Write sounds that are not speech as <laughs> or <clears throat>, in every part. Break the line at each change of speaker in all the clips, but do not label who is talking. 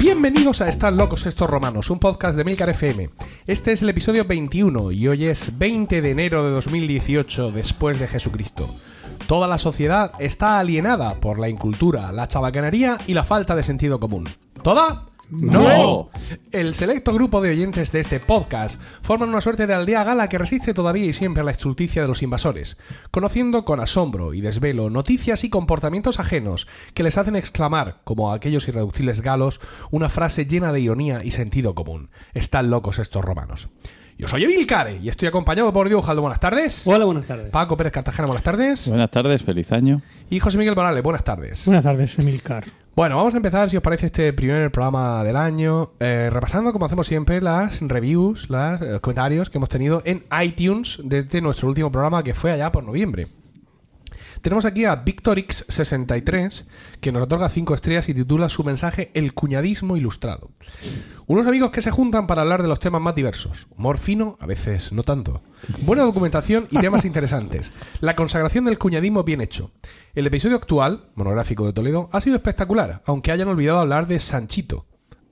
Bienvenidos a Están locos estos romanos, un podcast de Milcar FM. Este es el episodio 21 y hoy es 20 de enero de 2018 después de Jesucristo. Toda la sociedad está alienada por la incultura, la chabacanería y la falta de sentido común. ¿Toda?
No.
El selecto grupo de oyentes de este podcast forman una suerte de aldea gala que resiste todavía y siempre a la estulticia de los invasores, conociendo con asombro y desvelo noticias y comportamientos ajenos que les hacen exclamar, como a aquellos irreductibles galos, una frase llena de ironía y sentido común. Están locos estos romanos. Yo soy Emil Care y estoy acompañado por Diego Jaldo. Buenas tardes.
Hola, buenas tardes.
Paco Pérez Cartagena, buenas tardes.
Buenas tardes, feliz año.
Y José Miguel Morales, buenas tardes.
Buenas tardes, Emilcar.
Bueno, vamos a empezar, si os parece, este primer programa del año, eh, repasando, como hacemos siempre, las reviews, las, eh, los comentarios que hemos tenido en iTunes desde nuestro último programa, que fue allá por noviembre. Tenemos aquí a Victorix63, que nos otorga 5 estrellas y titula su mensaje El cuñadismo ilustrado. Unos amigos que se juntan para hablar de los temas más diversos. Humor fino, a veces no tanto. Buena documentación y temas interesantes. La consagración del cuñadismo bien hecho. El episodio actual, monográfico de Toledo, ha sido espectacular, aunque hayan olvidado hablar de Sanchito.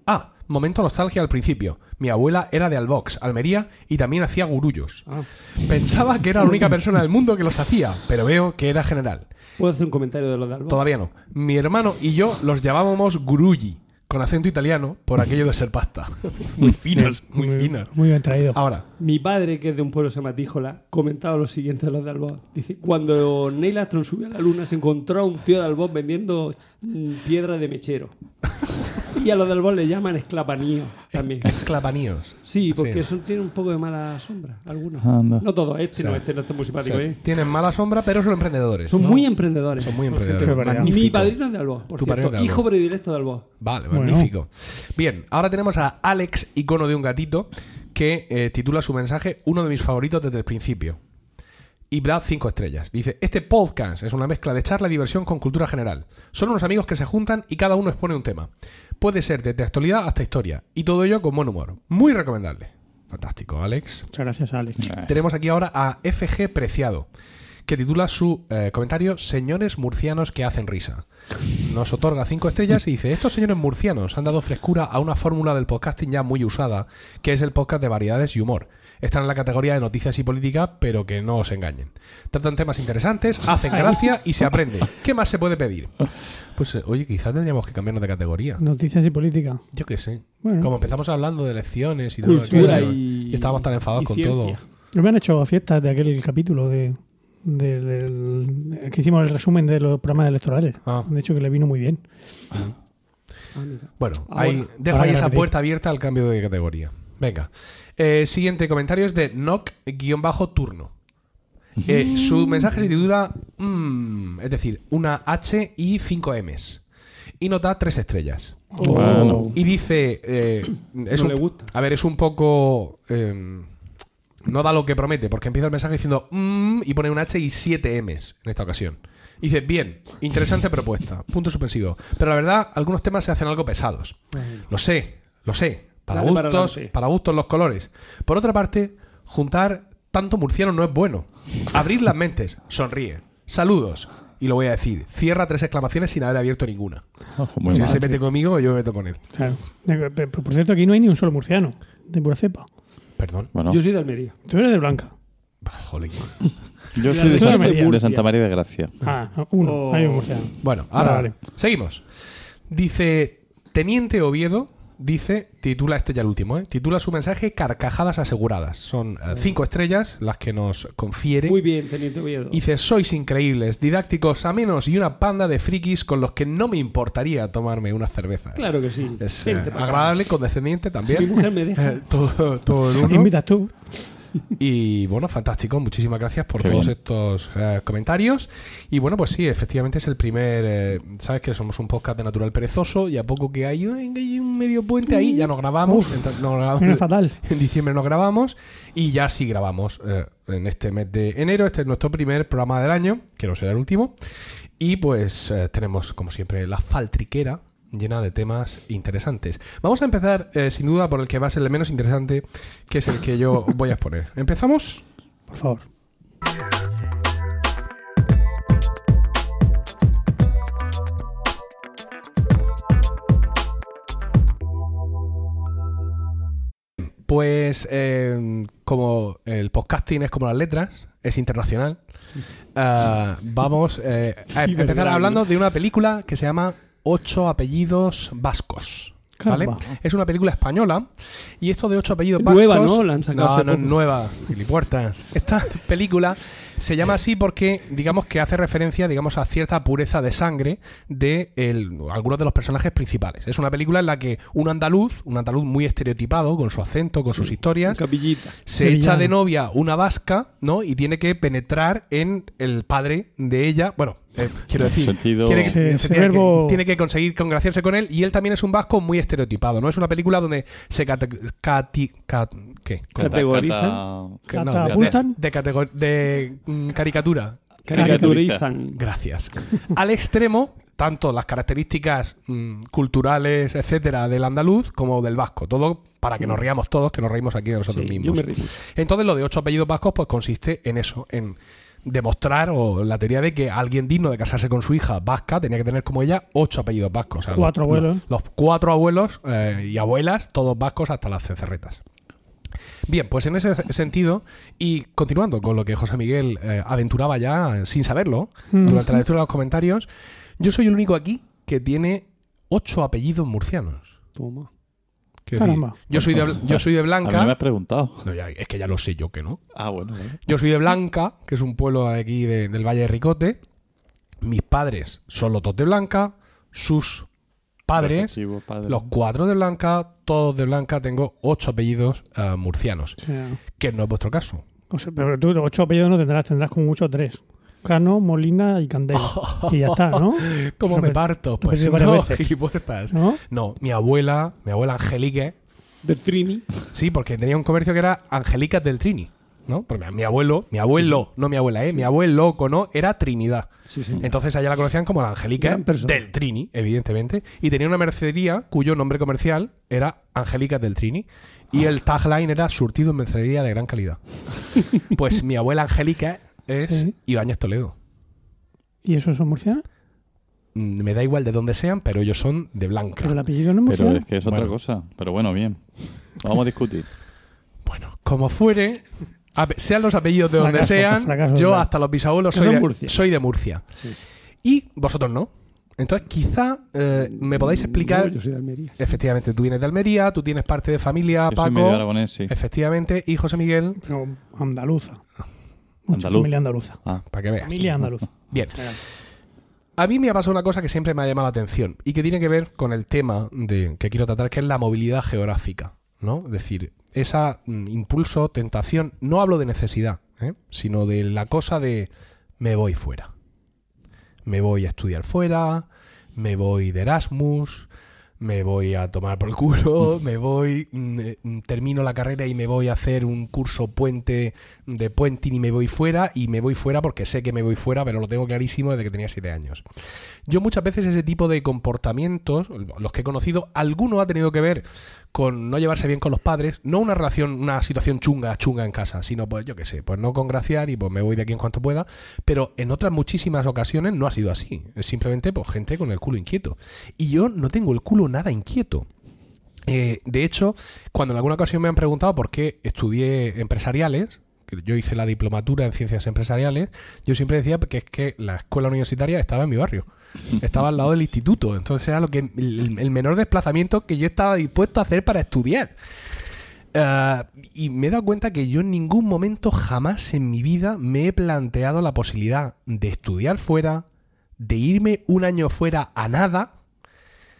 Ah, momento nostalgia al principio. Mi abuela era de Albox, Almería, y también hacía gurullos.
Ah,
Pensaba que era la única persona del mundo que los hacía, pero veo que era general.
¿Puedo hacer un comentario de lo de Alba?
Todavía no. Mi hermano y yo los llamábamos gurulli, con acento italiano, por aquello de ser pasta. <laughs> muy finos, muy finos.
Muy bien traído.
Ahora,
Mi padre, que es de un pueblo que se llama Tíjola, comentaba lo siguiente de los de Alba. Dice, cuando Neil Armstrong subió a la luna se encontró a un tío de Albón vendiendo mm, piedra
<laughs>
de mechero. y a los de Albón le llaman esclapanío también.
clapaníos.
Sí, porque
Sí.
eso tiene un poco de mala sombra, algunos.
Anda.
No todos, este
O sea,
no, este no está muy
O sea,
simpático. ¿eh?
tienen mala sombra, pero son emprendedores.
Son
¿no?
muy emprendedores. <laughs>
Son muy
Qué
emprendedores.
barbaridad.
Magnífico.
Mi padrino es de Albón, por
Tu padrino
cierto.
es de Alboa.
Hijo predilecto de Albón.
Vale,
Bueno.
magnífico. Bien, ahora tenemos a Alex, icono de un gatito, que eh, titula su mensaje Uno de mis favoritos desde el principio. Y da cinco estrellas. Dice, este podcast es una mezcla de charla y diversión con cultura general. Son unos amigos que se juntan y cada uno expone un tema. Puede ser desde actualidad hasta historia. Y todo ello con buen humor. Muy recomendable. Fantástico, Alex.
Muchas gracias, Alex.
Tenemos aquí ahora a FG Preciado, que titula su eh, comentario Señores murcianos que hacen risa. Nos otorga cinco estrellas y dice, estos señores murcianos han dado frescura a una fórmula del podcasting ya muy usada, que es el podcast de variedades y humor. Están en la categoría de noticias y política, pero que no os engañen. Tratan temas interesantes, hacen gracia y se aprende. ¿Qué más se puede pedir? <laughs> Pues eh, oye, quizás tendríamos que cambiarnos de categoría.
Noticias y política.
Yo qué sé.
Bueno.
Como empezamos hablando de elecciones y
Cultura
todo aquello,
y-
y estábamos tan enfadados
y
con
ciencia.
todo.
Me han hecho fiestas de aquel capítulo de, de- del- de- que hicimos el resumen de los programas electorales.
Ah.
De hecho, que le vino muy bien.
Ah, mira.
Bueno,
Ah,
ahí,
bueno.
dejo
Ahora
ahí
ya
esa
repetir.
puerta abierta al cambio de categoría. Venga. Eh, siguiente comentario es de knock-turno. Eh, su mensaje se titula mm, es decir, una H y 5 M's. Y nota tres estrellas.
Bueno.
Y dice. eh, es
No
un-
le gusta.
A ver, es un poco. eh, no da lo que promete, porque empieza el mensaje diciendo. "Mm", y pone un H y 7 M's en esta ocasión. Y dice, bien, interesante propuesta. Punto suspensivo. Pero la verdad, algunos temas se hacen algo pesados. Lo sé, lo sé. Para
Dale para
gustos, para,
adelante.
gustos los colores. Por otra parte, juntar tanto murciano no es bueno. Abrir las mentes, sonríe. Saludos. Y lo voy a decir, cierra tres exclamaciones sin haber abierto ninguna.
Ojo, muy
si
mal.
Ah,
se mete conmigo, yo me meto con él.
Claro. Eh, pe- pe- Por cierto, aquí no hay ni un solo murciano de pura cepa.
Perdón.
Bueno,
Yo soy de Almería.
Tú eres de Blanca.
Jolín.
yo
la
soy de,
región
San-
de
de
Murcia.
Santa María de Gracia.
Ah, no, uno.
Oh.
Hay un murciano.
Bueno, ahora
Vale,
seguimos. Dice Teniente Oviedo, dice, titula este ya el último, ¿eh? titula su mensaje Carcajadas aseguradas. Son eh, cinco estrellas las que nos confiere.
Muy bien, Teniente Oviedo.
Dice, sois increíbles, didácticos, amenos y una panda de frikis con los que no me importaría tomarme unas cervezas.
Claro que sí.
Es eh,
Vente para acá.
agradable, condescendiente
Mi
también.
mujer me
<laughs>
deja.
Eh, todo, todo el
<laughs>
uno.
Invitas tú.
<laughs> Y bueno, fantástico, muchísimas gracias por
Qué
todos
bien.
estos eh, comentarios. Y bueno, pues sí, efectivamente es el primer. eh, Sabes que somos un podcast de natural perezoso y a poco que hay, ay, que hay un medio puente ahí, ya nos grabamos. Ento- no grabamos.
Era fatal.
En diciembre nos grabamos y ya sí grabamos eh, en este mes de enero. Este es nuestro primer programa del año, que no será el último. Y pues eh, tenemos, como siempre, la faltriquera llena de temas interesantes. Vamos a empezar, eh, sin duda, por el que va a ser el menos interesante, que es el que yo voy a exponer. ¿Empezamos?
Por favor.
Pues eh, como el podcasting es como las letras, es internacional, ah, vamos eh, a
Sí,
empezar
verdad.
hablando de una película que se llama Ocho apellidos vascos. ¿Vale?
Caramba.
Es una película española y esto de ocho apellidos vascos...
Nueva, ¿no? La han sacado
No,
hace
no es
poco.
nueva, gilipuertas. Esta película se llama así porque, digamos que hace referencia, digamos, a cierta pureza de sangre de el- algunos de los personajes principales. Es una película en la que un andaluz, un andaluz muy estereotipado, con su acento, con sus historias,
Capillita.
se
Sevillano.
echa de novia una vasca, ¿no? Y tiene que penetrar en el padre de ella. Bueno, eh, quiero decir,
Sentido-
tiene, que,
Ese- ese
efectivamente,
verbo-
tiene que conseguir congraciarse con él. Y él también es un vasco muy estereotipado, ¿no? Es una película donde se cate- cati- cat- ¿qué?
Categorizan.
Que no,
¿Catapultan?
de, categor- de, mm, caricatura.
Caricaturizan. <laughs>
Gracias. Al extremo, tanto las características mm, culturales, etcétera, del andaluz como del vasco. Todo para que nos riamos todos, que nos reímos aquí de nosotros
Sí,
mismos.
yo me río.
Entonces, lo de ocho apellidos vascos, pues consiste en eso, en demostrar o la teoría de que alguien digno de casarse con su hija vasca tenía que tener como ella ocho apellidos vascos. O sea,
Cuatro
los-
abuelos.
Los, los cuatro abuelos eh, y abuelas, todos vascos hasta las cencerretas. Bien, pues en ese sentido, y continuando con lo que José Miguel eh, aventuraba ya eh, sin saberlo,
Mm.
durante la lectura de los comentarios, yo soy el único aquí que tiene ocho apellidos murcianos.
Toma.
Quiero decir,
Caramba.
yo, soy de, bl- yo soy de
A mí no me
Blanca.
has preguntado.
No, ya- es que ya lo sé yo que no.
Ah, bueno, vale.
Yo soy de Blanca, que es un pueblo de aquí de- del Valle de Ricote. Mis padres son los dos de Blanca, sus padres,
Respectivo padre.
los cuatro de Blanca, todos de Blanca. Tengo ocho apellidos eh, murcianos,
O sea,
que no es vuestro caso.
o sea, pero tú ocho apellidos no tendrás, tendrás con mucho tres. Cano, Molina
<laughs>
y Candela. y ya está, ¿no?
¿Cómo
Lo
me
repet-
parto?
lo
Pues
repetí
no,
varias veces.
gilipuertas.
¿No?
No, mi abuela, mi abuela Angelique,
Del Trini.
sí, porque tenía un comercio que era Angelicas del Trini, ¿no? Porque mi abuelo, mi abuelo, no mi abuela, ¿eh? Mi abuelo, no, era Trinidad.
Sí, sí.
Entonces allá la conocían como la Angélica
Mm. Gran persona.
del Trini, evidentemente, y tenía una mercería cuyo nombre comercial era Angélica del Trini y el tagline era surtido en mercería de gran
<laughs>
calidad. pues mi abuela Angélica es
Sí.
Ibáñez Toledo.
¿Y esos son murcianos?
Mm, Me da igual de dónde sean, pero ellos son de
Pero el
Blanca.
apellido no es
Pero
murciano.
es que es otra
Bueno.
cosa. Pero bueno, bien. Vamos a
<laughs>
discutir.
Bueno, como fuere, ape- sean los apellidos de donde
Fracaso,
sean,
fracaso,
yo
claro.
hasta los bisabuelos
Que
soy
son
de,
Murcia.
soy de Murcia.
Sí.
Y vosotros no. Entonces quizá eh, me podáis explicar
No, yo soy de Almería.
Efectivamente, tú vienes de Almería, tú tienes parte de familia,
Sí, soy medio
Paco.
aragonés, sí.
Efectivamente, y José Miguel,
Pero andaluza. Mucha
Andaluz.
familia andaluza.
Ah,
para que veas.
Familia andaluza.
Bien. A mí me ha pasado una cosa que siempre me ha llamado la atención y que tiene que ver con el tema de, que quiero tratar, que es la movilidad geográfica, ¿no? Es decir, esa mm, impulso, tentación, no hablo de necesidad, ¿eh? sino de la cosa de me voy fuera. Me voy a estudiar fuera, me voy de Erasmus, me voy a tomar por el culo, me voy, mm, eh, mm, termino la carrera y me voy a hacer un curso puente de puenting y me voy fuera, y me voy fuera porque sé que me voy fuera, pero lo tengo clarísimo desde que tenía siete años. Yo muchas veces ese tipo de comportamientos, los que he conocido, alguno ha tenido que ver con no llevarse bien con los padres, no una relación, una situación chunga, chunga en casa, sino pues yo qué sé, pues no congraciar y pues me voy de aquí en cuanto pueda, pero en otras muchísimas ocasiones no ha sido así, es simplemente pues gente con el culo inquieto. Y yo no tengo el culo nada inquieto. Eh, de hecho, cuando en alguna ocasión me han preguntado por qué estudié empresariales, que yo hice la diplomatura en ciencias empresariales, yo siempre decía que es que la escuela universitaria estaba en mi barrio, estaba al lado del instituto, entonces era lo que el, el menor desplazamiento que yo estaba dispuesto a hacer para estudiar. Ah, y me he dado cuenta que yo en ningún momento jamás en mi vida me he planteado la posibilidad de estudiar fuera, de irme un año fuera a nada,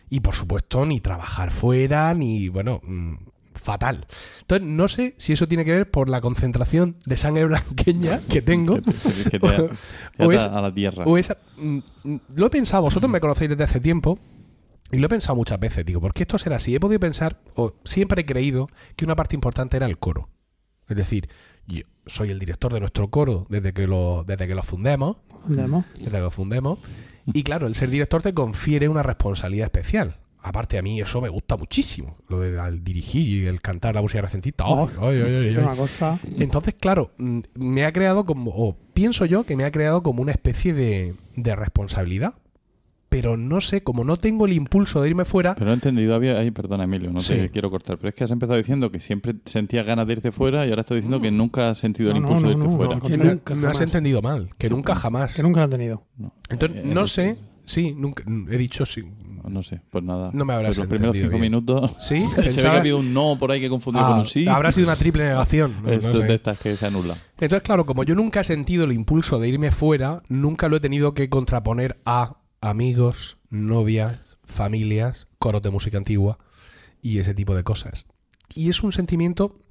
y por supuesto, ni trabajar fuera, ni, bueno, mm, fatal. Entonces, no sé si eso tiene que ver por la concentración de sangre <laughs> blanqueña que tengo.
que te-
<laughs>
que te- que te
O es-
ata a la tierra.
o esa- mm, mm, lo he pensado, vosotros me conocéis desde hace tiempo. Y lo he pensado muchas veces, digo, ¿por qué esto será así? He podido pensar, o siempre he creído, que una parte importante era el coro. Es decir, yo soy el director de nuestro coro desde que lo, desde que lo fundemos
Andaluz.
desde que lo fundemos. Y claro, el ser director te confiere una responsabilidad especial. Aparte, a mí eso me gusta muchísimo. Lo de al dirigir y el cantar la música recentista. ¡Ay, ay, ay, ay,
Es
ay!
una cosa.
Entonces, claro, mm, me ha creado como, o pienso yo que me ha creado como una especie de, de responsabilidad. Pero no sé, como no tengo el impulso de irme fuera,
Pero no he entendido, había... Ay, perdona, Emilio, no
Sí.
te quiero cortar. Pero es que has empezado diciendo que siempre sentías ganas de irte fuera y ahora estás diciendo que nunca has sentido el
No, no,
impulso de
no,
irte
no,
fuera.
no,
Que
me,
nunca
me has
jamás.
entendido mal, que nunca jamás.
Que nunca lo han tenido.
Entonces,
Eh,
no
eh,
sé, sí, nunca, he dicho sí.
No sé, pues nada.
No me habrás
Pues los primeros
entendido
cinco
bien.
minutos
¿Sí?
<laughs> se ve que ha
Pensaba-
habido un no por ahí que he confundido
Ah,
con un sí.
Habrá
<laughs>
sido una triple negación. No, no
Esto
sé.
de estas que se anula.
Entonces, claro, como yo nunca he sentido el impulso de irme fuera, nunca lo he tenido que contraponer a amigos, novias, familias, coros de música antigua y ese tipo de cosas. Y es un sentimiento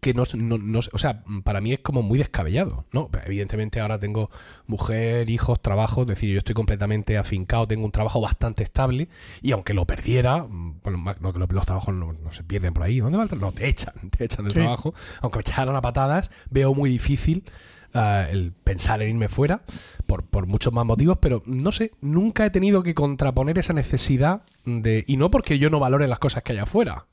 que no, no- no- o sea, para mí es como muy descabellado, ¿no? Pues, Evidentemente ahora tengo mujer, hijos, trabajo, es decir, yo estoy completamente afincado, tengo un trabajo bastante estable y aunque lo perdiera, mm, bueno, más- no, que los, los trabajos no, no se pierden por ahí, ¿dónde va el trabajo? No, te echan, <laughs> te echan del
Sí.
trabajo, aunque me echaran a patadas, veo muy difícil ah, el pensar en irme fuera por, por muchos más motivos, pero no sé, nunca he tenido que contraponer esa necesidad de, y no porque yo no valore las cosas que hay afuera,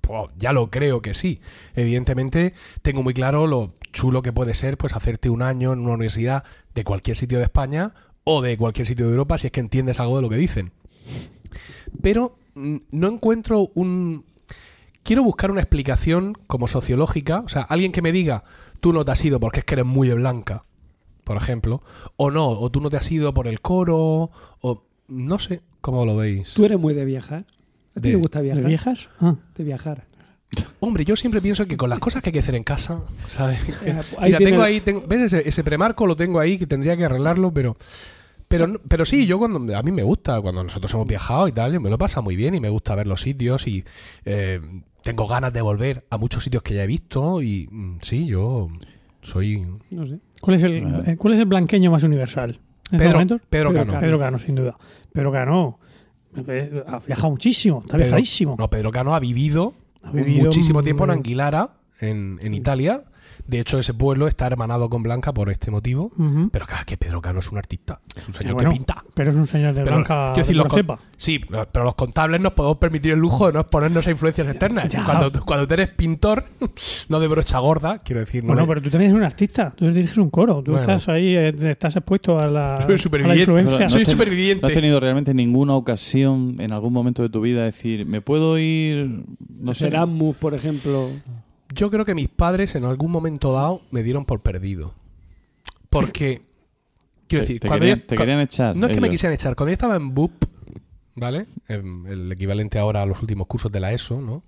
pues, ya lo creo que sí. Evidentemente, tengo muy claro lo chulo que puede ser pues hacerte un año en una universidad de cualquier sitio de España o de cualquier sitio de Europa si es que entiendes algo de lo que dicen. Pero mm, no encuentro un... Quiero buscar una explicación como sociológica, o sea, alguien que me diga, tú no te has ido porque es que eres muy blanca, por ejemplo, o no, o tú no te has ido por el coro, o no sé cómo lo veis.
¿Tú eres muy de viajar? ¿A ti
De-
te gusta
¿De
viajar?
viejas? Ah.
De viajar.
Hombre, yo siempre pienso que con las cosas que hay que hacer en casa,
<laughs>
¿sabes?
Eh, ahí
Mira,
tiene-
tengo ahí, tengo- ¿ves? Ese, ese premarco lo tengo ahí que tendría que arreglarlo, pero. Pero, no- pero sí, yo cuando. A mí me gusta, cuando nosotros hemos viajado y tal, yo me lo pasa muy bien y me gusta ver los sitios y. eh, tengo ganas de volver a muchos sitios que ya he visto y. mm, Sí, yo. Soy.
No sé.
¿Cuál es el,
Vale.
eh, ¿cuál es el blanqueño más universal? ¿En estos
Pedro,
momentos?
Pedro
Pedro
Cano.
Cano.
Pedro Cano, sin duda. Pedro Cano eh, ha viajado muchísimo, está
Pedro-
viajadísimo.
No, Pedro Cano ha vivido,
Ha vivido
muchísimo
un-
tiempo en Anguilara, en, en Italia. De hecho, ese pueblo está hermanado con Blanca por este motivo.
Ujú.
Pero claro, es que Pedro Cano es un artista. Es un señor
Bueno,
que pinta.
Mm. Pero es un señor de
Pero,
blanca
quiero decir,
de
los
por cepa.
con- Sí, pero pero los contables nos podemos permitir el lujo de no exponernos a influencias externas.
ya.
Cuando, tú- cuando tú eres pintor, <laughs> no de brocha gorda, quiero decir. no
Bueno,
de-
pero tú también eres un artista, tú diriges un coro, tú
Bueno.
estás ahí, eh, estás expuesto a la,
Soy un
a la
superviviente.
influencia.
Soy
has ten-
superviviente.
¿No has tenido realmente ninguna ocasión en algún momento de tu vida de decir, me puedo ir, no sé,
Erasmus, por ejemplo.
Yo creo que mis padres en algún momento dado me dieron por perdido. Porque. Quiero
Te,
decir,
te
cuando
querían,
yo-
te
cu-
querían echar.
No es que me
ellos.
quisieran echar. Cuando yo estaba en BUP, ¿vale? En el equivalente ahora a los últimos cursos de la ESO, ¿no?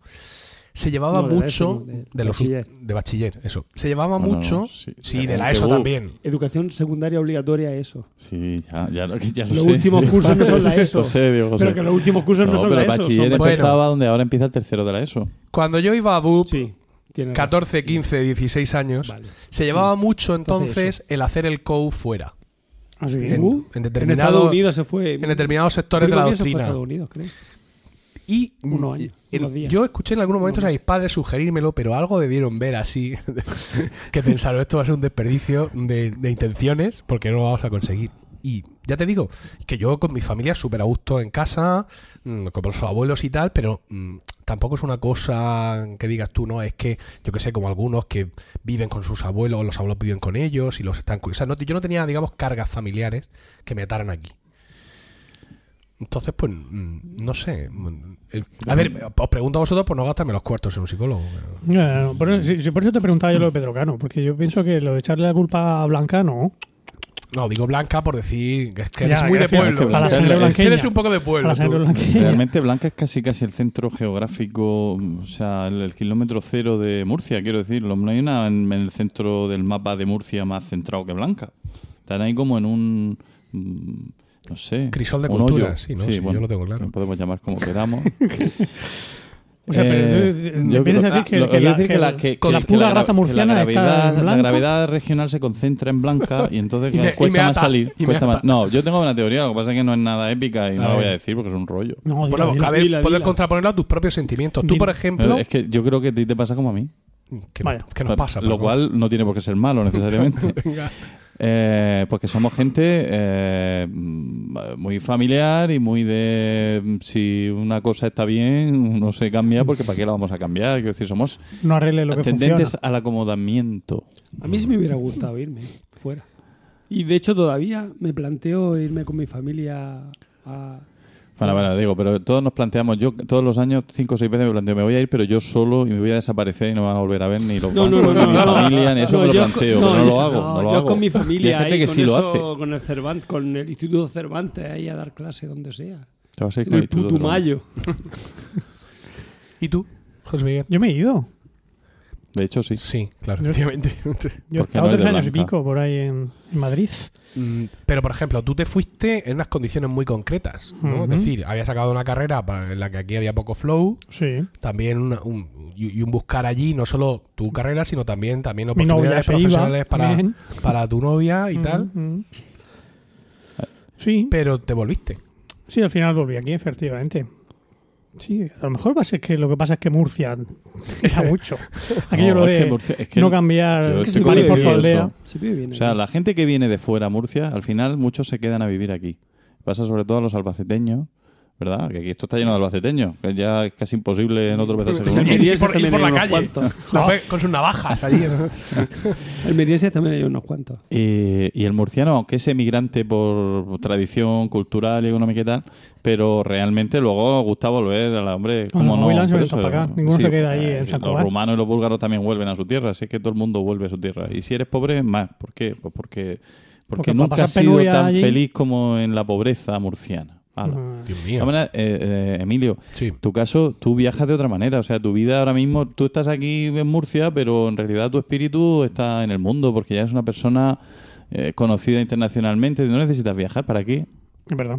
Se llevaba
No, de la ESO,
mucho.
no, de-
de, los,
bachiller.
de bachiller, eso. Se llevaba
Bueno,
mucho.
sí,
sí, de
en
la
que
ESO
bu-
también.
Educación secundaria obligatoria, eso.
Sí, ya, ya, lo- ya lo
Los
sé.
últimos
<laughs>
cursos no son la ESO.
Lo sé, Diego José.
Pero que los últimos cursos no, son
pero
la ESO.
bachiller
son
bachiller.
empezaba donde ahora empieza el tercero de la ESO.
Cuando yo iba a BUP,
Sí, tiene
14, 15, 16 años,
Vale.
se llevaba mucho
Entonces,
entonces el hacer el COU fuera.
Así que-
En,
Uh,
en
En
determinado-
Estados Unidos se fue.
en determinados sectores de
Primo
la
mío se fue a
doctrina.
Estados Unidos, Eh, creo.
Y
Unos años,
y-
unos días.
yo escuché en algún momento
Unos
a mis padres sugerírmelo, pero algo debieron ver así, <laughs> que pensaron, esto va a ser un desperdicio de, de intenciones, porque no lo vamos a conseguir. Y ya te digo, que yo con mi familia súper a gusto en casa, mm, con los abuelos y tal, pero mm, tampoco es una cosa que digas tú, no, es que yo que sé, como algunos que viven con sus abuelos, los abuelos viven con ellos y los están... cu- O sea, no, yo no tenía, digamos, cargas familiares que me ataran aquí. Entonces, pues, mm, no sé. mm, el- A ver, os pregunto a vosotros por no gastarme los cuartos en un psicólogo. pero-
No, no, no, Por, si- si por eso te preguntaba yo lo de Pedro Cano, porque yo pienso que lo de echarle la culpa a Blanca no.
No, digo blanca por decir que es que
Ya,
eres muy de
gracias.
pueblo.
A la
Eres-
sangre
blanqueña.
Eres un poco de
A la
pueblo.
sangre
tú.
<laughs> blanqueña.
Realmente Blanca es casi casi el centro geográfico, o sea, el, el kilómetro cero de Murcia, quiero decirlo. No hay una en, en el centro del mapa de Murcia más centrado que Blanca. Están ahí como en un. mm, No sé.
Crisol de
un
cultura,
hoyo.
sí, ¿no? Sí, yo lo tengo claro.
lo podemos llamar como queramos.
<laughs> O sea, pero tú, ¿me
eh, yo
vienes
creo-
a decir que-
lo-
que
quiero
la-
decir
que
la-
el-
que-
con
que
la
que
pura
gra-
raza
que
murciana está
gravedad,
en
la
blanco?
gravedad regional se concentra en
<laughs>
Blanca y entonces
Y me- y
cuesta
me
más
ata,
salir.
y me
cuesta
ata.
más- No, yo tengo una teoría, lo que pasa es que no es nada épica y no
A
la voy
ver.
a decir porque es un rollo.
No, dilo,
Bueno,
dilo.
a ver,
dila,
puedes
dila.
contraponerlo a tus propios sentimientos. Tú,
Dila.
por ejemplo,
Eh,
mm,
Es que yo creo que a ti te pasa como a mí.
que,
Vaya.
que nos pasa.
Lo
Paco? <laughs>
cual no tiene por qué ser malo necesariamente.
Venga.
Eh, pues que somos gente eh, muy familiar y muy de mm, si una cosa está bien, no se cambia porque ¿para qué la vamos a cambiar? Quiero decir, somos
No arregle lo que funciona.
tendentes al acomodamiento.
A mí sí me hubiera gustado irme fuera. Y de hecho todavía me planteo irme con mi familia a...
Bueno, bueno, digo, pero todos nos planteamos, yo todos los años, cinco o seis veces me planteo, me voy a ir, pero yo solo y me voy a desaparecer y no me van a volver a ver ni los bancos, ni mi familia, ni eso me lo
yo con-
planteo, pero no lo hago.
no,
no lo
yo
hago.
con mi familia
Y hay gente
ahí,
que
con
sí lo
eso,
hace.
Con el Cervantes, con el Instituto Cervantes ahí a dar clase donde sea.
Te vas a ir
En
con
el
el instituto, pero
Putumayo.
¿Y tú, José Miguel?
Yo me he ido.
bueno. De hecho, sí.
Sí, claro, efectivamente.
Yo he
Porque no
estado
es
tres
de
años y
Blanca.
pico por ahí en, en Madrid.
Mm, <laughs> Pero, por ejemplo, tú te fuiste en unas condiciones muy concretas, ¿no?
Ujú.
Es decir, habías sacado una carrera para- en la que aquí había poco flow,
Sí.
también una- un, y, y un buscar allí no solo tu carrera, sino también, también
Mi novia
oportunidades
se iba.
profesionales para,
también.
para tu novia y
Mm,
tal.
mm. Sí,
Pero te volviste.
sí, al final volví aquí, efectivamente. Sí, a lo mejor va a ser que lo que pasa es
<laughs>
que Murcia era mucho. Aquello
No,
lo
es que
de
Murcia- es que
no
el- yo
cambiar
estoy
pan y por tu
convencido de
aldea.
eso.
Se vive bien.
O sea,
aquí.
la gente que viene de fuera a Murcia, al final muchos se quedan a vivir aquí. Pasa sobre todo a los albaceteños, ¿verdad? Que aquí esto está lleno de albaceteños, que ya es casi imposible en otro vez ser
<laughs>
uno.
Y- y por-
Almerienses
y por la
también hay
calle.
unos cuantos.
Ah.
Los ves Con sus navajas allí. ¿no?
Almerienses también hay unos cuantos.
Eh, y el murciano, aunque es emigrante por tradición cultural y económica y tal, pero realmente luego gusta volver a la hombre.
Cuando
¿cómo
se
no?
jubilan, se
Pero
vienen
eso,
para acá. Ninguno se queda ahí en
eh,
San
Los
Cugat.
rumanos y los búlgaros también vuelven a su tierra, así es que todo el mundo vuelve a su tierra. Y si eres pobre, más. ¿Por qué? Pues porque, porque,
Porque para
nunca
pasar
has sido
penuria
tan
allí-
feliz como en la pobreza murciana. Ala.
Ah.
Dios
De todas
mío.
maneras, eh, eh, Emilio,
Sí.
tu caso, tú viajas de otra manera. O sea, tu vida ahora mismo, tú estás aquí en Murcia, pero en realidad tu espíritu está en el mundo, porque ya es una persona eh, conocida internacionalmente. No necesitas viajar, ¿para qué?
Es verdad.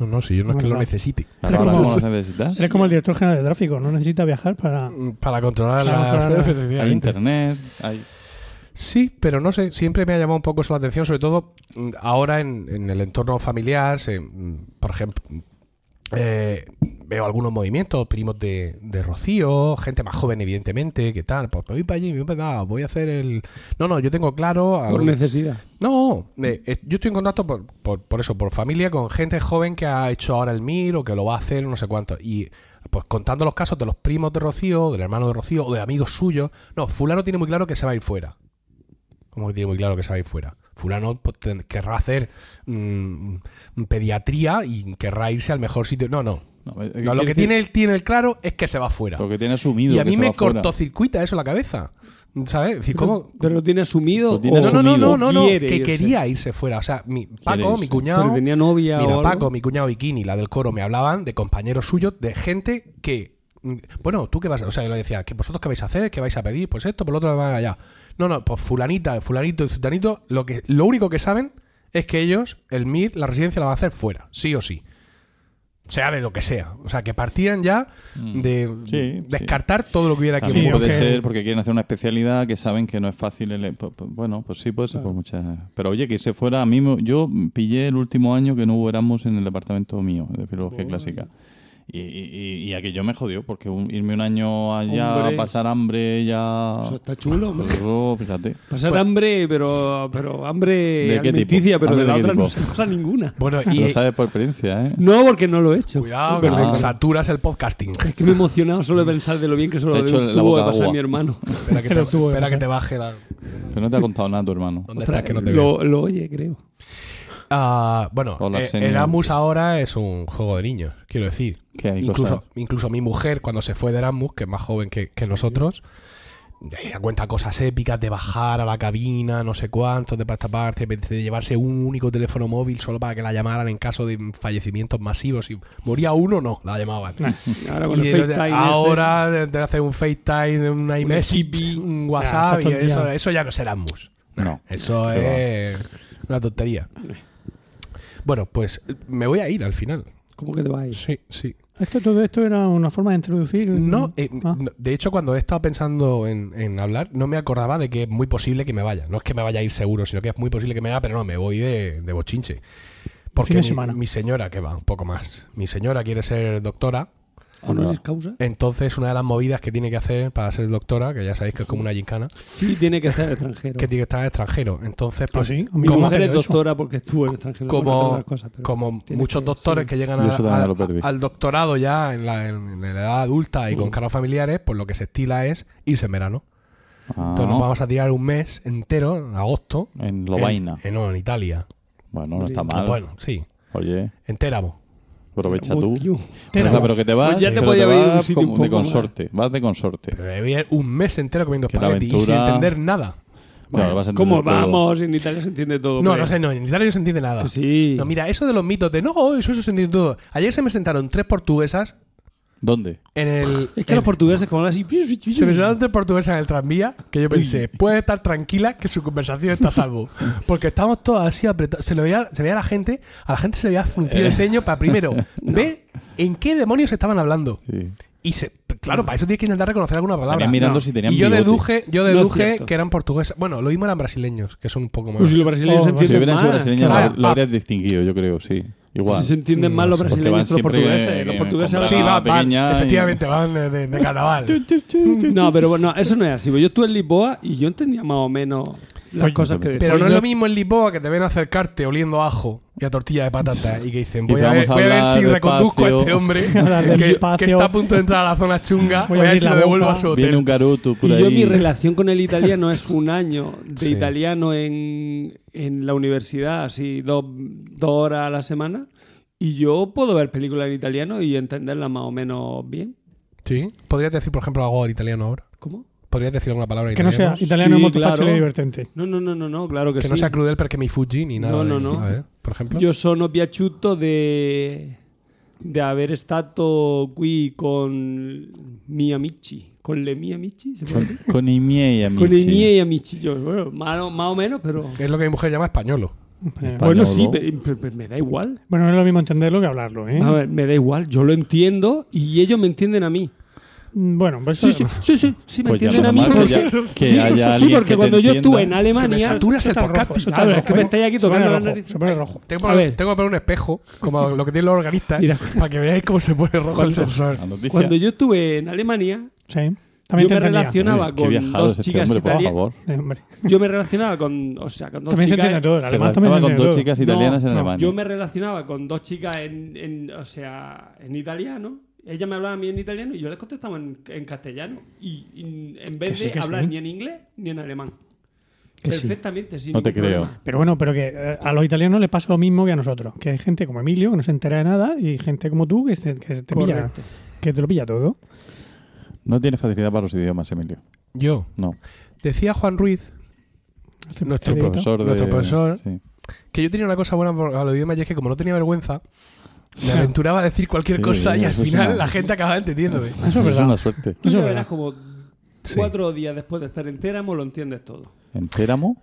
No, no, si yo no es que lo
Verdad.
necesite.
Ahora
como-
¿cómo lo necesitas?
Eres como el director general de tráfico, no necesita
<laughs>
viajar para.
Mm, Para controlar
Para
las... <laughs>
controlar la-
Hay
efectivamente.
internet, hay...
Sí, pero no sé, siempre me ha llamado un poco eso la atención, sobre todo mm, ahora en, en el entorno familiar, se- mm, por ejemplo, mm, eh, veo algunos movimientos, primos de, de Rocío, gente más joven evidentemente, que tal, pues me voy para allí, me voy para allá, voy a hacer el... No, no, yo tengo claro...
Por
algo-
necesidad.
no, eh, eh, yo estoy en contacto por, por, por eso, por familia, con gente joven que ha hecho ahora el MIR o que lo va a hacer, no sé cuánto. Y pues contando los casos de los primos de Rocío, del hermano de Rocío o de amigos suyos. No, fulano tiene muy claro que se va a ir fuera. Como que tiene muy claro que se va a ir fuera. Fulano pues, ten- querrá hacer mm, pediatría y querrá irse al mejor sitio. No, no.
No, eh,
No, lo que
quiero
tiene
decir,
él tiene el claro es que se va fuera.
Lo que tiene asumido.
Y a
que
mí
se
me
va fuera.
cortocircuita eso en la cabeza. ¿Sabes? Es decir, ¿cómo,
Pero lo tiene asumido.
Lo tiene
no,
o-
no, no, no, no, no,
quiere
que
irse.
quería irse fuera. O sea, mi, Paco,
irse.
mi
Pero
cuñado,
tenía novia o
mira,
algo.
Paco, mi cuñado y Kini, la del coro, me hablaban de compañeros suyos, de gente que, mm, bueno, tú qué vas, a- o sea, yo le decía, que vosotros qué vais a hacer, qué vais a pedir, pues esto, por lo otro, lo van allá. No, no, pues fulanita, fulanito y fulanito, lo que, lo único que saben es que ellos, el MIR, la residencia la van a hacer fuera, sí o sí. Sea de lo que sea. O sea, que partían ya de
Sí, sí.
descartar todo lo que hubiera aquí en
Mm. También
Sí,
puede
es que-
ser porque quieren hacer una especialidad que saben que no es fácil. el- pu- pu- bueno, pues sí, puede ser por muchas. Pero oye, que irse fuera a mí. me- Yo pillé el último año que no hubo Erasmus en el departamento mío de filología clásica. Y, y, y aquello me jodió porque un- irme un año allá,
Hombre.
pasar hambre, ya.
Eso está chulo, hombre.
Eso, fíjate.
Pasar hambre, pero, pero hambre
¿De qué
alimenticia,
tipo?
pero
¿Hambre
de la
de qué
otra no se
tipo?
pasa ninguna.
Bueno,
Lo
y
sabes por experiencia, ¿eh?
No, porque no lo he hecho.
cuidado, que
Pero
Ah.
saturas el podcasting.
<laughs> Es que me he emocionado solo de pensar de lo bien que solo
Te ha
lo
hecho la
tuvo
boca
de pasar
agua. <laughs>
mi hermano.
Espera
<laughs>
que, te,
Pero tú,
espera
no
que
sé.
te baje la.
Pero no te ha contado nada tu hermano.
¿Dónde
Ostras,
estás? Que no te veo.
lo, lo oye, creo.
Ah, bueno,
Hola,
eh,
señor.
Erasmus ahora es un juego de niños, quiero decir.
Que hay
incluso,
cosas.
incluso mi mujer, cuando se fue de Erasmus, que es más joven que, que nosotros, ella cuenta cosas épicas de bajar a la cabina, no sé cuántos, de pa' esta parte, de de llevarse un único teléfono móvil solo para que la llamaran en caso de fallecimientos masivos. Si moría uno, no, la llamaban.
Ahora con
Y
el
de-
FaceTime. ese,
ahora de, de hacer un FaceTime, un iMessage,
ICP,
un
está
WhatsApp,
todo
y
el
eso,
día.
eso ya no es Erasmus.
No.
Eso
Qué
es una tontería. Bueno, pues me voy a ir al final.
¿Cómo que te vas a ir?
Sí, sí.
Esto, todo esto era una forma de introducir.
No, eh,
Ah.
no, de hecho, cuando he estado pensando en, en hablar, no me acordaba de que es muy posible que me vaya. No es que me vaya a ir seguro, sino que es muy posible que me vaya, pero no, me voy de, de bochinche. Porque
Fin de
mi-
semana.
mi señora, que va un poco más, mi señora quiere ser doctora
¿Honoris causa?
Entonces, una de las movidas que tiene que hacer para ser doctora, que ya sabéis que es como una gincana,
Sí, tiene que ser
<laughs>
extranjero.
que tiene que estar en el extranjero. Entonces,
¿Ah,
pues,
sí? A mí
Mi
no me
mujer
creo
es
eso.
doctora porque estuvo en el extranjero. bueno, entre
como,
otras cosas, pero-
como
tiene
muchos
que-
doctores
sí.
que llegan
Yo
a-
eso también
a-
lo perdí.
al doctorado ya en la, en la edad adulta y con cargos familiares, pues lo que se estila es irse en verano.
Ah,
Entonces nos vamos a tirar un mes entero, en agosto.
En
en-
Lovaina.
en- no, en Italia.
Bueno, no está mal.
Bueno, sí.
Oye,
Entéramos.
aprovecha tú.
Uy, tío.
Pero,
Tenemos.
pero que te vas,
Pues ya te
pero
podía haber ido a un
vas
sitio un
como de
poco más.
consorte. Vas de consorte.
Pero bebí un mes entero comiendo
Que la
espagueti y sin
aventura-
entender nada.
Claro, lo vas a entender
¿Cómo
todo.
vamos? En Italia se entiende todo.
No,
hombre.
no sé, no, en Italia no se entiende nada.
Que sí.
No, mira, eso de los mitos de no, eso, eso se entiende todo. Ayer se me sentaron tres portuguesas
¿Dónde?
en el.
<laughs> es que los portugueses como así...
Se me sentaron tres portuguesas en el tranvía que yo pensé, puede estar tranquila que su conversación está a
<laughs>
salvo. Porque estamos todos así apretados. Se, le veía, se veía a la gente, a la gente se le veía
Eh.
fruncido el ceño para primero
<laughs>
ver en qué demonios estaban hablando.
Sí.
Y se, claro, para eso tienes que intentar reconocer alguna palabra.
Estarían mirando si tenían
y yo
bigote.
deduje, yo
No es
deduje
cierto.
que eran portuguesas. Bueno, lo mismo eran brasileños, que son un poco más.
Pues si los brasileños
Oh,
se
Si
entienden
hubieran sido
más.
brasileños,
claro.
lo, lo habrías distinguido, yo creo, sí. Igual.
Si se entienden
Mm,
más los
Porque van
brasileños que eh,
siempre
los portugueses.
que-
los
que
portugueses
con
hablan-
sí,
Ah,
van, van,
pequeña y-
efectivamente, van de, de- de carnaval.
No, pero bueno, eso no es así. Yo estuve en Lisboa y yo entendía más o menos las
Oye,
cosas que decían.
Pero no es lo mismo en Lisboa que te ven acercarte oliendo a ajo y a tortilla de patata y que dicen,
Y
voy, a
vamos
ver,
a
voy a ver
hablar
si
despacio.
reconduzco a este hombre
hablar
que,
despacio.
que está a punto de entrar a la zona chunga, voy,
Voy a
a ver
abrir
si
la
lo devuelvo a
boca.
su
Viene
hotel.
un garoto por
Y yo
ahí.
mi relación con el italiano es un año
<laughs>
de
Sí.
italiano en, en la universidad, así dos, dos horas a la semana. Y yo puedo ver películas en italiano y entenderlas más o menos bien.
Sí. ¿Podrías decir, por ejemplo, algo en italiano ahora?
¿Cómo?
¿Podrías decir alguna palabra en
Que no
italiano?
sea italiano
Sí,
es muy fácil
claro.
y divertente.
No, no, no, no, no claro que,
Que
sí.
no sea crudel porque mi Fuji ni nada.
No, no,
de-
no.
a ver, por ejemplo.
Io sono piaciuto de, de aver stato qui con miei amici, con le mie amici, se può dire?
Con i miei amici.
con i miei amici, yo, bueno, más, más o menos, pero...
Es lo que mi mujer llama españolo.
Eh,
Español,
Bueno, sí,
¿no?
pe- pe- pe- me da igual.
Bueno, no es lo mismo entenderlo que hablarlo, ¿eh?
A ver, me da igual, yo lo entiendo y ellos me entienden a mí.
Mm, Bueno, pues
Sí,
eso-
sí, sí, sí, sí, me
Pues ya
entienden
lo
a mí.
normal
Porque,
que ya-
<laughs>
que
sí,
haya
sí,
alguien
porque
que te
cuando yo estuve en
entienda.
Me
Alemania...
saturas el
Está rojo,
podcast.
eso está
tío.
Claro,
rojo,
es que me
¿eh?
estáis aquí
Se pone
tocando la
rojo,
nariz.
Se pone rojo.
Tengo que,
A
poner,
ver.
tengo que poner un espejo, como lo que tienen los organistas,
<laughs> Mira.
para que veáis cómo se pone rojo el sensor.
La noticia.
Cuando yo estuve en Alemania,
Sí. También
yo
te
me
entendía.
relacionaba
Qué
con
viajado es
dos
este
chicas
hombre, por
italianas.
favor.
Eh, hombre.
Yo me relacionaba con, o sea, con dos
También se
chicas.
entiende todo. el
Se
alemán también se
relacionaba con
entiende
dos
todo.
chicas
No,
italianas en
no,
Alemania.
Yo me relacionaba con dos chicas en, en- o sea, en italiano. Ella me hablaba a mí en italiano y yo les contestaba en, en castellano. Y, y en vez
Que sí,
de
que sí.
hablar ni en inglés ni en alemán.
Que sí.
Perfectamente, sin
No te
ningún
creo.
problema.
Pero bueno, pero que eh, a los italianos les pasa lo mismo que a nosotros. Que hay gente como Emilio que no se entera de nada y gente como tú que, se- que se te, pilla,
Correcto.
que te lo pilla todo.
No tienes facilidad para los idiomas, Emilio.
Yo.
No.
Decía Juan Ruiz, Nuestro
Edita.
Profesor de...
Nuestro profesor.
Sí.
que yo tenía una cosa buena por- a los idiomas y es que como no tenía vergüenza, me aventuraba a decir cualquier
Sí,
cosa y al
eso es
final
una-
la gente acababa entendiéndome.
Eso es
Es
verdad.
una suerte.
Tú ya
Eso es
verás
verdad.
como
Sí.
cuatro días después de estar en Téramo lo entiendes todo.
¿Entéramo?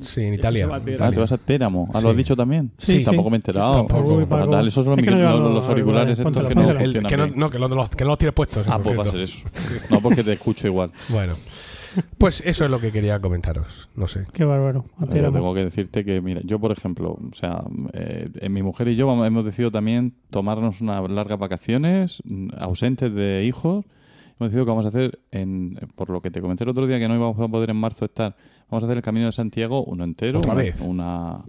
Sí, en
que
Italia.
se va a
en
tirar.
Ah,
Italia.
te vas a Téramo. Ah, ¿Lo has
Sí.
dicho también?
Sí, sí.
Tampoco me he enterado.
Tampoco.
Uy, Paco.
Fatal, esos son los,
Es que no
micro-
llevan
los-
los
los auriculares
auriculares, ponte
estos
los-
que no <laughs>
ponte los-
El-
funcionan
que, no,
bien.
no, que los, los- que no los tienes puestos. en
Ah, pues va a
concreto.
ser
<laughs>
eso. No, porque te escucho igual.
Bueno, pues eso es lo que quería comentaros. No sé.
Qué bárbaro.
Pero
Atéramo.
tengo que decirte que, mira, yo, por ejemplo, o sea, eh, eh, mi mujer y yo vamos- hemos decidido también tomarnos unas largas vacaciones, mm, ausentes de hijos. Hemos decidido que vamos a hacer, en, eh, por lo que te comenté el otro día, que no íbamos a poder en marzo estar. Vamos a hacer el Camino de Santiago, uno entero.
¿Otra
una,
vez?
una-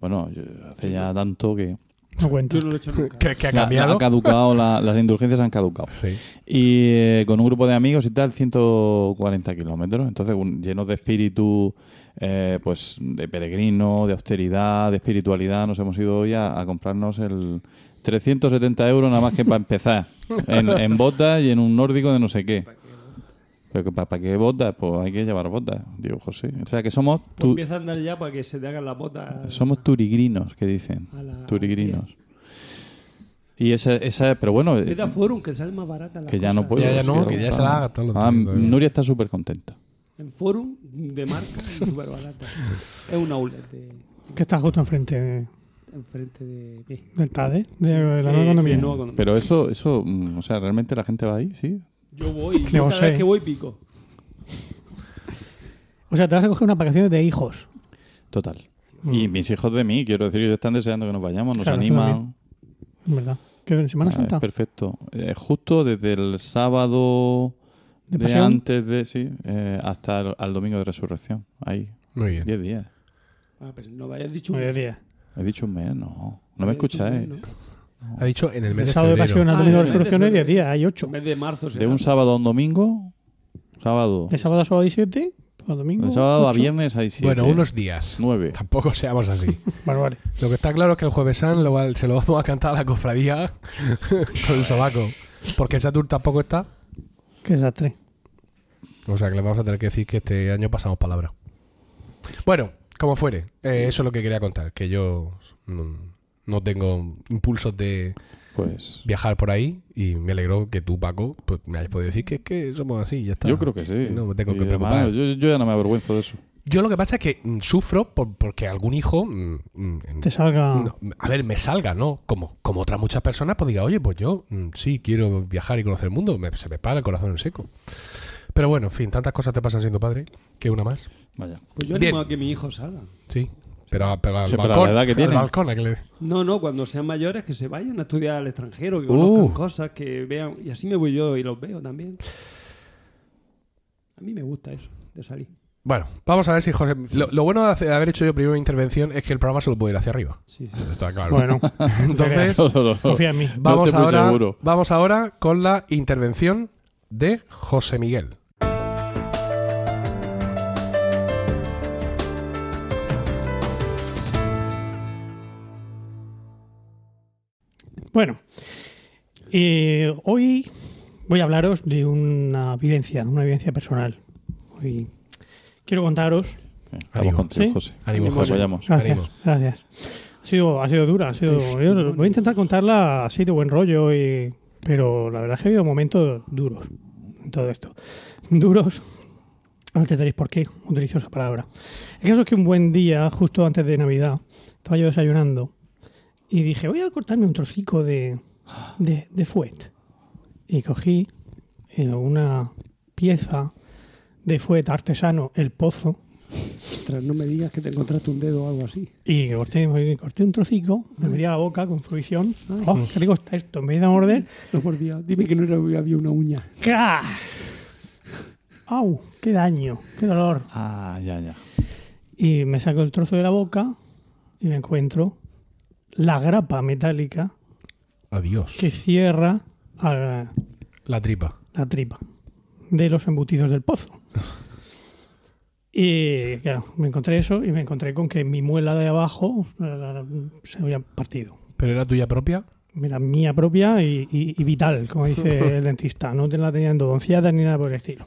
bueno, yo- hace ya tanto que...
No cuento.
Yo no lo he hecho nunca.
¿Crees que ha
Ya- ya
cambiado?
ha caducado, la- las indulgencias han caducado.
Sí.
Y eh, con un grupo de amigos y tal, 140 kilómetros. Entonces, un- llenos de espíritu, eh, pues de peregrino, de austeridad, de espiritualidad, nos hemos ido hoy a, a comprarnos el 370 euros nada más que para empezar. en, en botas y en un nórdico de no sé qué. Pero ¿Para, qué botas? Pues hay que llevar botas, digo José. O sea que somos,
Pues
tu-
empieza a andar ya para que se te hagan las botas.
somos turigrinos, que dicen.
a la-
Turigrinos. Y esa, esa pero bueno,
Vete a Forum, que sale más barata las
que ya no
cosas.
puedo.
Ya, ya no,
sí,
que ya se la haga, todo lo
Ah,
entiendo, ya.
Nuria está súper contenta.
En Forum de marca, súper barata. Es un outlet de...
Que está justo enfrente de-
enfrente de ¿qué?
del TADE, de la nueva
Eh,
economía.
sí, nueva economía.
Pero eso, eso, mm, o sea, realmente la gente va ahí, sí.
yo
<laughs>
voy, yo
Leo
cada vez
seis.
que voy pico.
O sea, te vas a coger unas vacaciones de hijos.
Mm.
Mm,
Total. Y mis hijos de mí, quiero decir, ellos están deseando que nos vayamos, nos
Claro, eso
animan.
también. En verdad. que en Semana
Ah,
Santa.
es perfecto. Eh, justo desde el sábado
¿De
de,
pasión?
antes de. Sí, eh, hasta el al domingo de resurrección. Ahí,
Muy bien.
10 días.
Ah, pero no me hayas dicho.
Nueve días.
He dicho un mes, no. No me
habías dicho un
escucháis.
mes, ¿no?
Ha dicho en el mes
El
de
sábado de
febrero.
pasión al
Ah,
domingo de
el mes de
resurrección hay 10
febrero.
días, hay 8.
Un mes de marzo. será.
De un sábado a un domingo. Sábado.
De sábado a sábado hay 7, a domingo.
De sábado a
ocho.
viernes hay 7.
Bueno, unos días. <laughs>
9.
Tampoco seamos así.
Vale, vale.
Lo que está claro es que el jueves san lo va- se lo vamos a cantar a la
<laughs>
cofradía con el sobaco. Porque el Satur tampoco está.
Qué desastre.
O sea que le vamos a tener que decir que este año pasamos palabra. Bueno, como fuere, eh, eso es lo que quería contar. Que yo mm, no tengo impulsos de
Pues.
viajar por ahí y me alegro que tú, Paco, pues me hayas podido decir que, es que somos así. Ya está.
Yo creo que sí.
No me tengo que
Y además,
preocupar.
yo, yo ya no me avergüenzo de eso.
Yo lo que pasa es que mm, sufro por- porque algún hijo. mm, mm, en-
Te salga.
No, a ver, me salga, ¿no? Como, como otras muchas personas, pues diga, oye, pues yo mm, sí quiero viajar y conocer el mundo. Me- se me para el corazón en seco. Pero bueno, en fin, tantas cosas te pasan siendo padre que una más.
Vaya.
Pues yo animo
Bien.
a que mi hijo salga.
Sí. Pero, a- pero al
Sí, pero a la
balcón.
edad que
al
tiene.
balcón, a que le-
No, no, cuando sean mayores que se vayan a estudiar al extranjero, que
Uh.
conozcan cosas, que vean. Y así me voy yo y los veo también. A mí me gusta eso, de salir.
Bueno, vamos a ver si José. Lo, lo bueno de hacer- de haber hecho yo primero mi intervención es que el programa solo puede ir hacia
<laughs>
arriba.
Sí, sí.
Está claro.
Bueno,
Entonces,
No, no, no.
confía en mí.
No
vamos,
estoy muy
ahora,
seguro.
vamos ahora con la intervención de José Miguel.
Bueno, eh, hoy voy a hablaros de una vivencia, una vivencia personal. Hoy quiero contaros.
Estamos
Ánimo.
contigo,
¿Sí?
José.
Ánimo,
Nos
José.
apoyamos.
Gracias,
Ánimo.
gracias. Ha sido, ha sido dura, ha sido. yo voy a intentar contarla así de buen rollo, y, pero la verdad es que ha habido momentos duros en todo esto. Duros. No entenderéis por qué utilizo esa palabra. El caso es que un buen día, justo antes de Navidad, estaba yo desayunando y dije, voy a cortarme un trocico de, de, de fuet. Y cogí eh, una pieza de fuet artesano, el pozo,
Ostras, no me digas que te encontraste un dedo o algo así.
y corté, corté un trocico, me metí a la boca con fruición.
Ay.
¡Oh, qué rico está esto! En vez de morder,
No, por Dios, dime que no era- había una uña.
¡cra! ¡Au! ¡Qué daño! ¡Qué dolor!
Ah, ya, ya.
Y me saco el trozo de la boca y me encuentro la grapa metálica
Adiós.
que cierra a la,
La tripa.
la tripa de los embutidos del pozo. Y claro, me encontré eso y me encontré con que mi muela de abajo eh, se había partido.
¿Pero era tuya propia?
Mira, mía propia y, y- y vital,
<laughs>
como dice el dentista. No te la tenía endodonciada ni nada por el estilo.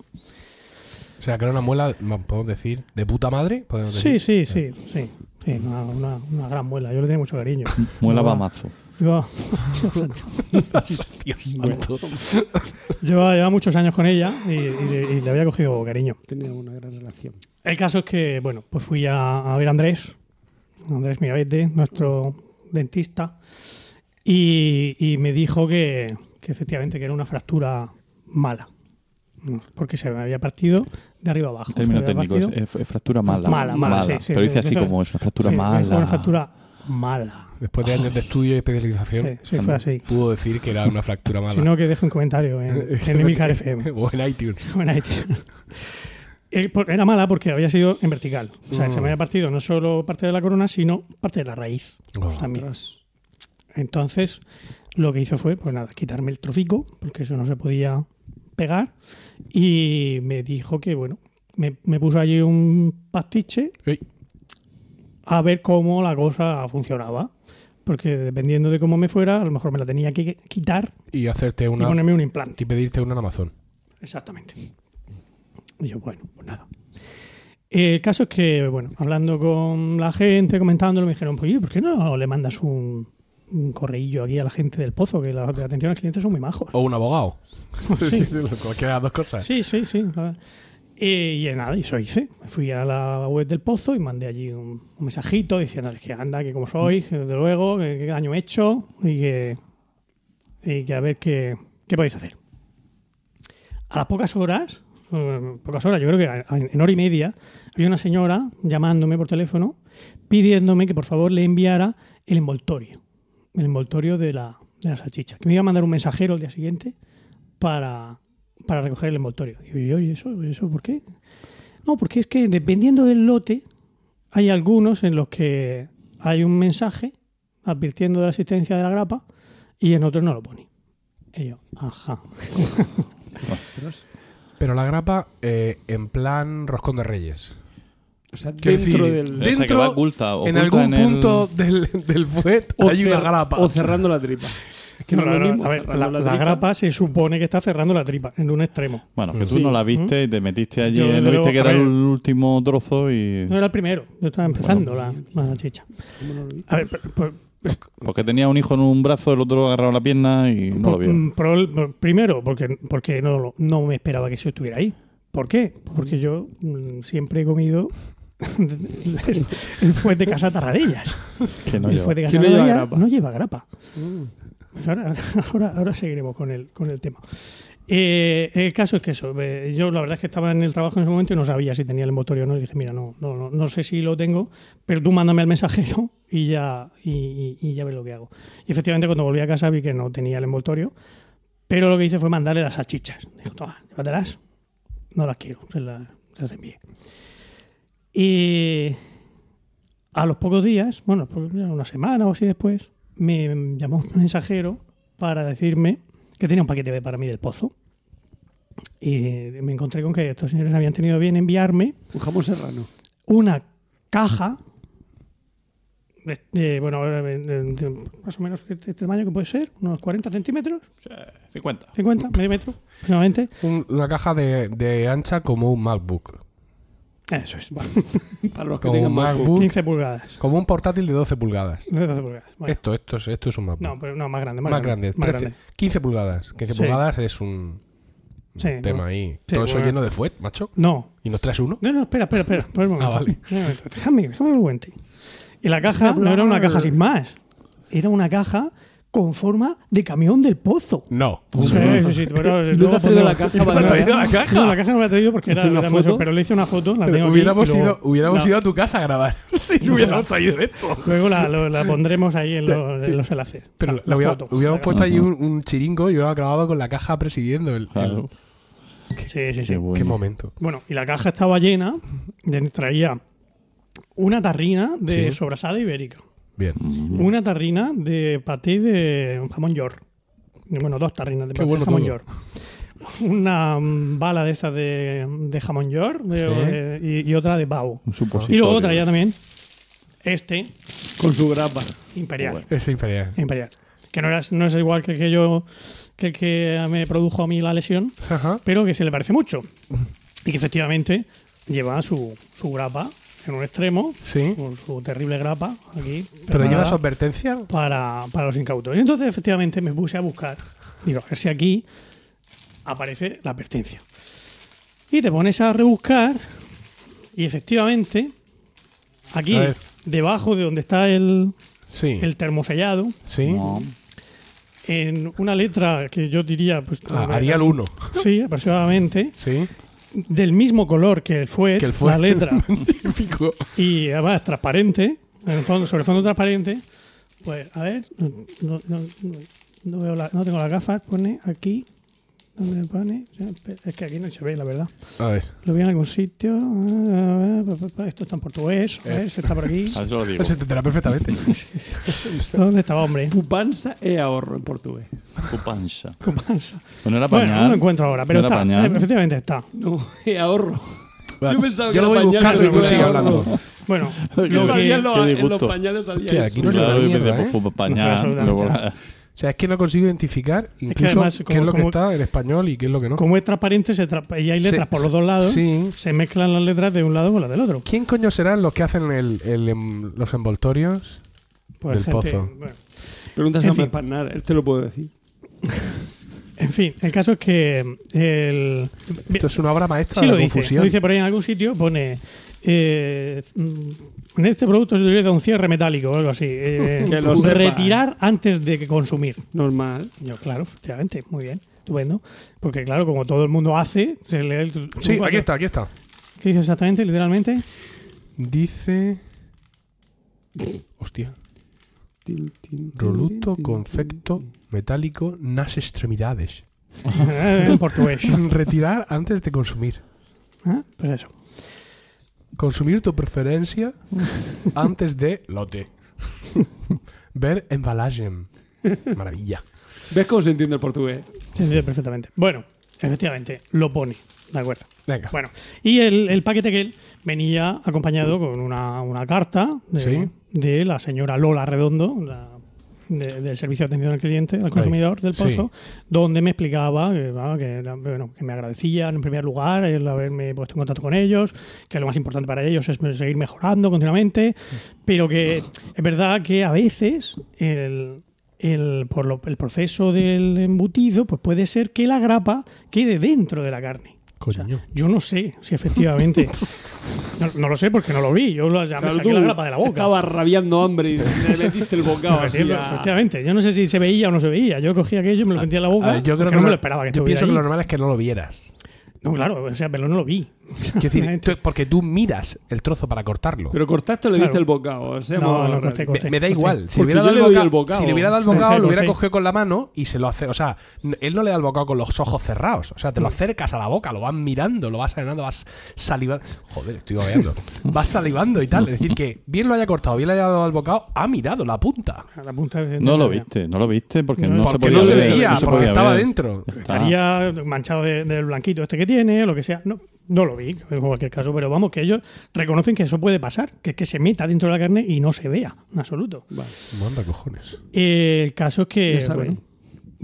O sea, que era una muela, podemos decir, de puta madre. podemos
Sí,
decir.
sí, sí, sí. sí, una, una- una gran muela. Yo le tenía mucho cariño.
Muela
Muela.
va mazo.
<laughs> Llevaba,
<laughs> Dios
Bueno.
santo.
llevaba- llevaba muchos años con ella y, y le- y le había cogido cariño.
Tenía una gran relación.
El caso es que, bueno, pues fui a, a ver a Andrés, Andrés Mirabete, nuestro dentista, y, y me dijo que, que efectivamente que era una fractura mala, porque se me había partido de arriba abajo.
En términos
se me había
técnicos,
partido-
es, es fractura mala.
Mala, mala, sí, sí,
Pero dice
sí,
así
eso-
como es una fractura
Sí, me dijo
mala.
Una fractura mala.
Después de años de estudio y
Sí,
especialización,
sí, fue así.
pudo decir que era una fractura mala.
<laughs>
<laughs>
Si no, que deje un comentario en, en Emilcar <laughs> FM.
o en iTunes.
Bueno, ahí tiene. Eh, por- Era mala porque había sido en vertical. O sea,
Mm.
se me había partido no solo parte de la corona, sino parte de la raíz
Oh.
también.
Ostras.
Entonces, lo que hizo fue, pues nada, quitarme el trocico, porque eso no se podía pegar. Y me dijo que, bueno, me, me puso allí un pastiche
Ey.
a ver cómo la cosa funcionaba. Porque dependiendo de cómo me fuera, a lo mejor me la tenía que quitar
Y hacerte
y
una.
ponerme un implante.
Y pedirte una en Amazon.
Exactamente. Y yo, bueno, pues nada. El caso es que, bueno, hablando con la gente, comentándolo, me dijeron, pues, oye, ¿por qué no le mandas un, un correillo aquí a la gente del pozo? Que los de atención al cliente son muy majos.
O un abogado. <laughs>
Sí.
Cualquiera de las dos cosas.
Sí, sí, sí. nada. Eh, y nada, y eso hice. Me fui a la web del pozo y mandé allí un, un mensajito diciéndoles que anda, que como sois, que desde luego, que qué daño he hecho y que, y que a ver qué, qué podéis hacer. A las pocas horas, eh, pocas horas, yo creo que a- a- en hora y media, había una señora llamándome por teléfono pidiéndome que por favor le enviara el envoltorio, el envoltorio de la, de la salchicha. Que me iba a mandar un mensajero al día siguiente para, para recoger el envoltorio. Digo, yo, ¿y eso, eso por qué? No, porque es que dependiendo del lote, hay algunos en los que hay un mensaje advirtiendo de la existencia de la grapa y en otros no lo pone. Y yo, ajá.
Pero la grapa eh, en plan roscón de reyes.
O sea,
Quiero
dentro
decir,
del.
O sea, que
Dentro,
va oculta,
en
oculta
algún
el-
punto del, del fuet
o
hay una
cer-
grapa.
O cerrando la
<laughs>
tripa. Es que no, es
No,
lo
no, no,
mismo
a ver,
cerrando
la, la
tripa.
grapa se supone que está cerrando la tripa en un extremo.
Bueno, que tú
Sí.
no la viste y te metiste allí,
Yo, desde
no
luego,
viste que
a
era
ver.
el último trozo y...
No era el primero, yo estaba empezando la, la salchicha.
¿Cómo no lo vi?
pues, A ver, pero- pues, pero-
Porque tenía un hijo en un brazo, el otro agarrado la pierna y no lo vio.
Mm, pro- pro- primero, porque, porque no, lo- no me esperaba que eso estuviera ahí. ¿Por qué? Porque yo mm, siempre he comido <laughs> el, el fuete de casa Tarradellas.
Que no
el
lleva.
fuet de casa
Que no lleva
Tarradellas
grapa.
no lleva grapa.
Mm.
Pues ahora, <laughs> ahora, ahora seguiremos con el, con el tema. Eh, el caso es que eso, eh, yo la verdad es que estaba en el trabajo en ese momento y no sabía si tenía el motor o no. Y dije, mira, no, no, no, no sé si lo tengo, pero tú mándame al mensajero y ya, y, y- y ya ves lo que hago. Y efectivamente cuando volví a casa vi que no tenía el envoltorio, pero lo que hice fue mandarle las salchichas. Dijo, toma, llévatelas. No las quiero, se las, se las envié. Y a los pocos días, bueno, por- una semana o así después, me llamó un mensajero para decirme que tenía un paquete para mí del pozo. Y me encontré con que estos señores habían tenido bien enviarme
Un jamón serrano.
una caja de, de- bueno, de- de- de- más o menos este tamaño que puede ser, unos 40 centímetros,
50.
50, medio metro aproximadamente.
Un- una caja de, de ancha como un MacBook.
Eso es,
Para los que
Como
tengan
un
más
MacBook.
15 pulgadas.
Como un portátil de 12 pulgadas.
12 pulgadas. Bueno,
Esto, esto, es, esto es un MacBook.
no, pero no, más grande, más,
más, grande.
Más
13
grande.
15 pulgadas. 15
Sí.
pulgadas es un
Sí,
tema
no.
ahí.
Sí,
Todo eso
bueno.
lleno de fuet, macho.
No,
¿Y nos traes uno?
No, no, espera, espera, espera. Por un momento.
Ah, vale.
Un momento, Déjame, déjame que lo cuente. Y la caja no era una caja sin más. Era una caja con forma de camión del pozo.
No.
Sí, sí, sí, pero
¿No te has traído la caja para
¿Te has traído la
caja? <laughs> No, la caja no me la he traído porque era,
¿Hacer una
era más-
foto?
pero le hice una foto, la tengo aquí,
hubiéramos
y luego-
ido, hubiéramos
la-
ido a tu casa a grabar. <laughs> Si hubiéramos salido de esto.
Luego la, lo- la pondremos ahí en, los- en los enlaces. Ah,
Pero
la,
la hubiera-
foto.
hubiéramos
La-
puesto allí un, un chiringo y hubiéramos grabado con la caja presidiendo. El, el-
Claro.
Sí, sí,
Qué
sí.
bueno.
Qué momento.
Bueno, y la caja estaba llena, de- traía una tarrina de
Sí.
sobrasada ibérica.
Bien.
Una tarrina de paté de jamón york. Bueno, dos tarrinas de
Qué
paté
bueno
de jamón
todo.
york. Una mm, bala de esas de, de jamón york de-
Sí.
o de- y, y otra de pavo.
Un
Y
supositorio.
luego traía también este
Con su grapa.
imperial.
Bueno.
Es inferior.
Imperial. Que no, era, no es igual que el que yo que el que me produjo a mí la lesión,
Ajá.
pero que se le parece mucho. Y que efectivamente lleva su, su grapa en un extremo,
Sí.
con su terrible grapa aquí.
Pero
preparada
llevas advertencia.
para, para los incautos. Y entonces, efectivamente, me puse a buscar. Digo, a ver si aquí aparece la advertencia. Y te pones a rebuscar. Y efectivamente, aquí,
A ver.
debajo de donde está el,
Sí.
el termosellado,
Sí.
No.
en una letra que yo diría, pues.
Ah, haría el uno.
Sí, aproximadamente.
Sí.
Del mismo color que el fuet,
Que el fuet.
la
<laughs>
letra.
Magnífico.
y además transparente, en el fondo, sobre fondo transparente, pues a ver, no, no- no- no veo la- no tengo las gafas, pone aquí, ¿dónde pone? Es que aquí no se ve, la verdad.
A ver.
Lo vi en algún sitio, ah, pa, pa, pa, esto está en portugués, a ver, se está por aquí.
Ah, Eso lo digo.
Se entenderá
<laughs>
perfectamente.
¿Dónde estaba, hombre? <laughs>
Pupanza e ahorro en portugués.
Pupancha.
¿Qué pasa?
Bueno, era
Bueno, no
pañal.
lo encuentro ahora, pero
No era
está,
pañal.
eh, efectivamente está.
No, <laughs> e ahorro.
Vale.
Yo pensaba que
lo voy
era pañal,
buscando y
pero
tú
no
sigue
era
hablando.
Bueno,
Qué
Salían
lo
disgusto.
los-
que,
Qué
en los
disgusto.
pañales salía
Hostia,
eso.
aquí no se
Claro,
la
y me
mierda,
decía,
¿eh?
pues, pues, pañal.
No, absolutamente
luego-
nada.
O sea, es que no consigo identificar incluso
además,
qué
como-
es lo que
como-
está en español y qué es lo que no.
como es transparente se tra- y hay
Se-
letras por los dos lados,
Sí.
se mezclan las letras de un lado con las del otro.
¿Quién coño serán los que hacen el- el em- los envoltorios?
Pues
Del pozo.
bueno.
Preguntas
En
a
fin.
Panar, él te lo puedo decir.
En fin, el caso es que mm, el...
Esto es una obra maestra
Sí
de
lo dice,
confusión.
lo dice por ahí en algún sitio, pone... eh, mm, en este producto se utiliza un cierre metálico o algo así.
<laughs>
eh,
Que lo sepa.
retirar antes de que consumir.
Normal.
Yo, claro, efectivamente, muy bien, estupendo. Porque claro, como todo el mundo hace, se lee el...
sí, aquí está, aquí está.
¿Qué dice exactamente,
<laughs>
literalmente?
Dice. Hostia.
tin, tin, tin,
Roluto,
tin,
confecto, metálico, nas extremidades. <laughs>
Eh, en portugués.
Retirar antes de consumir.
Ah, Pues eso.
Consumir tu
<laughs>
preferencia antes de lote. <laughs> Ver embalaje. Maravilla.
tin. ¿Ves cómo se entiende el portugués?
Sí, sí, perfectamente. Bueno, efectivamente, lo pone. De acuerdo.
Venga.
Bueno, y el, el paquete que venía acompañado con una, una carta de,
Sí.
de la señora Lola Redondo, la- de- del servicio de atención al cliente, al consumidor del
Sí.
Pozo, donde me explicaba que, ah, que era- bueno, que me agradecían en primer lugar el haberme puesto en contacto con ellos, que lo más importante para ellos es seguir mejorando continuamente, pero que es verdad que a veces el, el- por lo- el proceso del embutido pues puede ser que la grapa quede dentro de la carne.
Coño.
Yo no sé si efectivamente. No, no lo sé porque no lo vi. Yo lo, ya me
Claro,
saqué
tú
la grapa de la boca.
Estabas rabiando hambre y le metiste el bocado
<laughs> Efectivamente,
así a-
Efectivamente. Yo no sé si se veía o no se veía. Yo cogí aquello, me lo metí en la boca.
A ver, Ah, yo creo
porque
que
no me
lo-
lo esperaba que
yo
estuviera
pienso que lo
ahí.
normal es que no lo
<laughs>
vieras.
No, claro, o sea, pero no lo vi.
Quiero decir,
Efectivamente.
tú- porque tú miras el trozo para cortarlo.
Pero cortaste o le
Claro.
diste el bocado. O sea,
No,
vamos
no,
a-
corté,
Me,
corté.
me da
corté.
igual. Si
Porque
le, hubiera
yo
dado el
le doy
bocado,
el bocado.
si le hubiera dado el
<laughs>
bocado,
Corté,
lo hubiera
corté.
cogido con la mano y se lo hace. O sea, n- él no le da el bocado con los ojos cerrados. O sea,
Mm.
te lo acercas a la boca, lo vas mirando, lo vas salenando, vas salivando. Joder, estoy
<laughs>
babeando. vas salivando y tal. Es decir, que bien lo haya cortado, bien le haya dado el bocado, ha mirado la punta.
A la punta de-
No lo viste, no lo viste porque
No,
no, se
porque
podía
no se
ver,
veía,
no se
porque
podía
estaba
ver.
dentro.
Ya está.
Estaría manchado de- del blanquito este que tiene, lo que sea. No, no lo vi, en cualquier caso. Pero vamos, que ellos reconocen que eso puede pasar. Que es que se meta dentro de la carne y no se vea, en absoluto.
Vale.
Manda cojones.
Eh, el caso es que.
Ya saben.
bueno,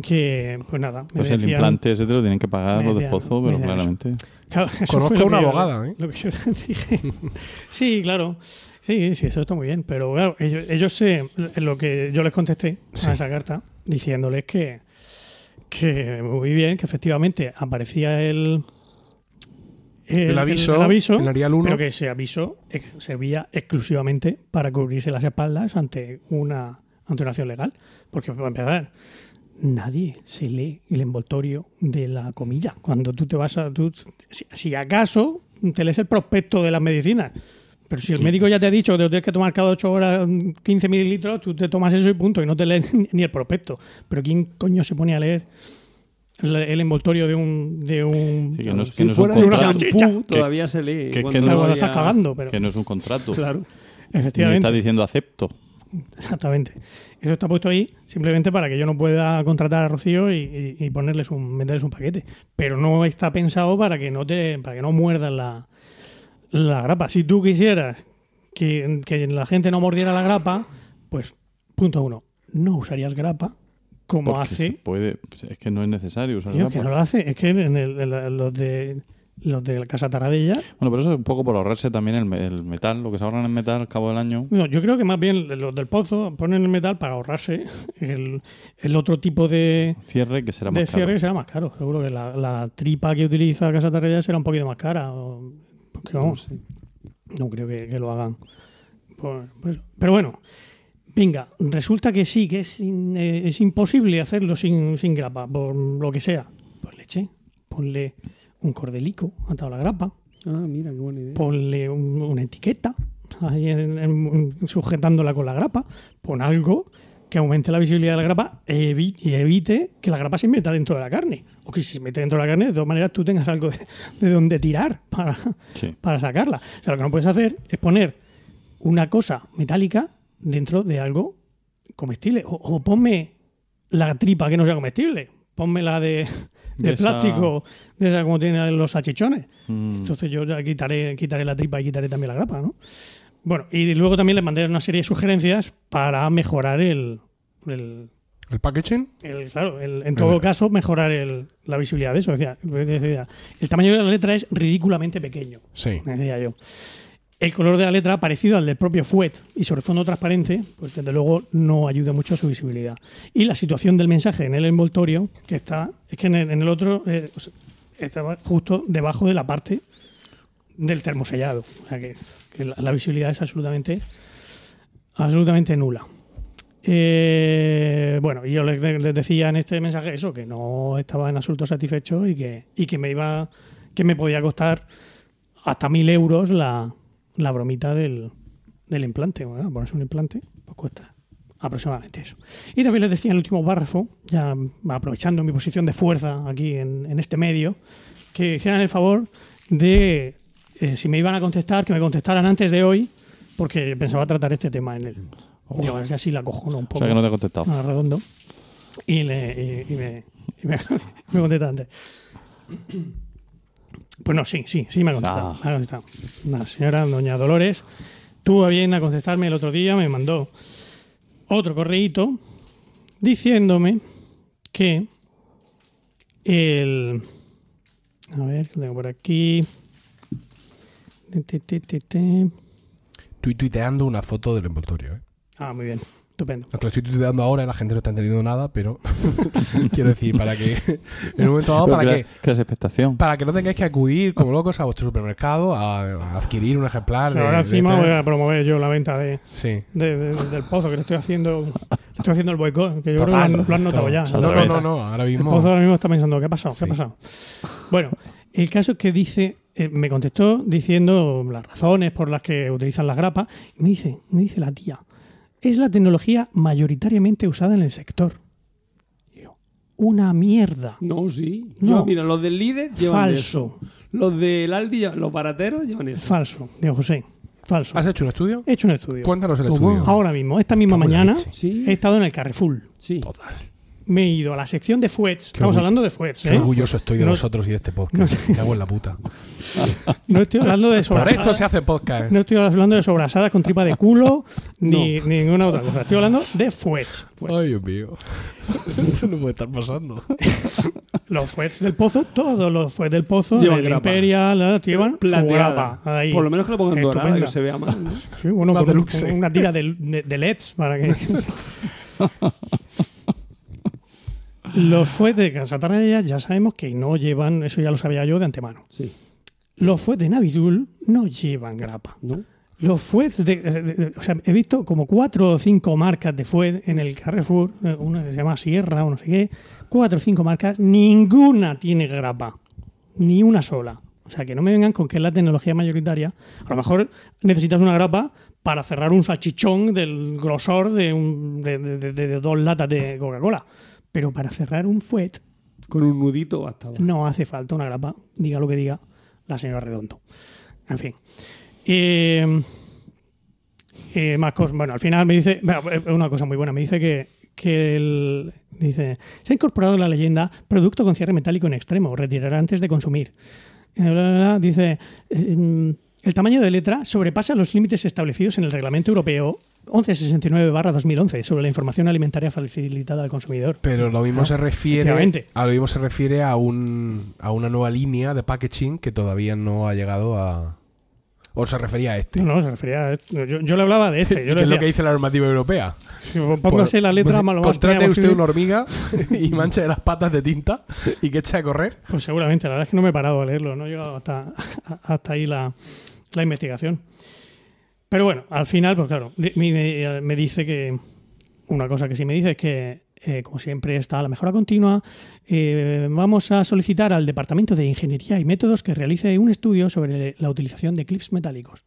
que, pues nada. me
Pues el
decían-
implante ese te lo tienen que pagar
me
los de
decían-
pozo,
me
pero
decían
claramente.
Claro, <laughs> eso
Conozco
fue lo
a una
que yo-
abogada, ¿eh?
Lo que yo <laughs> dije. sí, claro. Sí, sí, eso está muy bien. Pero claro, ellos, ellos se, lo que yo les contesté
Sí.
a esa carta, diciéndoles que, que muy bien, que efectivamente aparecía el, el,
El,
el-
aviso,
el aviso,
en Arial 1.
pero que ese aviso ex- servía exclusivamente para cubrirse las espaldas ante una, ante una acción legal. Porque, para empezar, nadie se lee el envoltorio de la comida. Cuando tú te vas a. tú- si, si acaso te lees el prospecto de las medicinas. Pero si el médico ya te ha dicho que te lo tienes que tomar cada 8 horas mm, 15 mililitros, tú te tomas eso y punto, y no te lees <laughs> ni el prospecto. Pero ¿quién coño se pone a leer el, el envoltorio de un. De un
Sí, que no es, que
Si
no es un
fuera de
una
contrato.
salchicha.
champú,
Que-
todavía se lee.
que-
Claro,
no
cuando
había-
estás cagando, pero.
Que no es un contrato.
Claro.
Ni está
Efectivamente.
diciendo acepto.
Exactamente. Eso está puesto ahí simplemente para que yo no pueda contratar a Rocío y, y- y ponerles un, venderles un paquete. Pero no está pensado para que no te, para que no muerdas la, la grapa. Si tú quisieras que, que la gente no mordiera la grapa, pues punto uno, no usarías grapa como
Porque se
hace.
puede, pues es que no es necesario usar
Tío,
grapa.
que no lo hace. Es que en el- en la- los de los de la Casa Taradella
Bueno, pero eso es un poco por ahorrarse también el, me- el metal, lo que se ahorran en metal al cabo del año.
No, yo creo que más bien los del pozo ponen el metal para ahorrarse el, el otro tipo de,
Cierre que será más
de
caro.
cierre que será más caro. Seguro que la, la tripa que utiliza Casa Tarrella será un poquito más cara. o- porque
No
vamos,
sé.
no creo que, que lo hagan. por- por eso. pero bueno, venga, resulta que sí, que es, in- eh, es imposible hacerlo sin, sin grapa, por lo que sea. Pues leche, ponle un cordelico atado a la grapa,
Ah, mira, qué buena idea.
ponle un- una etiqueta ahí en- en- sujetándola con la grapa, pon algo que aumente la visibilidad de la grapa e evi- y evite que la grapa se meta dentro de la carne. O que si se mete dentro de la carne, de todas maneras tú tengas algo de, de donde tirar para,
Sí.
para sacarla. O sea, lo que no puedes hacer es poner una cosa metálica dentro de algo comestible. O, o ponme la tripa que no sea comestible. Ponme la de, de
De esa-
plástico, de esa como tienen los achichones.
Mm.
Entonces yo ya quitaré, quitaré la tripa y quitaré también la grapa, ¿no? Bueno, y luego también les mandé una serie de sugerencias para mejorar el. el-
El packaging.
el- claro, el- en todo caso, mejorar el- la visibilidad de eso. Decía, decía, el tamaño de la letra es ridículamente pequeño,
Sí.
decía yo. El color de la letra, parecido al del propio FUET y sobre fondo transparente, pues desde luego no ayuda mucho a su visibilidad. Y la situación del mensaje en el envoltorio, que está, es que en el, en el otro eh, o sea, estaba justo debajo de la parte del termosellado. O sea que, que la, la visibilidad es absolutamente, absolutamente nula. Eh, bueno, y yo les, les decía en este mensaje eso, que no estaba en absoluto satisfecho y que, y que me iba, que me podía costar hasta mil euros la, la bromita del, del implante. Bueno, ponerse un implante, pues cuesta Aproximadamente eso. Y también les decía en el último párrafo, ya aprovechando mi posición de fuerza aquí en, en este medio, que hicieran el favor de, eh, si me iban a contestar, que me contestaran antes de hoy, porque pensaba tratar este tema en el. Digo, a ver si así la cojo un
O
poco
sea que no te he contestado.
a Ah, redondo. Y, le, y, y me, y me, <laughs> me contesta antes. Pues no, sí, sí, sí me ha contestado.
Ah.
me ha contestado. La señora Doña Dolores tuvo a bien a contestarme el otro día, me mandó otro correíto diciéndome que el... A ver, lo tengo por aquí. Te, te, te, te, te.
Estoy tuiteando una foto del envoltorio. ¿eh?
Ah, muy bien, estupendo.
Aunque lo estoy tuiteando ahora, la gente no está entendiendo nada, pero <laughs> quiero decir, para que en un momento dado,
Pero
para
crea-
que,
creas expectación.
para que no tengáis que acudir como locos a vuestro supermercado a, a adquirir un ejemplar. de-
ahora
de
encima
este-
voy a promover yo la venta de,
Sí.
de- de- del pozo que le estoy haciendo le estoy haciendo el boicot que yo creo
Total,
que lo han, lo han notado
todo.
ya ¿eh?
No, no, no, no, ahora
el
mismo.
pozo ahora mismo está pensando qué ha pasado qué ha
Sí.
pasado bueno el caso es que dice eh, me contestó diciendo las razones por las que utilizan las grapas y me dice me dice la tía es la tecnología mayoritariamente usada en el sector Y yo, una mierda
No, sí.
No.
Yo, mira, los del líder llevan
falso
eso. Los del Aldi, llevan- los barateros llevan eso. Ah,
falso digo José falso
¿Has hecho un estudio?
he hecho un estudio
Cuéntanos el
¿Cómo?
estudio.
Pues ahora mismo esta misma
Cago en la
mañana
leche.
Sí,
he estado en el Carrefour
sí.
Total.
¿Eh? me he ido a la sección de fuets. Estamos
orgu-
hablando de fuets,
Qué
¿eh?
orgulloso estoy de
No-
vosotros y de este podcast. Me cago en la puta.
No estoy hablando
<laughs>
de
Por esto
sobrasadas.
se hace podcast.
No estoy hablando de sobrasadas con tripa de
<laughs>
culo ni ni ninguna otra cosa. Estoy hablando de fuets.
Ay, Dios mío. <laughs> Esto no puede estar pasando.
Los fuets del pozo, todos los fuets del pozo,
Llevan
el
grapa.
Imperial, la- llevan su
Plateada.
grapa ahí.
Por lo menos que lo pongan dorada,
Estupenda.
que se vea mal. ¿no?
Sí, bueno,
Una
con un-
deluxe.
con una tira de, de- de LEDs para
<laughs>
que. Los fuets de Casa Tarradellas ya sabemos que no llevan, eso ya lo sabía yo de antemano.
Sí.
Los fuets de Navidul no llevan grapa.
¿No?
Los fuets de, de- de- o sea, he visto como cuatro o cinco marcas de fuet en el Carrefour, eh, una que se llama Sierra o no sé qué, cuatro o cinco marcas, ninguna tiene grapa, ni una sola. O sea, que no me vengan con que es la tecnología mayoritaria. A lo mejor necesitas una grapa para cerrar un salchichón del grosor de, un- de- de- de- de dos latas de Coca-Cola. Pero para cerrar un fuet
Con un nudito bastaba.
no hace falta una grapa, diga lo que diga la señora Redondo. En fin. Eh, eh, más cosas. Bueno, al final me dice, bueno, eh, una cosa muy buena, me dice que, que el- dice, se ha incorporado la leyenda producto con cierre metálico en extremo, retirar antes de consumir. Eh, bla, bla, bla, dice, eh, mm, el tamaño de letra sobrepasa los límites establecidos en el Reglamento Europeo 1169-2011 sobre la información alimentaria facilitada al consumidor.
Pero lo mismo
Ah,
se refiere
efectivamente.
a lo mismo se refiere a un a una nueva línea de packaging que todavía no ha llegado a o se refería a este.
No, no, se refería a esto. yo, yo le hablaba de este.
¿Y
Yo
qué
le
es lo <laughs>
decía,
que dice la normativa europea?
Sí, Póngase
Por-
la letra más lo más
Contrate
fea
usted
posible.
una hormiga <laughs> y manche las patas de tinta y que eche a correr.
Pues seguramente, la verdad es que no me he parado a leerlo, no he llegado hasta, <laughs> hasta ahí la, la investigación. Pero bueno, al final, pues claro, di- mi- eh, me, me dice que una cosa que sí me dice es que, eh, como siempre, está la mejora continua. eh, vamos a solicitar al Departamento de Ingeniería y Métodos que realice un estudio sobre la utilización de clips metálicos.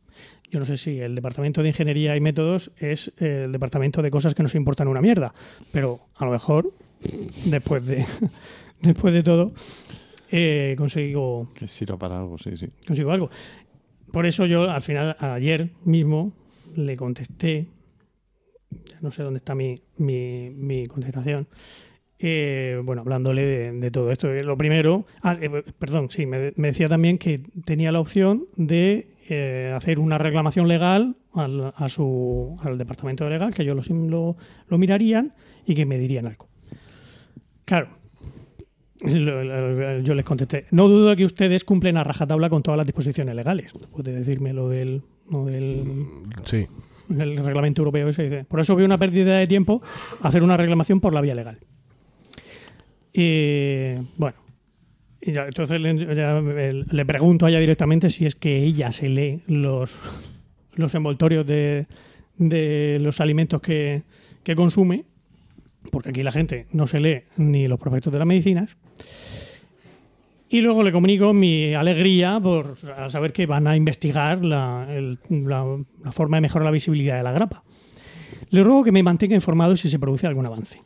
Yo no sé si el Departamento de Ingeniería y Métodos es eh, el departamento de cosas que nos importan una mierda, pero a lo mejor después de, <laughs> después de todo eh, consigo
Que sirva para algo, sí, sí.
consigo algo. Por eso yo al final, ayer mismo, le contesté, ya no sé dónde está mi, mi- mi contestación, eh, bueno, hablándole de, de todo esto. Eh, Lo primero, ah, eh, perdón, sí, me, me decía también que tenía la opción de eh, hacer una reclamación legal al, a su, al departamento legal, que ellos lo, sim- lo, lo mirarían y que me dirían algo. Claro, lo- lo- Yo les contesté. No dudo que ustedes cumplen a rajatabla con todas las disposiciones legales. Después de decirme lo del, lo del
Sí.
el reglamento europeo, ese, dice. Por eso veo una pérdida de tiempo hacer una reclamación por la vía legal. Eh, bueno. Y ya, entonces le, ya me- le pregunto a ella directamente si es que ella se lee los, los envoltorios de, de los alimentos que, que consume, porque aquí la gente no se lee ni los prospectos de las medicinas. Y luego le comunico mi alegría por al saber que van a investigar la, el- la- la forma de mejorar la visibilidad de la grapa. Le ruego que me mantenga informado si se produce algún avance.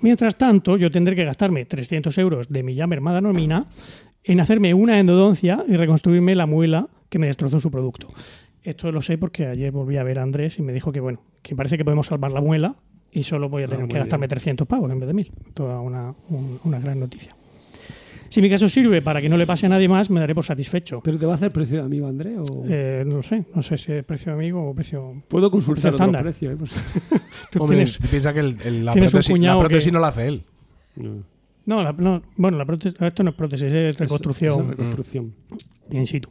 Mientras tanto, yo tendré que gastarme 300 euros de mi ya mermada nómina en hacerme una endodoncia y reconstruirme la muela que me destrozó su producto. Esto lo sé porque ayer volví a ver a Andrés y me dijo que, bueno, que parece que podemos salvar la muela y solo voy a
Ah,
tener
muy
que gastarme
bien.
300 pavos en vez de 1000. Toda una, un- una gran noticia. Si mi caso sirve para que no le pase a nadie más, me daré por satisfecho.
¿Pero te va a hacer precio de amigo, Andrés? O...
Eh, no sé, no sé si es precio amigo o precio...
Puedo consultar
precio
otro
estándar.
precio. ¿eh? Pues-
Tú
Hombre,
tienes-
piensa que el- el- la,
tienes un
prótesis, la
cuñado
prótesis
que-
no la hace él.
mm.
No, la- no, bueno, la prótesis- esto no es prótesis, es
Esa-
reconstrucción.
esa
Mm.
reconstrucción.
in situ.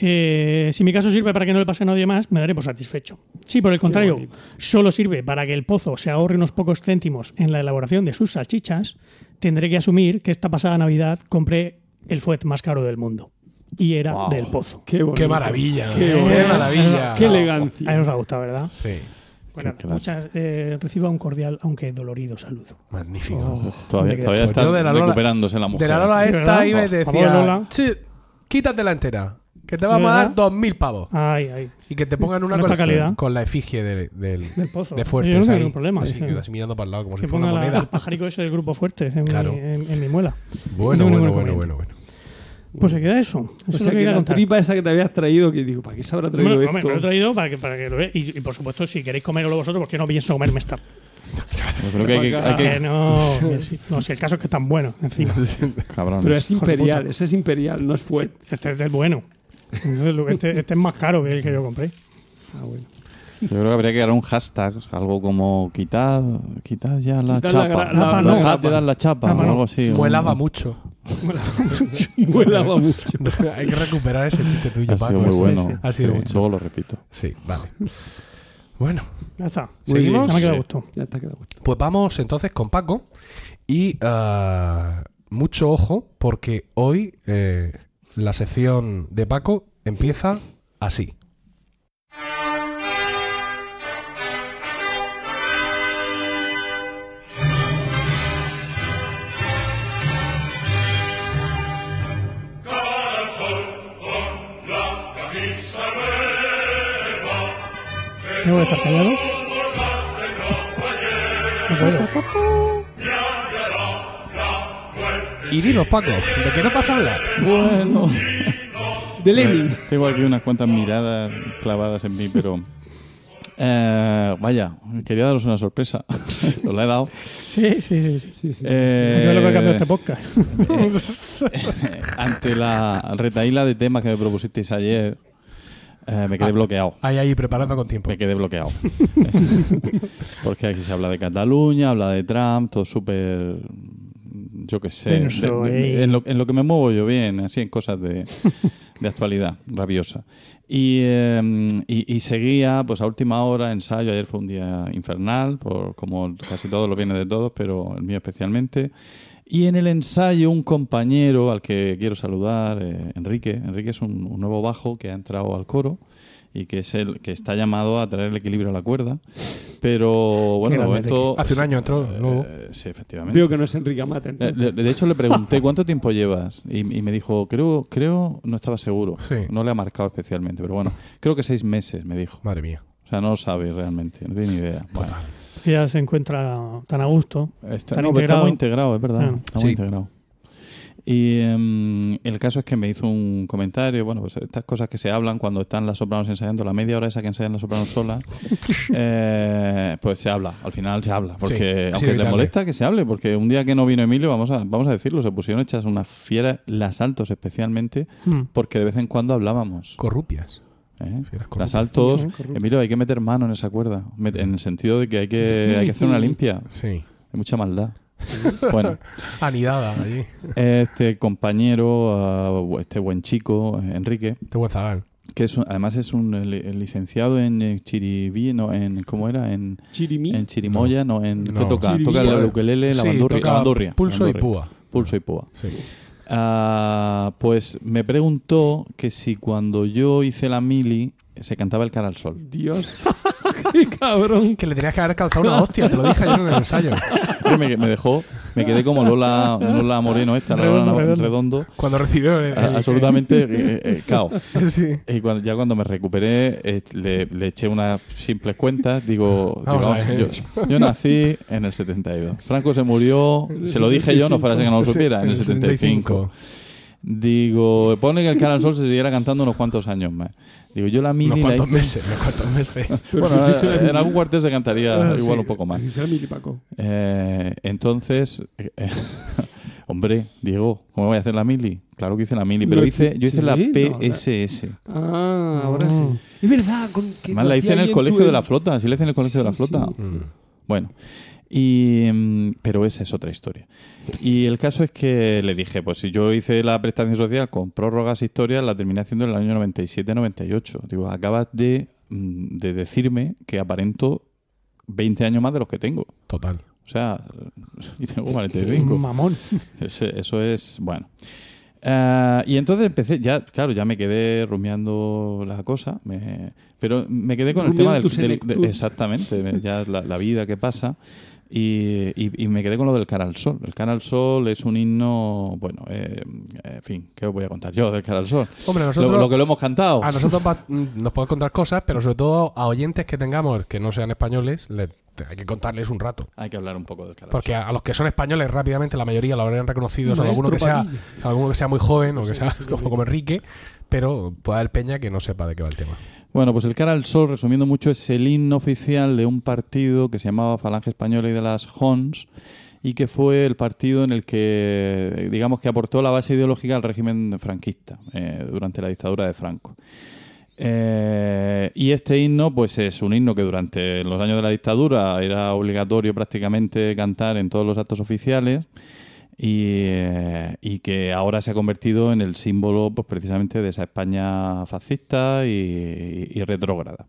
Eh, si mi caso sirve para que no le pase a nadie más, me daré por satisfecho. Si por el contrario
bonito.
solo sirve para que el pozo se ahorre unos pocos céntimos en la elaboración de sus salchichas, tendré que asumir que esta pasada Navidad compré el fuet más caro del mundo. Y era
Wow.
del pozo.
Qué, bonito.
¡Qué maravilla!
Qué
Eh,
¡Qué,
bueno.
maravilla!
Qué
A mí
elegancia.
os ha gustado, ¿verdad?
Sí,
Bueno,
clase.
Pues muchas, eh, reciba un cordial, aunque dolorido, saludo.
magnífico.
Todavía,
Hombre,
todavía
pues yo
está
de la Lola-
recuperándose la
De
mujer.
la Lola
Oh. Sí,
esta
¿verdad?
iba y
Por favor,
decía,
Lola.
"Sí, quítatela entera, que te vamos a
¿verdad?
dar 2.000 pavos.
Ay, ay.
Y que te pongan una
Con
con,
esta calidad.
con la efigie del, del-
Del pozo.
de
Yo no
fuertes
tengo
ahí.
ningún problema.
Así,
Sí.
que así mirando para el lado como
Que
si fuera
ponga
una
la- el
moneda.
pájaro ese del grupo fuerte en, mi-
Claro.
en- en mi muela.
Bueno,
no,
bueno,
ningún
bueno,
argumento.
bueno, bueno.
Pues se queda eso. Eso
O
es
sea,
lo que
que
quería
la
contar.
tripa esa que te habías traído, que digo, ¿para qué se habrá traído
Hombre,
esto?
hombre, me lo he traído para que, para que lo veáis. Y, y, por supuesto, si queréis comerlo vosotros, porque no pienso comerme esta.
Yo creo que hay que. hay que-
Que no, no, si el caso es que es tan bueno,
<laughs>
encima.
Cabrón.
Pero es
Hijo de
imperial,
puta.
ese es imperial, no es fuet.
Este es del bueno. Entonces, lo- Este, este es más caro que el que yo compré.
Ah, bueno.
Yo creo que habría que dar un hashtag, algo como quitar, quitar ya la
Quitar la
chapa.
gra-
La,
la- no,
dejad
chapa.
de dar la chapa
Chapa
o
no.
algo así.
Muelaba
Un-
mucho.
<laughs>
<laughs>
Vuelaba mucho.
Hay que recuperar ese chiste tuyo,
Ha sido
Paco.
muy
Sí,
bueno.
sí. Ha sido
Sí,
mucho.
Luego lo repito.
Sí, vale. Bueno,
Ya está.
Muy bien.
¿seguimos?
Ya me queda
Sí.
gusto.
Ya está quedado. gusto.
Pues vamos entonces con Paco. Y ah, mucho ojo, porque hoy eh, la sección de Paco empieza así.
Tengo que estar callado. No puedo.
Y dinos, Paco, ¿de qué no pasa hablar?
Bueno.
De Lenin.
Tengo aquí unas cuantas miradas clavadas en mí, pero. eh, vaya, quería daros una sorpresa. <laughs> Os la he dado.
Sí, sí, sí. sí.
Sí, sí.
Eh,
Yo lo que ha cambiado este podcast.
<laughs> Ante la retaíla de temas que me propusisteis ayer, eh, me quedé
Ah.
bloqueado.
Ahí, ahí, preparando con tiempo.
Me quedé bloqueado. Porque aquí se habla de Cataluña, habla de Trump, todo súper. Yo qué sé.
Denso,
De- de-
eh.
en, lo, en lo que me muevo yo bien, así en cosas de, de actualidad rabiosa. Y, eh, y- y seguía, pues a última hora, ensayo. Ayer fue un día infernal, por, como casi todos los bienes de todos, pero el mío especialmente. Y en el ensayo, un compañero al que quiero saludar, eh, Enrique. Enrique es un, un nuevo bajo que ha entrado al coro y que es el que está llamado a traer el equilibrio a la cuerda. Pero bueno,
grande,
esto.
Hace un año entró,
Eh,
nuevo.
sí, efectivamente.
Veo que no es Enrique Amata,
Eh,
entonces.
le- De hecho, le pregunté cuánto tiempo llevas y, y me dijo, creo, creo, no estaba seguro.
Sí.
No le ha marcado especialmente, pero bueno, creo que seis meses, me dijo.
Madre mía.
O sea, no lo sabe realmente, no tiene ni idea. Bueno,
Que ya se encuentra tan a gusto.
está,
Tan
no, pero está
integrado.
muy integrado, es verdad.
Claro.
Está muy
Sí.
integrado. Y em, el caso es que me hizo un comentario, bueno, pues estas cosas que se hablan cuando están las sopranos ensayando, la media hora esa que ensayan las sopranos solas, eh, pues se habla, al final se habla, porque
Sí, sí,
aunque le
evitable.
molesta que se hable, porque un día que no vino Emilio, vamos a, vamos a decirlo, se pusieron hechas unas fieras, las altos especialmente,
Mm.
porque de vez en cuando hablábamos.
Corrupias.
¿eh?
Fieras corrupias.
Las altos,
Sí,
Emilio, hay que meter mano en esa cuerda, met- en el sentido de que hay que, hay que hacer una limpia,
Sí.
hay mucha maldad. Bueno,
Anidada allí.
este compañero, uh, este buen chico, eh, Enrique,
De Huezagal.
que es un- además es un eh, li- licenciado en eh, Chiribí, no, en, ¿cómo era? En,
Chirimí.
en Chirimoya, no, en...
No.
¿Qué toca?
Chiribí,
toca
eh.
el ukelele, la
Sí,
bandurria,
toca
la bandurria,
Pulso
la
y
bandurria.
púa.
Pulso y púa.
Sí.
Ah, pues me preguntó que si cuando yo hice la mili se cantaba el cara
<laughs>
al sol.
Dios. <laughs> Qué
<laughs>
cabrón.
Que le tenías que haber calzado una hostia, te lo dije ayer en el ensayo.
Yo me, me dejó Me quedé como Lola, Lola Moreno esta, la
Redondo,
Lola
redondo.
Redondo.
Cuando recibió el- el-
A- absolutamente eh, eh, caos.
<laughs> Sí.
Y cuando, ya cuando me recuperé, eh, le, le eché unas simples cuentas. Digo,
<laughs> Vamos
digo,
a ver.
yo, yo nací en el 72. Franco se murió, se lo dije yo, no fuera a ser que no lo
Sí,
supiera, en el 75. Digo, pone que el Canal Sol se siguiera cantando unos cuantos años más. Digo, yo la mini
Unos
la hice-
cuantos meses, unos cuantos meses.
<laughs>
<laughs>
Pero
Bueno, eh,
si hiciste la
en
mini-
algún cuartel se cantaría
Ah,
igual
sí.
un poco más.
Si hiciera mini Paco.
Eh, entonces, eh, eh, <laughs> hombre, Diego, ¿cómo voy a hacer la mili? Claro que hice la mili, pero
Lo
hice, yo hice la
hice- sí, no,
PSS.
Ah, ahora
Ah.
sí. Es verdad. Con, que
Además,
lo
la hice
hacía
en
ahí
el
tu
colegio de
en-
la flota, sí la hice en el colegio de la
Sí, sí.
flota.
Mm,
Bueno, y, mm, pero esa es otra historia. Y el caso es que le dije, pues si yo hice la prestación social con prórrogas e historias, la terminé haciendo en el año 97-98. Digo, acabas de, mm, de decirme que aparento 20 años más de los que tengo.
Total.
O sea, <laughs> y tengo 45.
Mamón.
Ese- eso es, bueno. Ah, y entonces empecé, ya, claro, ya me quedé rumiando la cosa, me- pero me quedé con
Rumiando
el
tu
tema del- del,
senectud.
exactamente, me- ya la, la vida que pasa, y, y- y me quedé con lo del cara al sol. El cara al sol es un himno, bueno, eh, en fin, ¿qué os voy a contar yo del cara al sol?
Hombre, nosotros,
Lo, lo que lo hemos cantado.
a nosotros va- mm, nos podemos contar cosas, pero sobre todo a oyentes que tengamos que no sean españoles, le- te- hay que contarles un rato.
Hay que hablar un poco del cara al sol.
Porque a, a los que son españoles rápidamente la mayoría lo habrían reconocido, salvo
Maestro
alguno que sea,
Padilla.
alguno que sea muy joven o que sea
sí,
como,
sí.
como Enrique, pero puede haber peña que no sepa de qué va el tema.
Bueno, pues el Cara al Sol, resumiendo mucho, es el himno oficial de un partido que se llamaba Falange Española y de las Hons y que fue el partido en el que, digamos, que aportó la base ideológica al régimen franquista eh, durante la dictadura de Franco. Eh, y este himno, pues es un himno que durante los años de la dictadura era obligatorio prácticamente cantar en todos los actos oficiales y, eh, y que ahora se ha convertido en el símbolo pues, precisamente de esa España fascista y, y retrógrada.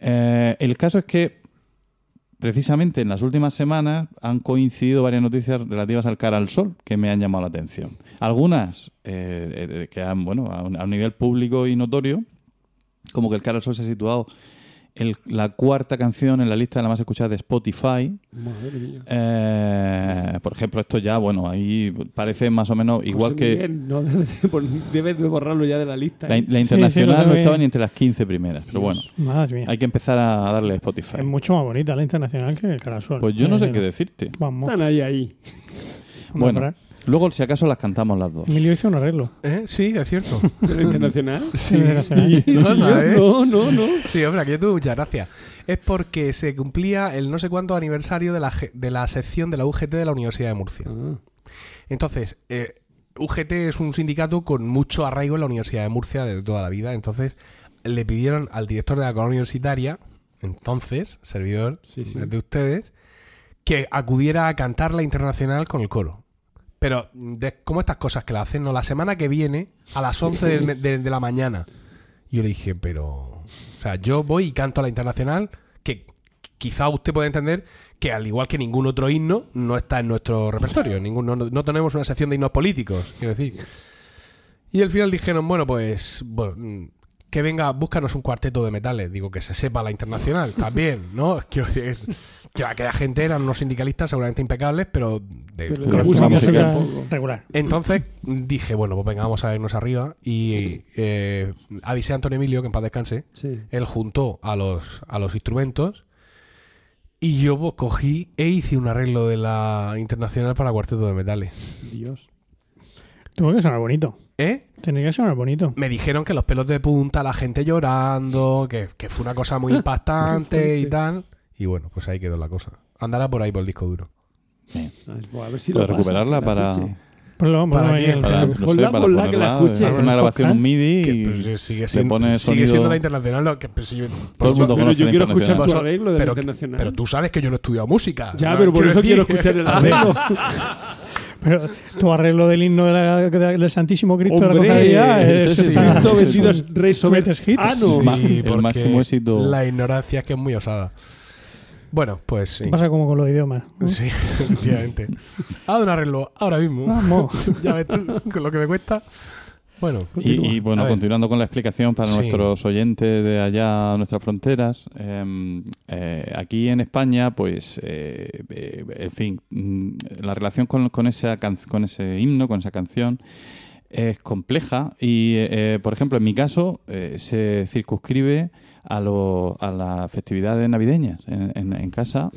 Eh, el caso es que precisamente en las últimas semanas han coincidido varias noticias relativas al cara al sol que me han llamado la atención. Algunas eh, eh, que han, bueno, a un, a un nivel público y notorio, como que el cara al sol se ha situado el- la cuarta canción en la lista de la más escuchada de Spotify,
Madre mía.
eh, por ejemplo, esto ya, bueno, ahí parece más o menos igual
José
que
Miguel, no <laughs> debes de, pon- debes de borrarlo ya de la lista.
la,
¿eh?
la
Sí, sí, lo
internacional
tengo
no
ahí.
estaba ni entre las 15 primeras, pero bueno,
Madre mía.
hay que empezar a darle Spotify.
Es mucho más bonita la internacional que el Carasol. Eh,
Pues yo no sé qué decirte.
Vamos.
Están ahí, ahí.
Bueno, luego si acaso las cantamos las dos.
Emilio hizo un arreglo.
¿Eh? Sí, es cierto.
¿De la internacional?
<laughs> sí.
Internacional.
Y no
<laughs> Y yo,
sabe.
no, no, no.
Sí, hombre, aquí yo tuve muchas gracias. Es porque se cumplía el no sé cuánto aniversario de la, ge- de la sección de la UGT de la Universidad de Murcia.
Ah,
Entonces, eh, UGT es un sindicato con mucho arraigo en la Universidad de Murcia de toda la vida. Entonces, le pidieron al director de la colonia universitaria, entonces, servidor
Sí, sí.
de ustedes, que acudiera a cantar la internacional con el coro. Pero, de- ¿cómo estas cosas que la hacen? No, la semana que viene, a las 11 de, de- de la mañana. Yo le dije, pero. O sea, yo voy y canto a la internacional, que quizá usted pueda entender que, al igual que ningún otro himno, no está en nuestro repertorio. Ningún, no, no tenemos una sección de himnos políticos, quiero decir. Y al final dijeron, bueno, pues. bueno, mm, que venga, búscanos un cuarteto de metales. Digo, que se sepa la internacional también, ¿no? <laughs> Quiero decir. Que aquella gente eran unos sindicalistas seguramente impecables, pero de,
Pero
con
de
la
música
música
suena
tampoco.
regular.
entonces dije, bueno, pues venga, vamos a irnos arriba. Y eh, avisé a Antonio Emilio, que en paz descanse.
sí.
Él juntó a los, a los instrumentos. Y yo pues, cogí e hice un arreglo de la Internacional para Cuarteto de Metales.
Dios.
Tuvo que sonar bonito.
¿Eh?
Tenía que sonar bonito.
Me dijeron que los pelos de punta, la gente llorando, que, que fue una cosa
<laughs>
muy impactante y tal. Y bueno, pues ahí quedó la cosa. Andará por ahí por el disco duro.
Ah, es- bueno, A ver si
Para
lo pasan,
Pues recuperarla,
la
para,
fiche.
Ponlo,
¿Para
ponlo ahí
qué?
el-
para, no sé,
Ponla,
para
ponla, que la
ponerla,
escuche.
hacer una grabación MIDI
Que,
y
pero si- sigue,
le
siendo,
pone
sigue siendo
sonido-
la Internacional. lo que- pero si- pues,
todo el mundo
Pero
conoce
yo
la
quiero escuchar
internacional.
tu arreglo de la
pero,
internacional.
pero tú sabes que yo no he estudiado música.
ya,
No,
pero por eso quiero
decir- <laughs>
escuchar el arreglo.
Pero tu arreglo del himno de la- de- del Santísimo Cristo de
Hombre,
la Cofradía
ese <laughs>
es
sí.
está-
Cristo
sí,
vestido
sí.
es rey
Metes hits.
soberano.
Ma- el
porque
máximo éxito.
La ignorancia es que es muy osada. Bueno, pues sí.
pasa como con los idiomas.
<laughs>
¿no?
Sí,
<laughs>
efectivamente. Haz un arreglo ahora mismo.
Vamos.
Ya ves tú, con lo que me cuesta. Bueno,
Y, y,
A
bueno,
ver.
continuando con la explicación para
Sí.
nuestros oyentes de allá, nuestras fronteras, eh, eh, aquí en España, pues, eh, eh, en fin, mm, la relación con, con, esa can- con ese himno, con esa canción, es compleja y, eh, por ejemplo, en mi caso, eh, se circunscribe a, lo- a las festividades navideñas en, en- en casa.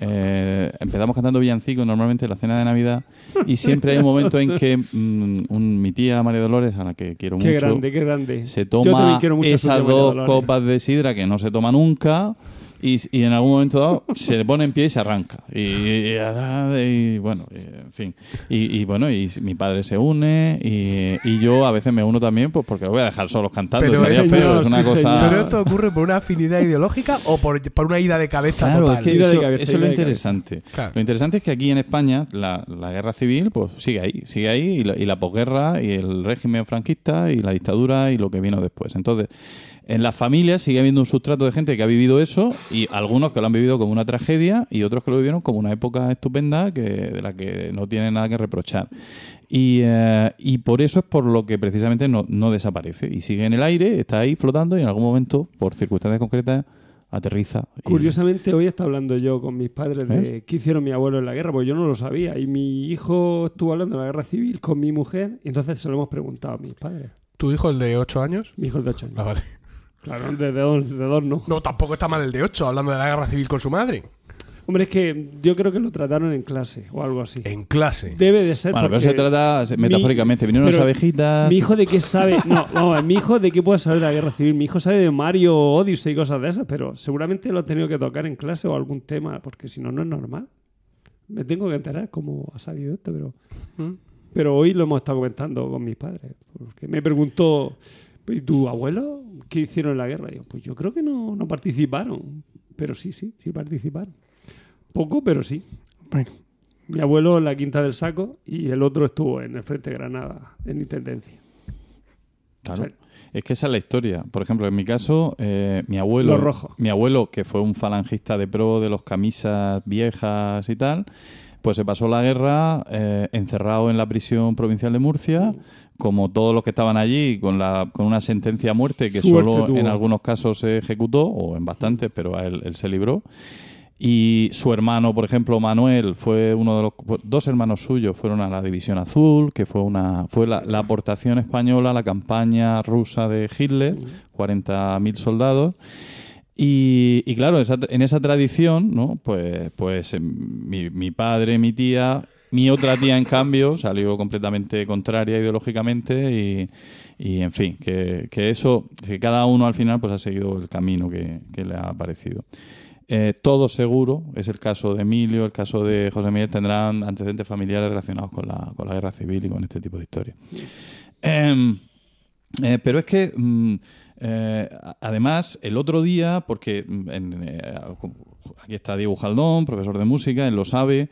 Eh, empezamos cantando villancicos normalmente en la cena de Navidad y siempre hay un momento en que mm, un- mi tía María Dolores, a la que quiero
Qué
mucho,
grande, qué grande.
se
Yo también
toma
quiero mucho a su tía
esas
María
dos
Dolores.
copas de sidra que no se toma nunca y, y en algún momento
<laughs>
dado se le pone en pie y se arranca. Y, y- y bueno, y, en fin. Y, y bueno, y mi padre se une y, y yo a veces me uno también pues porque lo voy a dejar solos cantando.
Pero,
Ah, pues estaría
señor,
feo, es una
sí,
cosa...
señor.
Pero esto ocurre por una afinidad ideológica o por, por una ida de cabeza
Claro,
total.
es que
Ida de
eso,
cabeza,
eso es lo
ida de
interesante.
Claro.
Lo interesante es que aquí en España la, la guerra civil pues sigue ahí, sigue ahí y la, y la posguerra y el régimen franquista y la dictadura y lo que vino después. Entonces, en las familias sigue habiendo un sustrato de gente que ha vivido eso y algunos que lo han vivido como una tragedia y otros que lo vivieron como una época estupenda que, de la que no tienen nada que reprochar. Y, eh, y por eso es por lo que precisamente no, no desaparece y sigue en el aire, está ahí flotando y en algún momento, por circunstancias concretas, aterriza. y-
Curiosamente, hoy estaba hablando yo con mis padres de
¿Eh?
qué hicieron mi abuelo en la guerra, porque yo no lo sabía. Y mi hijo estuvo hablando de la guerra civil con mi mujer, y entonces se lo hemos preguntado a mis padres.
¿Tu hijo, el de 8 años?
Mi hijo es de 8
Ah,
años.
vale.
Claro, de dos, de dos no.
No, tampoco está mal el de 8, hablando de la guerra civil con su madre.
Hombre, es que yo creo que lo trataron en clase o algo así.
En clase.
Debe de ser
Bueno, pero
porque
se trata se- metafóricamente. Vinieron
pero
unas abejitas.
Mi hijo de qué sabe. No, vamos, a ver, mi hijo de qué puede saber de la guerra civil. Mi hijo sabe de Mario, Odyssey y cosas de esas, pero seguramente lo ha tenido que tocar en clase o algún tema, porque si no, no es normal. Me tengo que enterar cómo ha salido esto, pero. Pero hoy lo hemos estado comentando con mis padres. Porque me preguntó, ¿y tu abuelo qué hicieron en la guerra? Y yo, pues yo creo que no, no participaron. Pero sí, sí, sí participaron. Poco, pero sí.
Bueno,
Mi abuelo en la Quinta del Saco y el otro estuvo en el Frente de Granada, en Intendencia.
Claro.
Sí.
Es que esa es la historia. Por ejemplo, en mi caso, eh, mi abuelo.
Los rojos.
Mi abuelo, que fue un falangista de pro de los camisas viejas y tal, pues se pasó la guerra eh, encerrado en la prisión provincial de
Mm.
Murcia, como todos los que estaban allí, con, la, con una sentencia a muerte que
Suerte
solo
tuvo.
en algunos casos se ejecutó, o en bastantes, pero a él, él se libró. Y su hermano, por ejemplo, Manuel, fue uno de los pues, dos hermanos suyos fueron a la División Azul, que fue una fue la, la aportación española a la campaña rusa de Hitler,
Mm.
40.000 soldados. Y, y claro, esa- en esa tradición, ¿no? Pues, pues em, mi, mi padre, mi tía, mi otra tía, en cambio, salió completamente contraria ideológicamente y, y, en fin, que, que eso, que cada uno al final pues ha seguido el camino que, que le ha parecido. Eh, todo seguro, es el caso de Emilio, el caso de José Miguel, tendrán antecedentes familiares relacionados con la, con la guerra civil y con este tipo de historias. Em, eh, pero es que, mm, eh, a- además, el otro día, porque mm, en, eh, aquí está Diego Jaldón, profesor de música, él lo sabe,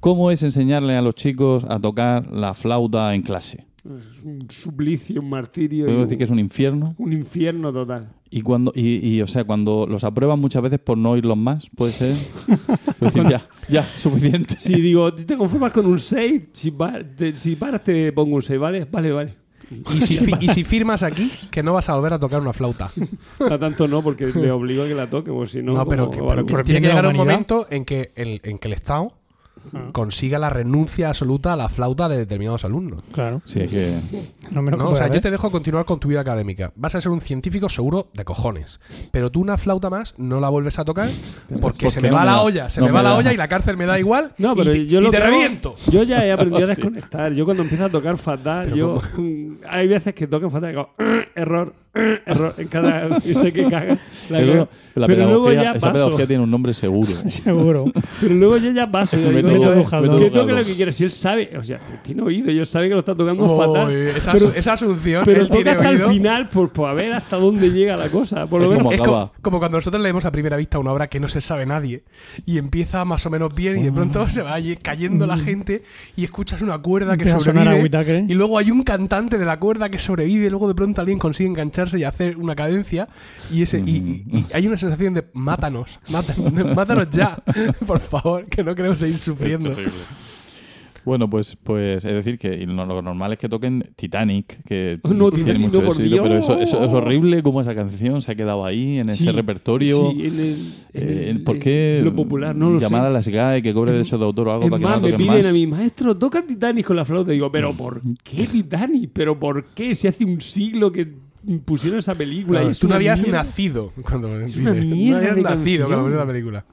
¿cómo es enseñarle a los chicos a tocar la flauta en clase?
Es un suplicio, un martirio, y
Puedo
un,
decir que es un infierno.
un infierno total.
Y cuando y, y, o sea, cuando los aprueban muchas veces por no oírlos más, puede
<laughs>
ser. Pues decir, ya, ya, suficiente.
Si digo, "Si te conformas con un 6, si, va- te- si paras te pongo un 6, ¿vale? Vale, vale.
¿Y
<laughs>
si, fi- y si firmas aquí, que no vas a volver a tocar una flauta.
A tanto no, <laughs> porque le obligo a que la toque, porque si no...
No, pero,
como-
que, pero que
por
tiene
bien
que
de la
llegar un
humanidad.
momento en que el, en que el Estado consiga la renuncia absoluta a la flauta de determinados alumnos.
claro.
Sí, es que.
Lo menos
¿no?
que
O
puede
sea, yo
haber.
te dejo continuar con tu vida académica. Vas a ser un científico seguro de cojones. Pero tú una flauta más no la vuelves a tocar porque, se me
no
va
me
la
da.
olla, se
No
me
me
va la
da.
olla y la cárcel me da igual.
No, pero
y te,
yo
y
lo
te
que hago-
reviento.
Yo ya he <laughs> aprendido a Ah, desconectar. Yo cuando empiezo a tocar fatal, yo <laughs> mm, hay veces que tocan fatal y digo, "Ah, error, ah, error, en cada <laughs> y sé que caga. la
eso-
cago.
la
pero luego
pedagogía,
ya
esa
paso.
pedagogía tiene un nombre seguro.
<laughs> Seguro.
Pero luego yo ya paso. Yo digo,
Método-
"Venga, a ver,
método
que
Eduardo.
toque lo que quiera. Si él sabe, o sea, tiene oído, yo sabe que lo está tocando
Uy,
fatal.
esa,
pero
asu- esa asunción,
pero
él
toca
tiene
hasta
oído.
el final, por, por a ver hasta dónde llega la cosa. Por lo
Es
menos.
como
Es co-
acaba.
como, cuando nosotros leemos a primera vista una obra que no se sabe nadie y empieza más o menos bien y de
Mm.
pronto se va allí cayendo la gente y escuchas una cuerda que
Empieza a sonar a
sobrevive
Whitaker.
y luego hay un cantante de la cuerda que sobrevive luego de pronto alguien consigue engancharse y hacer una cadencia y ese y,
Mm.
y- y hay una sensación de <laughs> mátanos mátanos, mátanos ya por favor que no creo seguir sufriendo
Bueno, pues, pues es decir que y lo, lo normal es que toquen Titanic, que
Oh, No,
tiene
Titanic,
mucho
no, por
éxito, pero eso,
Dios.
eso es horrible como esa canción se ha quedado ahí en
Sí,
ese repertorio.
sí, en el- en
Eh,
el-
¿Por qué
en Lo popular, no lo sé.
llamar a las GAE que cobre derechos de autor o algo
Es
para que
más,
no
me
toquen
piden
más?
a mi maestro, toca Titanic con la flauta. Digo, ¿pero por
<laughs>
qué Titanic? ¿Pero por qué? Si hace un siglo que pusieron esa película. y Ah, es
Tú no
una
habías
mierda.
nacido cuando
Es una mierda
No habías
de
nacido cuando
canción.
ves la película.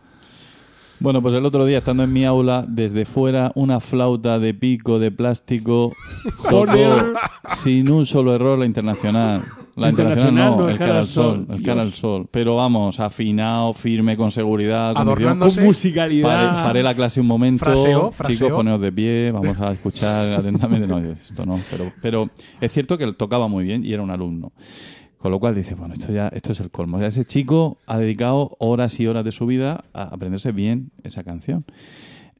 Bueno, pues el otro día, estando en mi aula, desde fuera, una flauta de pico de plástico tocó
<laughs> Joder.
sin un solo error la internacional. La internacional,
Internacional,
no,
no,
el cara al sol.
Sol,
el cara al
Dios.
sol. Pero vamos, afinado, firme, con seguridad. con
Adornando-
convicción.
No sé.
Con musicalidad.
Paré, paré la clase un momento.
Fraseo, fraseo.
Chicos, poneos de pie, vamos a escuchar <laughs> atentamente. No, esto no. Pero, pero es cierto que él tocaba muy bien y era un alumno. Con lo cual dice, bueno, esto ya esto es el colmo. O sea, ese chico ha dedicado horas y horas de su vida a aprenderse bien esa canción.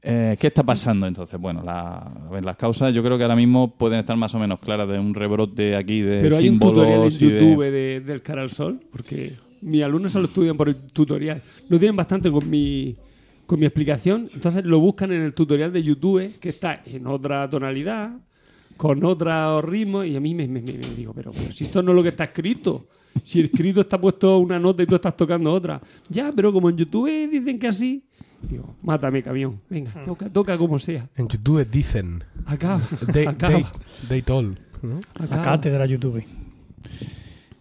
Eh, ¿Qué está pasando entonces? Bueno, la- a ver, las causas yo creo que ahora mismo pueden estar más o menos claras de un rebrote aquí de
Pero hay un
símbolos
tutorial en
y eh, de-
YouTube de- del cara al sol, porque mis alumnos se lo estudian por el tutorial. No tienen bastante con mi, con mi explicación, entonces lo buscan en el tutorial de YouTube, que está en otra tonalidad, con otro ritmo, y a mí me, me- me- me digo, pero, pero si esto no es lo que está escrito. Si escrito está puesto una nota y tú estás tocando otra. Ya, pero como en YouTube dicen que así. Digo, mátame, camión. Venga, toca, toca como sea.
En YouTube
<laughs>
dicen.
Acaba.
They,
acaba,
they, they told. ¿no?
La
acaba.
cátedra YouTube.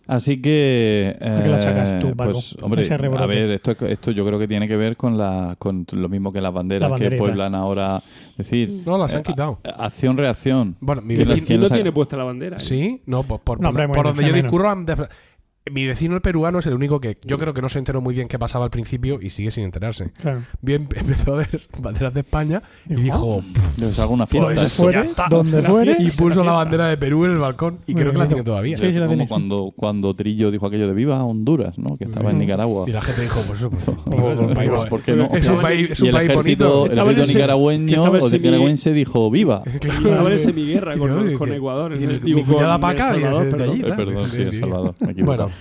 Así que.
¿A qué lo achacas tú,
eh,
Paco?
Pues, hombre,
Ese rebrote.
a ver, esto, esto yo creo que tiene que ver con, la, con lo mismo que las banderas
La
que
banderita.
pueblan ahora. Es decir,
No, las han
eh,
quitado.
a- Acción-reacción.
Bueno, mi
¿Quién
El
las-
vecino.
quién
vecino
las ha-
tiene puesta la bandera. ¿eh?
Sí, no, por, por, por-
No, hombre,
por
bueno,
donde
eso
yo
menos.
discurro. han desfra- Mi vecino el peruano es el único que yo creo que no se enteró muy bien qué pasaba al principio y sigue sin enterarse.
Claro.
Bien, <laughs> empezó a ver banderas de España y dijo,
Les hago una fiesta.
Pues,
Eso.
ya
Fuere,
está.
donde fuere.
y puso la bandera de Perú en el balcón y
Muy
creo que la
bien.
tiene todavía.
Sí, sí, la
como
tienes.
cuando, cuando Trillo dijo aquello de Viva Honduras, ¿no? Que estaba en Nicaragua.
Y la gente dijo, pues, pues,
Digo,
un país-
pues, ¿por qué no?
es un país, es un
y el
país
ejército,
bonito.
el
Estaba en
ejército
ese- que
nicaragüeño
estaba en
o
ese
nicaragüense dijo viva.
<laughs>
Estaba en semiguerra
Y yo,
con,
y
con
que-
Ecuador.
y
¿no?
mi-
Digo,
mi cuñada
con
para
El
acá,
Salvador,
y es de
perdón.
allí.
Eh, perdón, sí, El Salvador. Me he equivocado.
Bueno.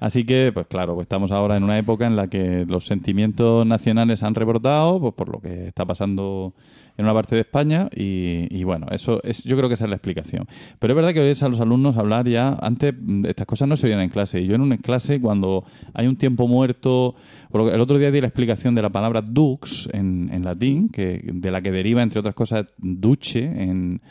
Así que, pues claro, pues estamos ahora en una época en la que los sentimientos nacionales han rebrotado pues, por lo que está pasando en una parte de España y, y, bueno, eso es, yo creo que esa es la explicación. Pero es verdad que oyes a los alumnos hablar ya, antes mm, estas cosas no se oían en clase y yo en una clase cuando hay un tiempo muerto, por lo que- el otro día di la explicación de la palabra dux en, en latín, que, de la que deriva entre otras cosas duche en,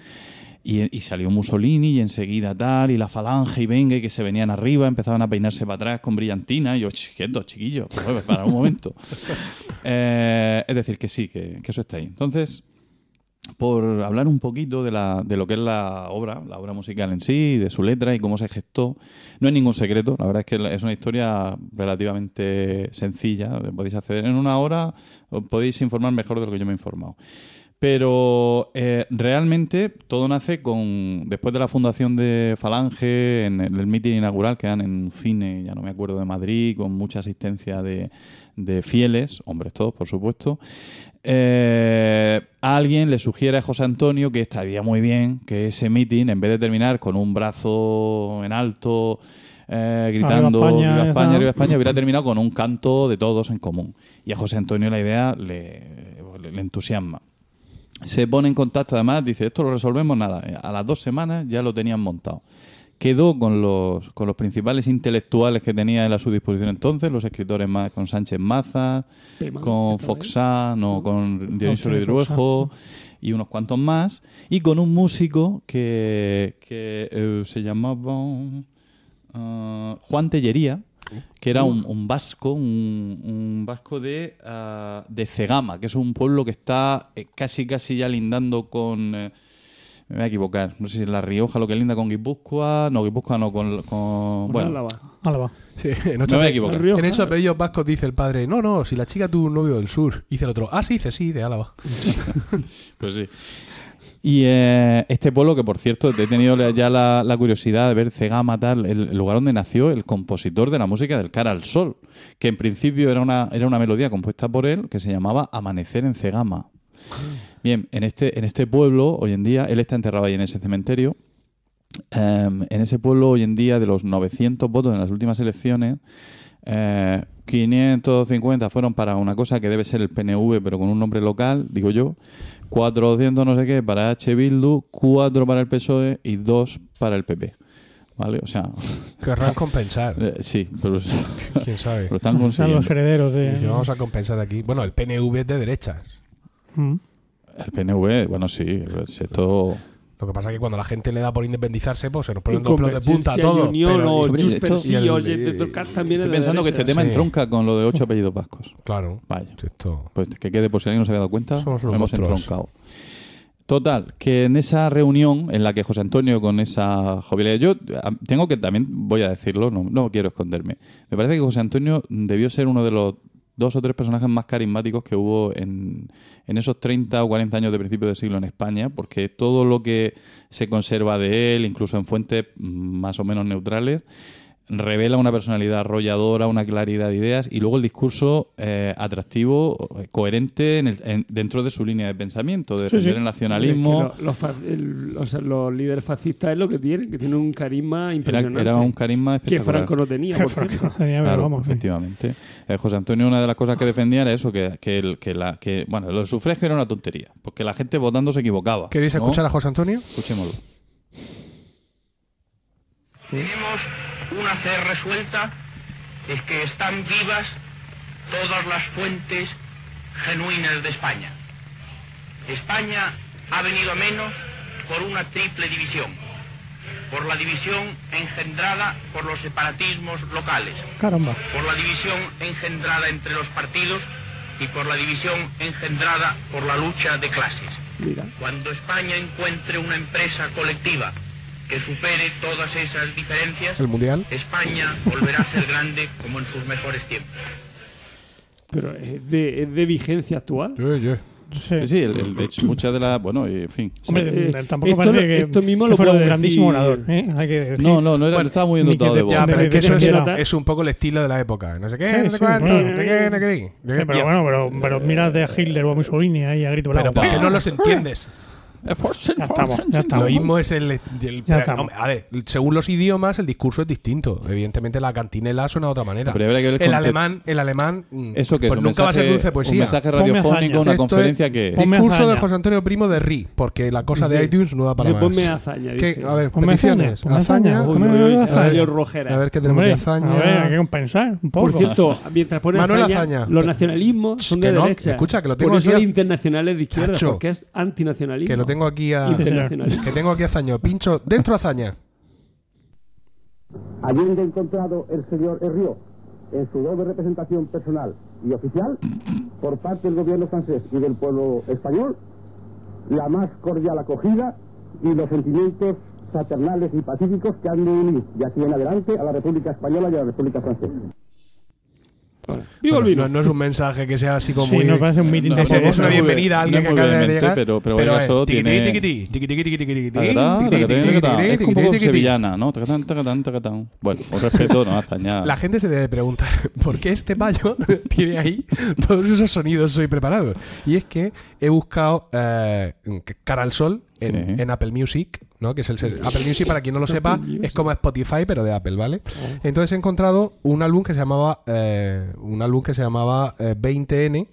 y, y salió Mussolini y enseguida tal, y la falange y venga, y que se venían arriba, empezaban a peinarse para atrás con brillantina, y yo, "Ch, quietos, chiquillos, pues, para un momento. Eh, es decir, que sí, que, que eso está ahí. Entonces, por hablar un poquito de, la- de lo que es la obra, la obra musical en sí, de su letra y cómo se gestó, no es ningún secreto, la verdad es que la- es una historia relativamente sencilla, podéis acceder en una hora, os podéis informar mejor de lo que yo me he informado. Pero eh, realmente todo nace con. Después de la fundación de Falange, en el, el mitin inaugural que dan en un cine, ya no me acuerdo de Madrid, con mucha asistencia de, de fieles, hombres todos, por supuesto. eh, alguien le sugiere a José Antonio que estaría muy bien que ese mitin, en vez de terminar con un brazo en alto, eh, gritando
España,
Viva
ya
España,
está".
arriba España
<laughs>
hubiera terminado con un canto de todos en común. Y a José Antonio la idea le, le entusiasma. Se pone en contacto, además, dice, esto lo resolvemos nada. Eh, A las dos semanas ya lo tenían montado. Quedó con los, con los principales intelectuales que tenía él a su disposición entonces, los escritores más, con Sánchez Maza,
Pema,
con
esta vez.
Foxán o con Dionisio
Foxán,
Ridruejo y unos cuantos más, y con un músico que, que, eh, se llamaba ah, Juan Tellería, que era un, un vasco, un, un vasco de, ah, de Cegama, que es un pueblo que está eh, casi casi ya lindando con... eh, me voy a equivocar, no sé si es La Rioja lo que linda con Guipúzcoa, no, Guipúzcoa no, con... con-
Con
bueno,
Álava.
Álava.
Sí, <laughs> en
me
ocho
voy a
apell-
equivocar.
La Rioja.
en ocho apellidos vascos dice el padre, no, no, si la chica tuvo un novio del sur, dice el otro, ah, sí, dice sí, de Álava.
Pues sí. Y eh, este pueblo, que por cierto, he tenido la- ya la, la curiosidad de ver Cegama, tal, el, el lugar donde nació el compositor de la música del Cara al Sol, que en principio era una, era una melodía compuesta por él que se llamaba Amanecer en Cegama. Bien, en este, en este pueblo, hoy en día, él está enterrado ahí en ese cementerio. Em, en ese pueblo, hoy en día, de los 900 votos en las últimas elecciones, eh, 550 fueron para una cosa que debe ser el PNV, pero con un nombre local, digo yo. 400 no sé qué para H. Bildu, 4 para el PSOE E y 2 para el PP. ¿Vale? O sea,
<laughs> Querrán compensar,
eh, sí, pero
quién sabe.
lo están
Son
consiguiendo.
los herederos de.
Y vamos a compensar aquí. Bueno, el PNV es de derechas.
Mm.
El PNV, bueno, sí, es esto...
Lo que pasa es que cuando la gente le da por independizarse, pues se nos ponen
Y
dos pelos de punta a
Convergencia
todos.
y Unión,
pero-
o
Hombre,
Junts per
esto-
sí,
y el-
o Gent de Torcat también es
Estoy
de
pensando que
derecha.
este tema
Sí.
entronca con lo de ocho apellidos vascos.
Claro.
Vaya.
si Esto.
Pues que quede por si alguien no se había dado cuenta,
Somos unos
hemos
monstruos.
entroncado. Total, que en esa reunión en la que José Antonio con esa jovialidad, yo ah, tengo que también, voy a decirlo, no, no quiero esconderme. Me parece que José Antonio debió ser uno de los dos o tres personajes más carismáticos que hubo en, en esos 30 o 40 años de principio de siglo en España, porque todo lo que se conserva de él, incluso en fuentes mm, más o menos neutrales, revela una personalidad arrolladora, una claridad de ideas y luego el discurso eh, atractivo, eh, coherente en el- en- dentro de su línea de pensamiento, de
Sí, sí.
defender el nacionalismo.
Es que lo- los, fa- el- o sea, los líderes fascistas es lo que tienen, que tienen un carisma
Era,
impresionante.
era un carisma
que
espectacular.
Franco no
<laughs>
tenía, por cierto.
Tenía, pero
Claro,
vamos, sí.
efectivamente. Eh, José Antonio, una de las cosas que defendía era eso, que, que, el, que, la, que bueno, lo del sufragio era una tontería, porque la gente votando se equivocaba.
¿Queréis
¿no?
escuchar a José Antonio?
Escuchémoslo.
Tenemos una fe resuelta, es que están vivas todas las fuentes genuinas de España. España ha venido a menos por una triple división, por la división engendrada por los separatismos locales,
Caramba.
por la división engendrada entre los partidos y por la división engendrada por la lucha de clases.
Mira.
Cuando España encuentre una empresa colectiva que supere todas esas diferencias,
El mundial.
España volverá a ser grande como en sus mejores tiempos.
Pero es de, es de vigencia actual.
Yo, yo.
Sí.
Sí, sí, el- el- de hecho, muchas de las... Bueno, y, en fin.
Hombre,
Eh,
de- tampoco
esto
parece
lo-
que,
esto mismo
que
lo
fuera un
puede
grandísimo
decir-
orador. ¿eh? Hay que decir.
No, no, no, era, estaba muy
ni que
dotado
te-
de voz.
Ya, pero
me-
es que
me-
eso
me-
es,
me-
es un poco el estilo de la época. No sé qué,
Sí,
no sé
sí,
cuánto,
bueno.
no sé qué, no sé qué.
Sí, pero
Ya.
bueno, pero, pero mira de a Hitler o a Mussolini ahí a grito
Pero
blanco.
porque no los entiendes.
Ya estamos, ya
Lo
estamos.
mismo es el. el-
Ya estamos.
hombre, a ver, según los idiomas, el discurso es distinto. Evidentemente, la cantinela suena de otra manera.
Pero habrá que ver el
el
conte-
alemán, el alemán. mm,
Eso que
pues
es un
nunca va a ser
mensaje-
dulce
Un
poesía.
mensaje
Ponme
radiofónico,
hazaña.
una
Esto
conferencia
es
que es.
Ponme
Discurso de
hazaña.
José Antonio Primo de Ri, porque la cosa de
Dice-
iTunes no da para
dice,
más.
ponme hazaña,
¿Qué?
dice.
A ver,
Ponme hazaña,
peticiones.
ponme hazaña.
Hazaña.
Uy, uy, uy, se
A ver,
salió rojera.
A ver qué tenemos
Hombre,
de
a
hazaña.
ver, hay que compensar un poco.
Por cierto, mientras ponen
Manuel
hazaña,
Hazaña.
los nacionalismos son de
Que no,
derecha.
escucha, que lo tengo
Por eso
aquí a-
el internacional es de izquierda,
Chacho.
porque es antinacionalismo.
Que lo tengo aquí a.
Inter-
Internacionalismo.
Que tengo aquí a Zaño. Pincho, dentro a Zaña.
Allende encontrado el señor Herrió en su doble representación personal y oficial por parte del gobierno francés y del pueblo español la más cordial acogida y los sentimientos fraternales y pacíficos que han de unir de aquí en adelante a la República Española y a la República Francesa.
Ahora, Viva el vino.
No, no es un mensaje que sea así como.
Sí,
muy-
no parece un meeting
No,
Es,
tampoco.
es una
no es muy
bienvenida a
bien-
alguien
no
que
es muy
acaba de
bien,
llegar.
pero- pero Vega
es
Soto
tiquití,
tiene-
tiquití, tiquití, tiquití, tiquití,
Ta, ta, ta,
tiquití,
ta, ta,
tiquití,
ta, ta. Es
tiquití,
como un poco
tiquití.
sevillana, ¿no? Ta, ta, ta, ta, ta, ta. Bueno, con respeto, no, hazaña.
La gente se debe preguntar <laughs> por qué este payo <laughs> tiene ahí todos esos sonidos soy preparado. Y es que he buscado eh, Cara al Sol en,
Sí.
en Apple Music, ¿no? Que es el ser- Apple Music, para quien no lo sepa, es como Spotify, pero de Apple, ¿vale? Entonces he encontrado un álbum que se llamaba. eh, un álbum que se llamaba eh, 20N.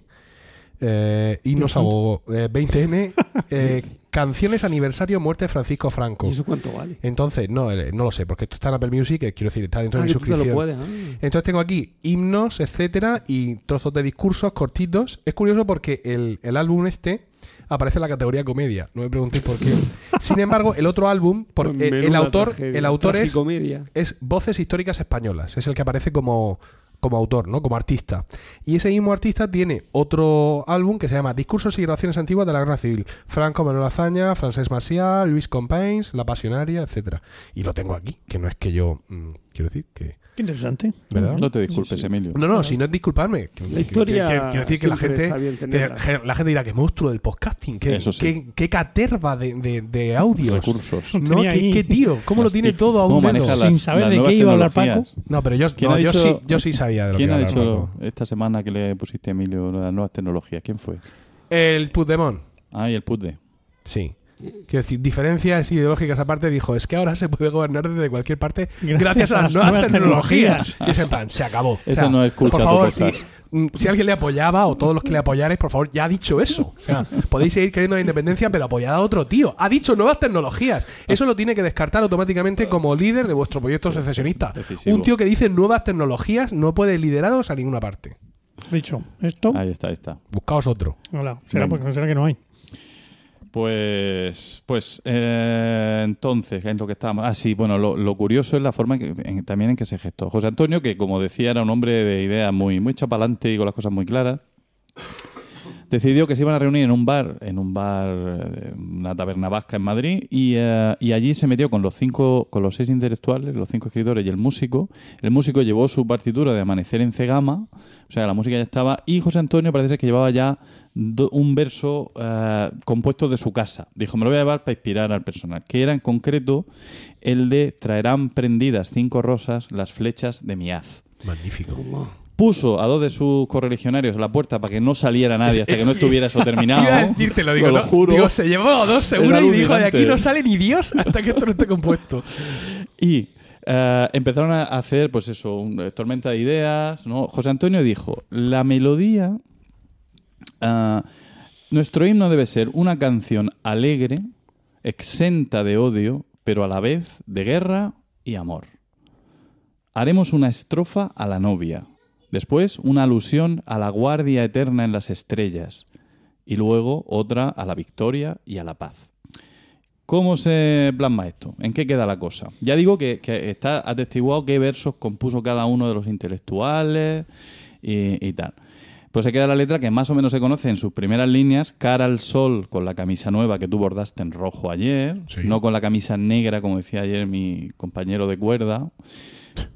eh, y nos ahogó. Eh, 20N. eh, canciones aniversario muerte de Francisco Franco.
¿Y eso cuánto vale?
Entonces, no, eh, no lo sé, porque esto está en Apple Music, eh, quiero decir, está dentro
Ah,
de mi
que tú te lo
suscripción.
puedes. ah.
Entonces tengo aquí himnos, etcétera, y trozos de discursos cortitos. Es curioso porque el, el álbum este aparece en la categoría comedia. No me preguntéis por
<laughs>
qué. Sin embargo, el otro álbum, por-
Pues
eh, el
menuda
autor,
tragedia,
el autor es,
tragicomedia.
es Voces Históricas Españolas. Es el que aparece como, como autor, ¿no? Como artista. Y ese mismo artista tiene otro álbum que se llama Discursos y Grabaciones Antiguas de la Guerra Civil. Franco Manuel Azaña, Francés Maciá, Luis Compains, La Pasionaria, etcétera. Y lo tengo aquí, que no es que yo... mm, quiero decir que...
Qué interesante.
¿Verdad?
No te disculpes, Emilio.
No, no, si no es disculparme. Que- que-
historia
que- que- Quiero decir que la
siempre
gente,
está bien
que-
tenerla.
que la gente dirá que monstruo del podcasting, que,
Eso sí.
que- que caterva de, de, de audios.
Recursos.
No,
Tenía
que,
ahí.
que tío, ¿cómo lo tiene todo a
¿Cómo
un dedo?
maneja
Sin
las-
saber
las
de qué
nuevas
iba a hablar
tecnologías?
No, pero yo,
¿Quién
no,
ha
yo
dicho-
sí, yo sí sabía de lo
¿Quién
que
ha
iba a
dicho
hablar,
lo-
Paco.
esta semana que le pusiste a Emilio las nuevas tecnologías? ¿Quién fue?
El Puigdemont.
Ah, y el Putde.
Sí. Quiero decir, diferencias ideológicas aparte, dijo, es que ahora se puede gobernar desde cualquier parte gracias, a las nuevas, tecnologías. Y es en plan, se acabó.
Eso no es culpa
Por
de
favor, si,
cosas.
mm, si alguien le apoyaba o todos los que le apoyarais, por favor, ya ha dicho eso. O <laughs> sea, podéis seguir queriendo la independencia, pero apoyad a otro tío. Ha dicho nuevas tecnologías. Eso lo tiene que descartar automáticamente como líder de vuestro proyecto secesionista.
Decisivo.
Un tío que dice nuevas tecnologías no puede lideraros a ninguna parte.
Dicho esto,
Ahí está, ahí está.
Buscaos otro.
hola, será
Venga.
porque será que no hay.
Pues, pues eh, entonces, en lo que estábamos. Ah, sí, bueno, lo, lo curioso es la forma que, en- también en que se gestó. José Antonio, que como decía, era un hombre de ideas muy, muy chapalante y con las cosas muy claras, decidió que se iban a reunir en un bar, en un bar, eh, una taberna vasca en Madrid, y, eh, y allí se metió con los cinco, con los seis intelectuales, los cinco escritores y el músico. El músico llevó su partitura de Amanecer en Cegama, o sea, la música ya estaba, y José Antonio parece ser que llevaba ya do- un verso eh, compuesto de su casa. Dijo, me lo voy a llevar para inspirar al personal, que era en concreto el de traerán prendidas cinco rosas las flechas de mi haz
Magnífico.
puso a dos de sus correligionarios a la puerta para que no saliera nadie hasta que no estuviera eso
<laughs>
terminado.
Iba a decirte, lo digo,
Os
¿no?
juro.
Digo, se llevó a dos seguro y
Es
dijo, de
alucinante.
aquí no sale ni Dios hasta que esto no esté compuesto.
Y eh, empezaron a hacer, pues eso, un- eh, tormenta de ideas. ¿no? José Antonio dijo, la melodía, ah, nuestro himno debe ser una canción alegre, exenta de odio, pero a la vez de guerra y amor. Haremos una estrofa a la novia, después una alusión a la guardia eterna en las estrellas, y luego otra a la victoria y a la paz. ¿Cómo se plasma esto? ¿En qué queda la cosa? Ya digo que, que está atestiguado qué versos compuso cada uno de los intelectuales y, y tal. Pues se queda la letra que más o menos se conoce en sus primeras líneas, cara al sol con la camisa nueva que tú bordaste en rojo ayer,
Sí.
no con la camisa negra como decía ayer mi compañero de cuerda.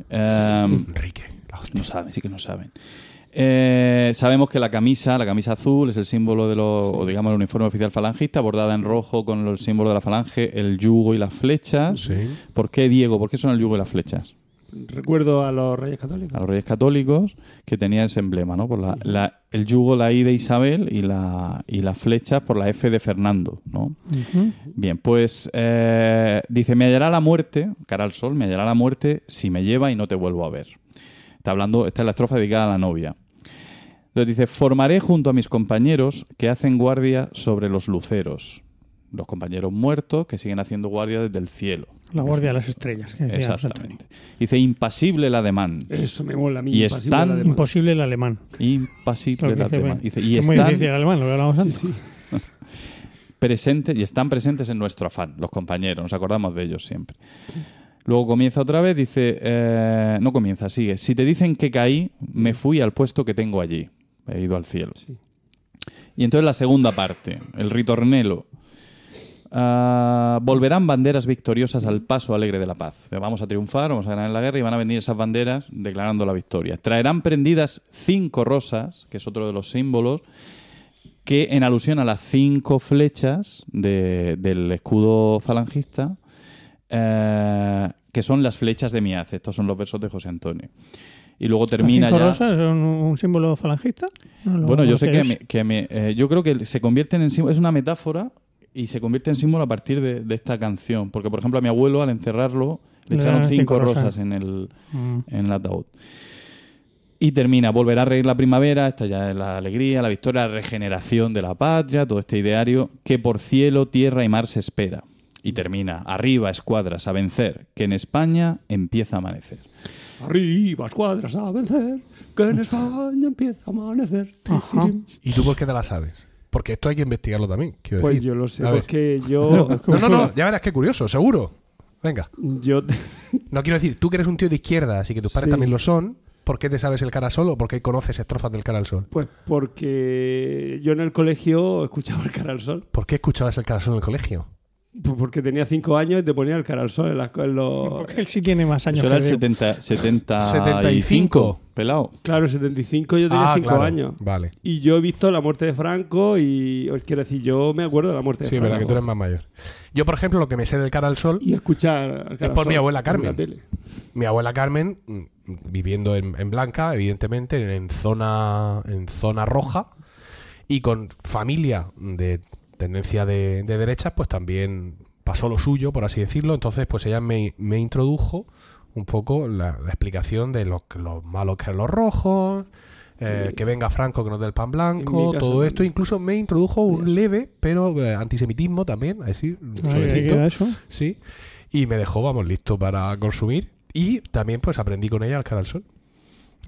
Em,
Enrique.
no saben, sí que no saben. Eh, sabemos que la camisa, la camisa azul, es el símbolo de los, o digamos, el uniforme oficial falangista, bordada en rojo con el símbolo de la falange, el yugo y las flechas.
Sí.
¿Por qué, Diego? ¿Por qué son el yugo y las flechas?
Recuerdo a los Reyes Católicos.
A los reyes católicos que tenían ese emblema, ¿no? Por la- la- el yugo, la I de Isabel y, la, y las flechas por la F de Fernando, ¿no? Bien, pues eh, dice, me hallará la muerte, cara al sol, me hallará la muerte si me lleva y no te vuelvo a ver. Está hablando, esta es la estrofa dedicada a la novia. Entonces dice, formaré junto a mis compañeros que hacen guardia sobre los luceros. Los compañeros muertos que siguen haciendo guardia desde el cielo.
La guardia de las estrellas. que decía
Exactamente. Dice, impasible la demanda.
Eso me mola a mí.
Y
impasible
están
la
Antonio.
demanda.
Imposible el alemán. Lo
Impasible
que
la
dice,
demanda.
bueno,
Dice, y
es muy
están
difícil el alemán, lo que hablábamos
Sí,
antes.
sí.
presentes y están presentes en nuestro afán, los compañeros, nos acordamos de ellos siempre. Luego comienza otra vez, dice, eh, no comienza, sigue. Si te dicen que caí, me fui al puesto que tengo allí. He ido al cielo.
Sí.
Y entonces la segunda parte, el ritornelo. Ah, volverán banderas victoriosas al paso alegre de la paz. Vamos a triunfar, vamos a ganar en la guerra y van a venir esas banderas declarando la victoria. Traerán prendidas cinco rosas, que es otro de los símbolos, que en alusión a las cinco flechas de- del escudo falangista, eh, que son las flechas de Miaz. Estos son los versos de José Antonio. Y luego
Las
termina
cinco
ya.
rosas son un, un símbolo falangista? No lo
Bueno, yo sé que,
conocéis.
me- que me- eh, yo creo que se convierten en símbolo, es una metáfora y se convierte en símbolo a partir de, de esta canción. Porque, por ejemplo, a mi abuelo al encerrarlo le,
Le
echaron
daban
cinco,
cinco
rosas,
rosas.
en el,
Mm.
en el ataúd. Y termina, volverá a reír la primavera, esta ya es la alegría, la victoria, la regeneración de la patria, todo este ideario que por cielo, tierra y mar se espera. Y termina, arriba, escuadras, a vencer, que en España empieza a amanecer.
Arriba, escuadras a vencer, que en España empieza a amanecer.
Ajá.
¿Y tú por qué te la sabes? Porque esto hay que investigarlo también. Quiero
Pues
decir.
yo lo sé,
A ver.
porque yo.
<laughs> No, no, no, ya verás qué curioso, seguro. Venga.
Yo. <laughs>
No quiero decir, tú que eres un tío de izquierda, así que tus padres
Sí.
también lo son, ¿por qué te sabes el cara al sol o por qué conoces estrofas del cara al sol?
Pues porque yo en el colegio escuchaba el cara al sol.
¿Por qué escuchabas el cara al sol en el colegio?
Pues Porque tenía cinco años y te ponía el cara al sol en, las, co- en los.
Porque él sí tiene más años
Eso era
que
el
yo.
70, 75,
75.
pelado.
Claro, 75, yo tenía
Ah,
cinco
claro.
años.
Vale.
Y yo he visto la muerte de Franco y os quiero decir, yo me acuerdo de la muerte de
Sí, es
Franco.
verdad que tú eres más mayor. Yo, por ejemplo, lo que me sé del cara al sol,
Y escuchar al cara al
por
sol
mi abuela
en
Carmen.
la tele.
mi abuela Carmen, mm, viviendo en, en Blanca, evidentemente, en zona, en zona roja, y con familia de tendencia de, de derechas, pues también pasó lo suyo, por así decirlo. Entonces, pues ella me, me introdujo un poco la, la explicación de lo, que- lo malo que eran los rojos, eh, que venga Franco que nos dé el pan
En
blanco,
mi caso
todo esto.
también.
Incluso me introdujo un
Dios.
leve, pero eh, antisemitismo también, así, un
Ahí
suavecito.
queda eso.
Sí. Y me dejó, vamos, listo para consumir. Y también, pues, aprendí con ella al Canal Sol.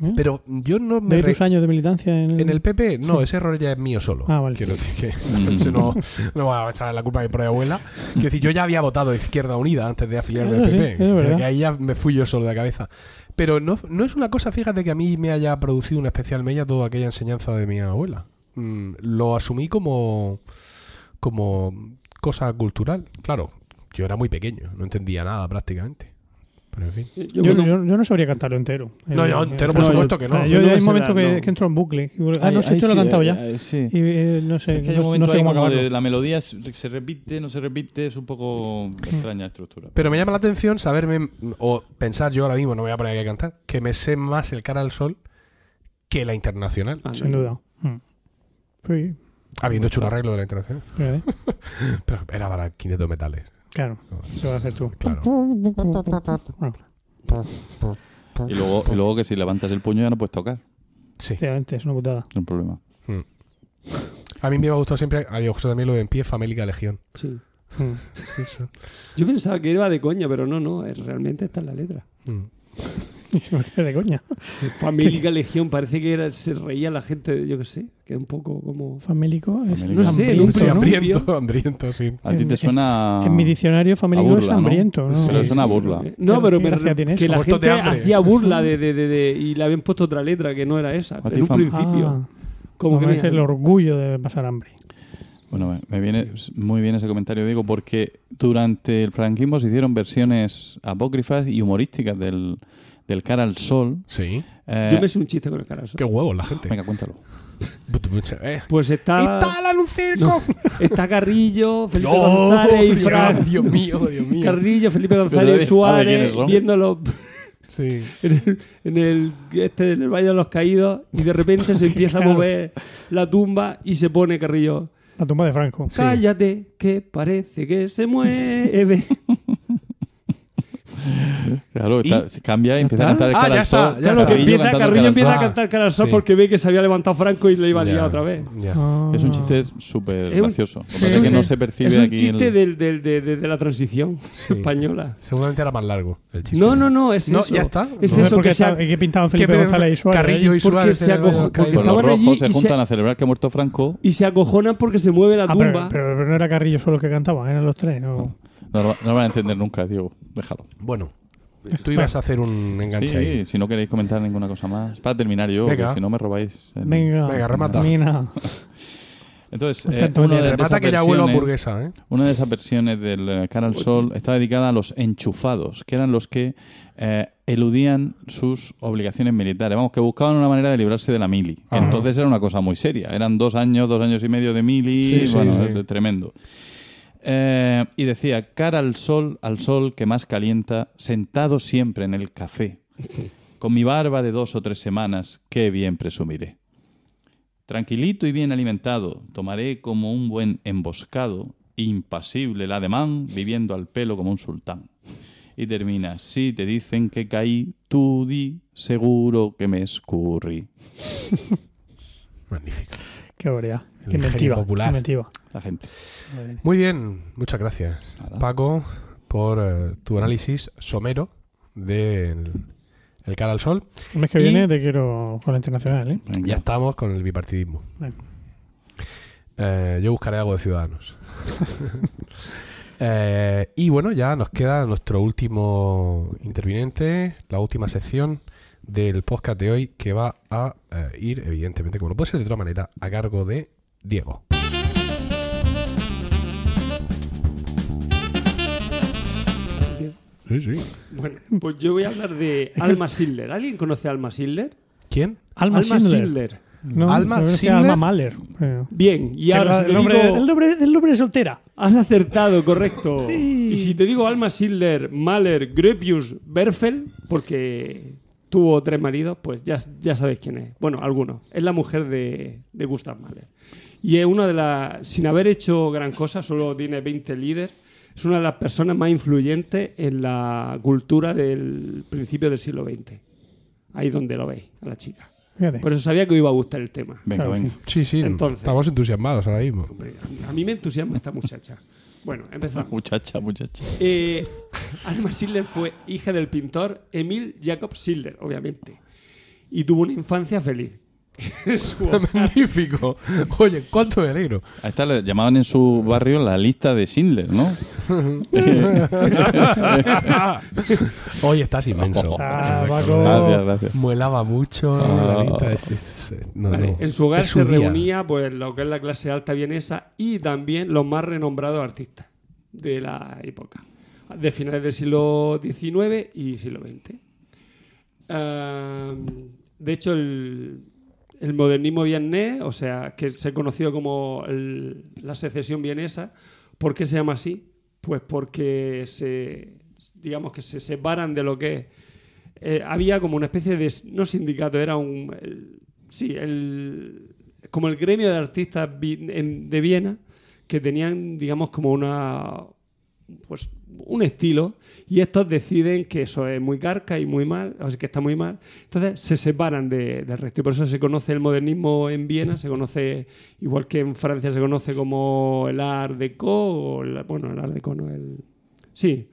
¿Eh?
Pero yo no
De
me...
ahí
re-
tus años de militancia en el,
En el PP,
<laughs>
no, ese error ya es mío solo.
Ah, vale.
Quiero decir que <laughs> entonces no, no voy a echar la culpa a mi propia abuela. Quiero decir, yo ya había votado Izquierda Unida antes de afiliarme al
Eso Ah, sí,
PP.
es
o sea,
verdad.
que ahí ya me fui yo solo de cabeza. Pero no, no es una cosa, fíjate, que a mí me haya producido una especial mella toda aquella enseñanza de mi abuela. Mm, lo asumí como, como cosa cultural. Claro, yo era muy pequeño, no entendía nada prácticamente. Pero en fin.
Yo,
Yo,
cuando-
yo- yo no sabría cantarlo entero.
No,
El-
yo
el-
entero, por
yo-
supuesto que no.
o sea,
Yo
Yo,
no
hay
sé
un momento
nada,
que,
no.
que entro en bucle. Ah, no
Ahí-
sé,
ahí
esto lo he
sí,
cantado
ahí-
ya.
ahí sí.
Y, eh, no sé,
Es que hay un
no, no
momento
sé
ahí
cómo
como
acabarlo.
de la melodía se se repite, no se repite, es un poco
Mm.
extraña la estructura.
Pero me llama la atención saberme, o pensar yo ahora mismo, no me voy a poner aquí a cantar, que me sé más el cara al sol que la internacional,
Ah, no,
Sin
no.
duda. Mm. Sí,
habiendo hecho un arreglo de la internacional.
¿verdad?
Ah, <laughs> Pero era para 500 metales.
Claro, eso lo haces tú.
Claro.
Bueno,
Y luego, y luego que si levantas el puño ya no puedes tocar, no
Sí.
efectivamente, es una putada. <laughs>
es un problema.
A mí me ha gustado siempre, a Dios José también lo de en pie, famélica legión.
Sí.
Mm.
Yo pensaba que iba de coña, pero no, no. es- Realmente está en la letra.
Mm.
Y se me cae de coña.
Famélica Legión, parece que era, se reía la gente, yo qué sé, que un poco como...
Famélico es
Famélico. No sé,
hambriento,
Sí,
nunca- Pero no,
hambriento, hambriento, sí.
A ti
En-
te suena...
En mi diccionario famélico
A burla,
es hambriento.
¿no?
¿no?
Pero
Sí.
es una burla.
Eh, No,
¿Qué-
pero
qué
me
gracia
re-
tiene
que
eso?
la
Muertos
gente
de hambre.
hacía burla de, de- de- de- y le habían puesto otra letra que no era esa,
ti,
en un
fam-
principio.
Ah,
como que
no, es
mira,
el orgullo de pasar hambre.
Bueno, me- me viene muy bien ese comentario, digo, porque durante el franquismo se hicieron versiones apócrifas y humorísticas del, del cara al sol.
Sí.
Eh,
Yo me hice un chiste con el carajo.
Qué huevos la gente.
Venga, cuéntalo.
Eh.
Pues está,
¡Instalan un <laughs> circo!
está Carrillo, Felipe
¡No!
González y
Dios,
Frank.
Dios mío, Dios mío.
Carrillo, Felipe
nadie
González,
sabe quiénes
Suárez,
son.
viéndolo
Sí.
en el, en el- este, en el Valle de los Caídos y de repente se empieza a
Claro.
mover la tumba y se pone Carrillo.
La tumba de Franco.
Cállate, que parece que se mueve.
Claro, está- se cambia y empieza a
está?
cantar el
Ah,
cara
ya
al
está,
sol.
ya
Claro, que
Carrillo
empieza,
cantando
Carrillo
cara al
empieza a
sol.
cantar cara al sol
Sí.
porque ve que se había levantado Franco y le iba a liar
Ya,
otra vez.
ya.
Ah.
sol. Es un chiste súper
Es un-
gracioso. Lo que
sí,
pasa es que
sí.
no se percibe
es un
aquí
chiste
el-
del- del- de, de- de la transición
Sí.
española.
Seguramente era más largo el chiste.
No, no, no, es
No,
eso.
ya está.
Es
No,
No sé
eso
por
que
qué
se,
estaba-
ha-
¿Qué pintaban Felipe
pero-
González y Suárez? ¿eh?
Carrillo y
ahí?
Porque
Suárez.
se
en el
acojo-
Valle de los
Pues
porque
Caídos.
los
estaban allí
rojos se
y se-
juntan a celebrar que ha muerto Franco.
y se acojonan porque se mueve la
Ah, pero,
tumba.
pero- pero no era Carrillo solo el que cantaba, eran los tres. ¿no?
No, lo- no lo van a entender nunca, Diego. Déjalo.
Bueno, tú ibas a hacer un enganche ahí.
Sí, si no queréis comentar ninguna cosa más. Para terminar yo,
Venga.
que si no me robáis. el-
Venga,
Venga, remata.
Mira,
Entonces,
Pues
eh,
tanto
una,
que
de, de
Remata
esas
que ya vuelo
versiones-
hamburguesa, ¿eh?
una de esas versiones del eh, Cara al Sol está dedicada a los enchufados, que eran los que eh, eludían sus obligaciones militares. Vamos, que buscaban una manera de librarse de la mili. que
Ah.
entonces era una cosa muy seria. Eran dos años, dos años y medio de mili.
Sí, sí,
bueno,
sí, sí.
eh, tremendo. Eh, y decía, cara al sol, al sol que más calienta, sentado siempre en el café, con mi barba de dos o tres semanas, qué bien presumiré. Tranquilito y bien alimentado, tomaré como un buen emboscado, impasible el ademán, viviendo al pelo como un sultán. Y termina, si te dicen que caí, tú di, seguro que me escurrí.
Magnífico.
qué barbaridad.
El
Qué inventiva.
ingenio popular.
qué inventiva.
La gente.
Muy bien, muchas gracias,
Nada.
Paco, por eh, tu análisis somero del el cara al sol.
El mes que
Y-
viene te quiero con la internacional, ¿eh?
Venga.
Ya estamos con el bipartidismo.
Vale.
Eh, yo buscaré algo de Ciudadanos. <laughs> Eh, y bueno, ya nos queda nuestro último interviniente, la última sección del podcast de hoy que va a eh, ir, evidentemente, como no puede ser de otra manera, a cargo de Diego. Sí, sí.
Bueno, <laughs> pues yo voy a hablar de Alma Schindler. ¿Alguien conoce a Alma Schindler?
¿Quién?
Alma, Schindler. No,
Alma
yo creo que es
Schindler.
Alma Mahler. eh.
Bien, y
Que
ahora
la-
si te
el, nombre,
digo-
el, nombre, el nombre de soltera.
Has acertado, correcto.
Sí.
Y si te digo Alma Schindler, Mahler, Grepius, Berfel, porque tuvo tres maridos, pues ya, ya sabéis quién es. Bueno, algunos. Es la mujer de, de Gustav Mahler. Y es una de las, sin haber hecho gran cosa, solo tiene 20 líderes, es una de las personas más influyentes en la cultura del principio del siglo XX. Ahí donde lo veis, a la chica.
Fíjate.
Por eso sabía que os iba a gustar el tema.
Venga,
Claro, <laughs>
venga.
Sí, sí.
Entonces.
Estamos entusiasmados ahora mismo.
Hombre, a mí me entusiasma esta muchacha. Bueno, empezamos.
Muchacha, muchacha.
Eh, Alma Schiller fue hija del pintor Emil Jacob Schiller, obviamente. Y tuvo una infancia feliz. <laughs> Su hogar-
<laughs> Magnífico. Oye, ¿cuánto me alegro?
A esta le llamaban en su barrio la lista de Schindler,
<laughs>
¿no?
Hoy estás inmenso.
Ah, Paco.
Gracias,
<laughs>
gracias.
Muelaba mucho.
Ah.
la lista es- es- es- no,
Vale,
no.
En su hogar
Es su
se
día.
reunía pues lo que es la clase alta vienesa y también los más renombrados artistas de la época, de finales del siglo XIX y siglo XX. Ah, de hecho, el, el modernismo viennés, o sea, que se ha conocido como el- la secesión vienesa, ¿por qué se llama así? Pues porque se, digamos que se separan de lo que es eh, había como una especie de no sindicato era un el- sí el como el gremio de artistas vi- en- de Viena que tenían digamos como una pues un estilo y estos deciden que eso es muy carca y muy mal o sea, que está muy mal entonces se separan de- del resto y por eso se conoce el modernismo en Viena se conoce igual que en Francia se conoce como el Art Deco o la- bueno el Art Deco no el sí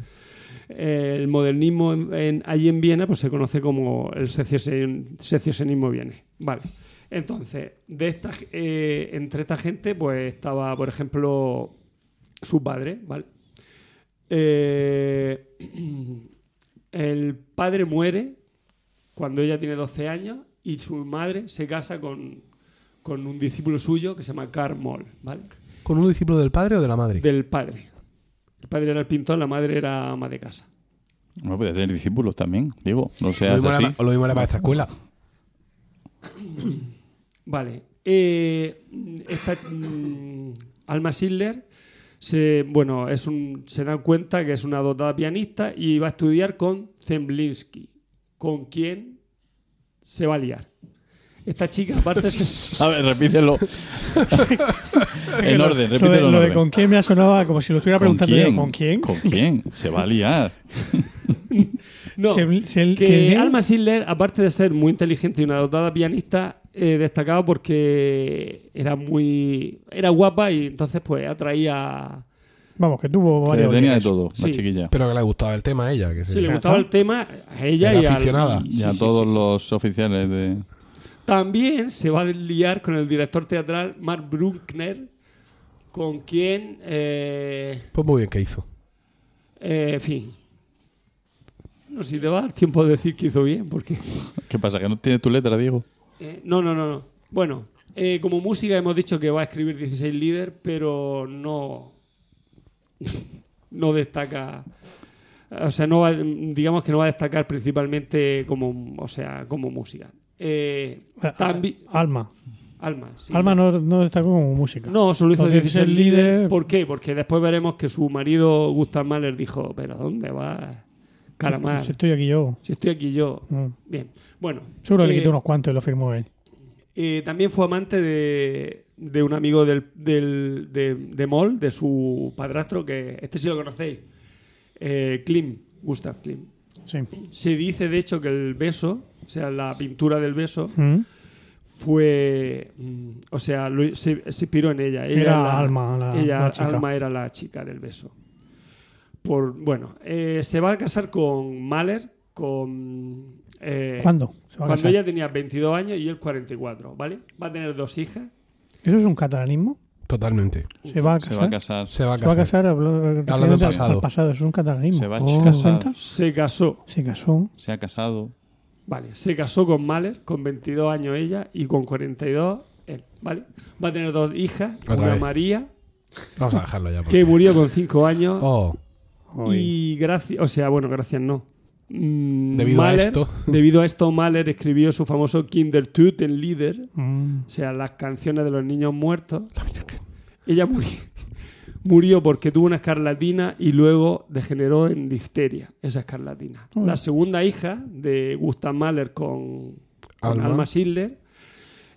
el modernismo en, en- allí en Viena pues se conoce como el secesion- secesionismo vienés. Vale. Entonces, de esta, g- eh, entre esta gente pues estaba, por ejemplo, su padre, ¿vale? Eh, el padre muere cuando ella tiene 12 años y su madre se casa con, con un discípulo suyo que se llama Karl Moll, ¿vale?
¿Con un discípulo del padre o de la madre?
Del padre. El padre era el pintor, la madre era ama de casa.
No, puede tener pues discípulos también, digo. No
lo,
seas
mismo
así.
era, lo mismo era maestra escuela.
Vale. Eh, esta, mm, Alma Schiller se, bueno, es un, se dan cuenta que es una dotada pianista y va a estudiar con Zemblinsky, con quien se va a liar. Esta chica, aparte,
<laughs> A ver,
<laughs>
repítelo. en orden,
Lo de,
repítelo en
lo de
orden.
con quién me ha sonado como si lo estuviera
¿Con
preguntando yo. ¿Con quién?
¿Con quién? Se va a
<laughs>
liar.
no,
Se- se- el-
que
que-
Alma Schiller, aparte de ser muy inteligente y una dotada pianista, eh, destacaba porque era muy era guapa y entonces pues atraía
Vamos, que tuvo
Que
varios.
tenía de
líderes.
todo,
Sí.
la chiquilla.
Pero que le gustaba el tema a ella. Que
Sí,
se-
le gustaba el tema a ella
Era
y, al-
aficionada.
y a
sí, sí,
todos
sí, sí.
los oficiales de.
También se va a liar con el director teatral Mark Bruckner, con quien, eh,
Pues muy bien que hizo.
eh, en fin, no sé si te va a dar tiempo de decir que hizo bien, porque...
¿Qué pasa? ¿Que no tiene tu letra, Diego?
eh, no, no, no, no. Bueno, eh, como música hemos dicho que va a escribir 16 líder, pero no... <laughs> no destaca... O sea, no va, digamos que no va a destacar principalmente como, o sea, como música. Eh, tambi-
Alma.
Alma. sí.
Alma no, no destacó como música.
No, solo hizo
Los
16
16
líder.
líder.
¿Por qué? Porque después veremos que su marido, Gustav Mahler, dijo, pero ¿dónde vas? Calamar,
Si estoy aquí yo.
si estoy aquí yo.
Mm.
Bien, bueno.
Seguro
eh,
le quitó unos cuantos y lo firmó él.
eh, también fue amante de, de un amigo del, del- de, de Moll, de su padrastro, que este sí lo conocéis, eh, Klim, Gustav Klim.
Sí.
Se dice, de hecho, que el beso, o sea, la pintura del beso,
Mm.
fue. mm, O sea, lo- se, se inspiró en ella. Ella
Era Alma, la-
ella,
la chica.
Alma era la chica del beso. Por, bueno, eh, se va a casar con Mahler. Con, eh,
¿Cuándo? se va a
Cuando
casar?
ella tenía 22 años y él 44, ¿vale? Va a tener dos hijas.
¿Eso es un catalanismo?
Totalmente.
¿Se va a
Se va a
casar?
casar.
Se va a
Se va
casar.
a casar hablando
Hablando del pasado.
pasado. pasado. Eso es un catalanismo.
Se va a
¿Os dais
casar.
cuenta?
Se casó,
Se casó.
Se ha casado.
¿vale? Se casó con Mahler, con 22 años ella y con 42 él, ¿vale? Va a tener dos hijas,
Otra
una
vez.
María,
Vamos a dejarlo ya. por-
que murió con 5 años,
Oh,
Y gracias, o sea, bueno, gracias no. Mm,
Debido a esto.
<laughs> Debido a esto, Mahler escribió su famoso Kindertut en líder,
Mm.
o sea, las canciones de los niños muertos. Ella murió, murió porque tuvo una escarlatina y luego degeneró en difteria, esa escarlatina. La segunda hija de Gustav Mahler con, con
Alma.
Alma. Schindler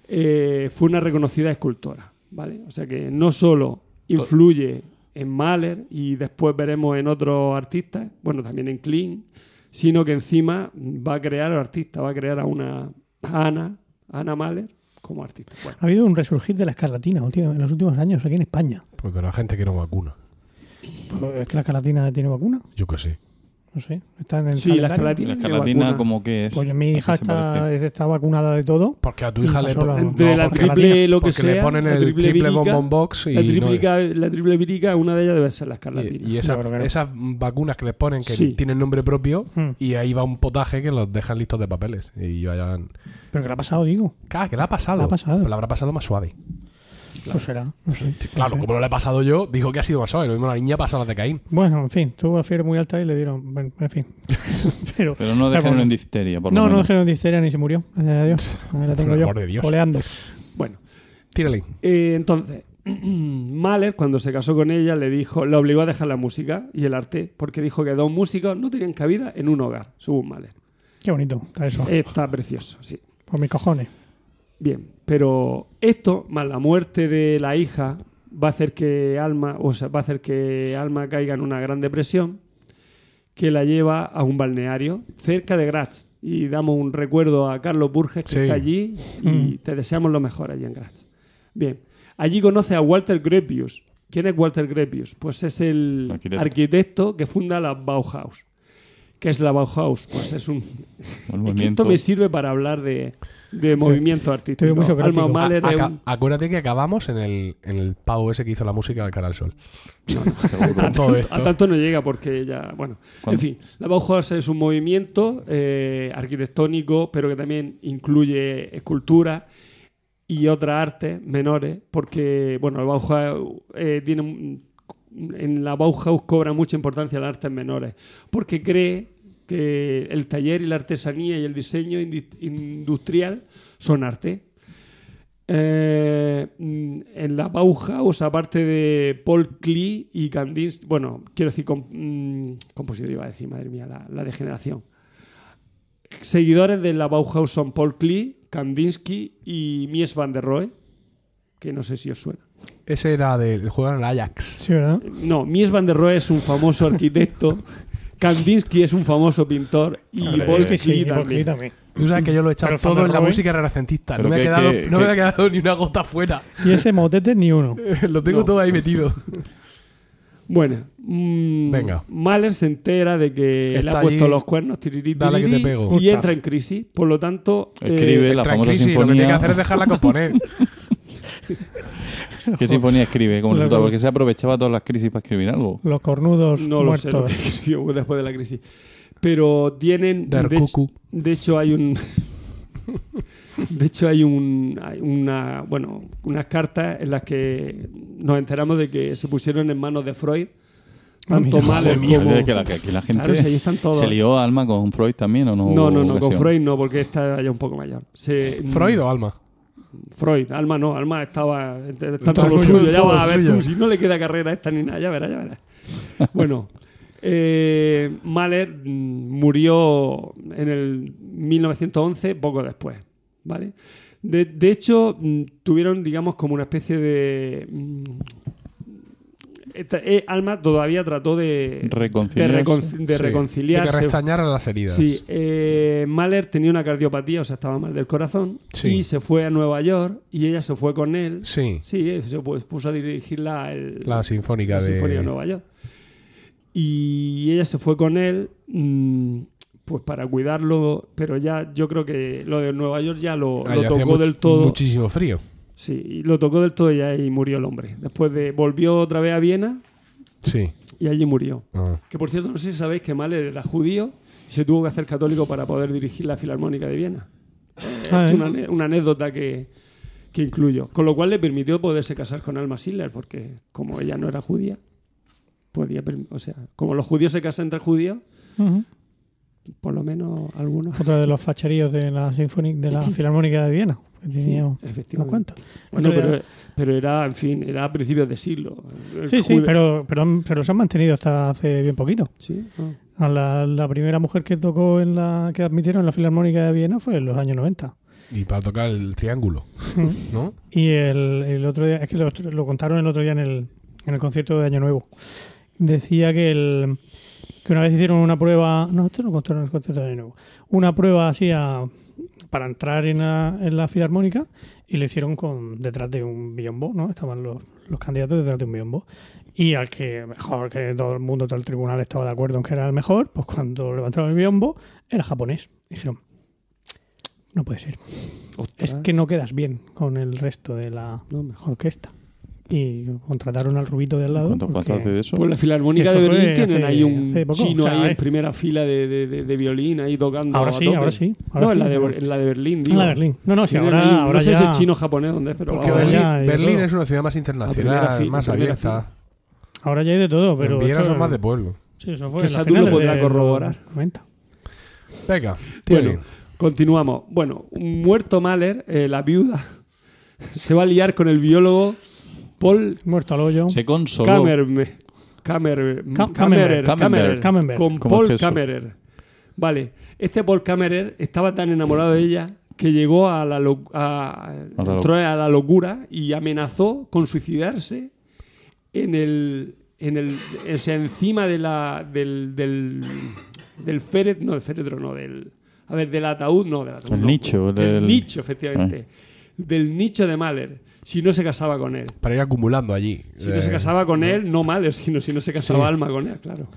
eh, fue una reconocida escultora, ¿vale? O sea que no solo influye en Mahler y después veremos en otros artistas, bueno, también en Klein, sino que encima va a crear al artista, va a crear a una a Ana, Ana Mahler como artista. Bueno,
Ha habido un resurgir de la escarlatina últim- en los últimos años aquí en España.
Pues de la gente que no vacuna.
Pero Es que la escarlatina tiene vacuna,
Yo qué sé.
no sé. Está en el
sí, la
calendario.
escarlatina.
La
tiene
escarlatina,
vacuna.
como que es.
Pues mi hija
¿A qué se
está,
parece?
está vacunada de todo.
Porque a tu hija le,
pasó la-
pon-
Entre
no,
la
porque-
triple lo que
porque le
sea.
ponen
la
el triple
vírica,
bombón box y
La
no-
triple, ca- la triple vírica, una de ellas debe ser la escarlatina.
Y, y esas,
No, creo que no.
esas vacunas que les ponen que
Sí.
tienen nombre propio
Hmm.
<laughs> y ahí va un potaje que los dejan listos de papeles. Y yo allá...
Pero que le ha pasado, digo.
Claro, que la ha pasado.
La ha pasado.
Pero la habrá pasado más suave.
Pues será, no sé.
Claro,
No sé.
como no la he pasado yo, dijo que ha sido más suave. Lo mismo la niña ha pasado las de Caín.
Bueno, en fin, tuvo la fiebre muy alta y le dieron. bueno, en fin. <laughs> Pero,
Pero no
claro,
dejaron en difteria, por lo
No, no
menos.
dejaron difteria ni se murió. Gracias
<laughs>
a Dios. Ahí la tengo
Por el
yo.
amor de Dios.
Coleando.
Bueno,
Tírale.
eh, entonces, <clears throat> Mahler, cuando se casó con ella, le dijo, le obligó a dejar la música y el arte, porque dijo que dos músicos no tenían cabida en un hogar, según Mahler.
Qué bonito está eso.
Está precioso, sí.
Por mis cojones.
Bien, pero esto, más la muerte de la hija, va a hacer que Alma, o sea, va a hacer que Alma caiga en una gran depresión que la lleva a un balneario cerca de Graz. Y damos un recuerdo a Carlos Burges, que
Sí.
está allí, y
Mm.
te deseamos lo mejor allí en Graz. Bien, allí conoce a Walter Gropius. ¿Quién es Walter Gropius? Pues es el
Arquitecto.
arquitecto que funda la Bauhaus. ¿Qué es la Bauhaus? Pues es un
El
es que esto
movimiento.
me sirve para hablar de, de movimiento
Te veo
artístico.
muy socrático.
Alma Mahler
A-
es
aca-
un-
Acuérdate que acabamos en el, en el pavo ese que hizo la música del Canal Sol. <laughs> Con todo
a
esto.
tanto no llega porque ya, bueno, en
¿Cuándo?
fin, la Bauhaus es un movimiento eh, arquitectónico, pero que también incluye escultura y otras artes menores, porque bueno, la Bauhaus eh, tiene un- en la Bauhaus cobra mucha importancia las artes menores, porque cree que el taller y la artesanía y el diseño indi- industrial son arte. Eh, mm, en la Bauhaus, aparte de Paul Klee y Kandinsky, bueno, quiero decir, com- mm, compositor iba a decir, madre mía, la, la degeneración. Seguidores de la Bauhaus son Paul Klee, Kandinsky y Mies van der Rohe, que no sé si os suena.
Ese era del juego en el Ajax.
Sí, ¿verdad?
No, Mies van der Rohe es un famoso arquitecto, Kandinsky es un famoso pintor y
Hombre,
Paul
es
que
Klee
sí,
también.
porque también.
Tú sabes que yo lo he echado
Pero Van
todo
der
en la
Rohe.
música renacentista. No,
Pero
me ha,
que-
quedado,
que-
no me
que-
ha quedado ni una gota fuera. <laughs>
Y ese motete ni uno.
lo tengo
No.
todo ahí metido.
Bueno, mm,
Venga.
Mahler se entera de que le
Está
ha puesto
allí.
los cuernos tirirí,
Dale que
tirirí,
te pego.
y
Gustav.
entra en crisis. Por lo tanto, eh,
Escribe la famosa
Tranquilísimo, lo que tiene que
sinfonía.
hacer es dejarla
<laughs>
componer.
¿Qué sinfonía escribe? Como
Lo-
resultado, porque se aprovechaba todas las crisis para escribir algo.
Los cornudos
no lo sé lo
muertos.
que <laughs> escribió después de la crisis. Pero tienen...
Der
de, hecho-
Cuckoo.
de hecho, hay un... <laughs> De hecho, hay, un, hay una, bueno, unas cartas en las que nos enteramos de que se pusieron en manos de Freud,
Ah,
tanto
Amigo,
Mahler
Joder,
como...
que la, que aquí la gente
Claro, si ahí están todos.
se lió alma con Freud también o no.
No,
hubo
no, no, con
ocasión?
Freud no, porque está ya un poco mayor. Se-
¿Freud o Alma?
Freud, Alma no, Alma estaba tanto
Todo
lo
suyo,
suyo, ya
todo
vas a ver
suyo.
tú, si no le queda carrera a esta ni nada, ya verás, ya
<laughs>
verás. Bueno, eh, Mahler mm, murió en el 1911, poco después, ¿vale? De, de hecho, mm, tuvieron, digamos, como una especie de... mm, esta- eh, Alma todavía trató de, de
Reconciliarse.
reconci- de
Sí.
reconciliarse.
De que restañaran las heridas.
Sí, eh, Mahler tenía una cardiopatía, o sea, estaba mal del corazón.
Sí.
Y se fue a Nueva York y ella se fue con él.
Sí,
Sí, eh, se pu- puso a dirigir la, el-
la sinfónica
la
de...
Sinfonía de Nueva York. Y ella se fue con él mm, pues para cuidarlo, pero ya yo creo que lo de Nueva York ya lo,
Ah,
lo
ya hacía
tocó
much-
del todo.
Muchísimo frío.
Sí, y lo tocó del todo ya y murió el hombre. Después de volvió otra vez a Viena
Sí.
y allí murió.
Ah.
Que por cierto, no sé si sabéis que Mahler era judío y se tuvo que hacer católico para poder dirigir la Filarmónica de Viena.
Ah, ¿eh?
Una, ane- una anécdota que, que incluyo. Con lo cual le permitió poderse casar con Alma Schiller, porque como ella no era judía, podía. perm- O sea, como los judíos se casan entre judíos,
Ujú.
por lo menos algunos.
Otro de los facheríos de la Sinfónica,
<laughs>
de la Filarmónica de Viena. Que tenía
Efectivamente.
unos cuantos.
Bueno,
Otro día-
pero, pero era, en fin, era a principios de siglo. El
Sí, sí,
jude-
pero, pero, han- pero se han mantenido hasta hace bien poquito.
Sí, no.
A La, la primera mujer que tocó en la que admitieron en la Filarmónica de Viena fue en los años 90.
Y para tocar el triángulo, ¿no?
Y el, el otro día, es que lo, lo contaron el otro día en el, en el concierto de Año Nuevo. Decía que el que una vez hicieron una prueba, no, esto lo contaron en el concierto de Año Nuevo, una prueba así a- para entrar en la, en la filarmónica y lo hicieron con detrás de un biombo, ¿no? Estaban los, los candidatos detrás de un biombo. Y al que mejor, que todo el mundo, todo el tribunal estaba de acuerdo en que era el mejor, pues cuando levantaron el biombo, era japonés. Dijeron, no puede ser.
Ostras,
Es
Ah.
que no quedas bien con el resto de la
Ah, no, mejor.
orquesta. Y contrataron al rubito de al lado.
¿Cuánto, cuánto
porque-
hace de eso?
Pues la Filarmónica
Eso
de
fue
Berlín tienen
hace-
ahí un
hace poco,
chino
o sea,
ahí en
eh.
primera fila de, de- de- de violín ahí tocando.
Ahora
a
sí,
tope.
ahora sí. ahora
No, en
sí,
la de,
pero-
en la de Berlín, digo.
en la de Berlín. No, no, sí,
Tienen
ahora,
ahí-
ahora
no sé
ya.
si es chino o japonés dónde es, pero
Porque
vamos,
ahora
Berlín,
ya, y
Berlín
todo.
es una ciudad más
La
internacional,
primera fi-
más
la primera
abierta.
Ahora ya hay de todo, pero.
en Viena
esto-
son más de pueblo.
Sí, eso fue
Que
en la
Satu lo
final
podrá
de-
corroborar.
Comenta.
Venga,
Bueno,
Thierry.
continuamos. Bueno, un muerto Mahler, eh, la viuda, <laughs> se va a liar con el biólogo Paul
Muerto al hoyo.
Se consoló.
Kammerme. Kammer-
Ka-
Kammerer.
Kammerer.
Kammerer.
Kammerer.
Con
¿Cómo es
Paul
eso?
Kammerer. Vale, este Paul Kammerer estaba tan enamorado de ella que llegó a la, lo- a-
A la
entró a la locura y amenazó con suicidarse en el, en el o sea, encima de la, del, del, del féretro, no, del féretro no, del, a ver, del ataúd, no, del ataúd.
El
no.
nicho,
Del
del- Ah.
nicho, efectivamente. Del nicho de Mahler, si no se casaba con él.
Para ir acumulando allí.
Si no se
Eh,
casaba con él, no Mahler, sino si no se casaba Alma con él, claro.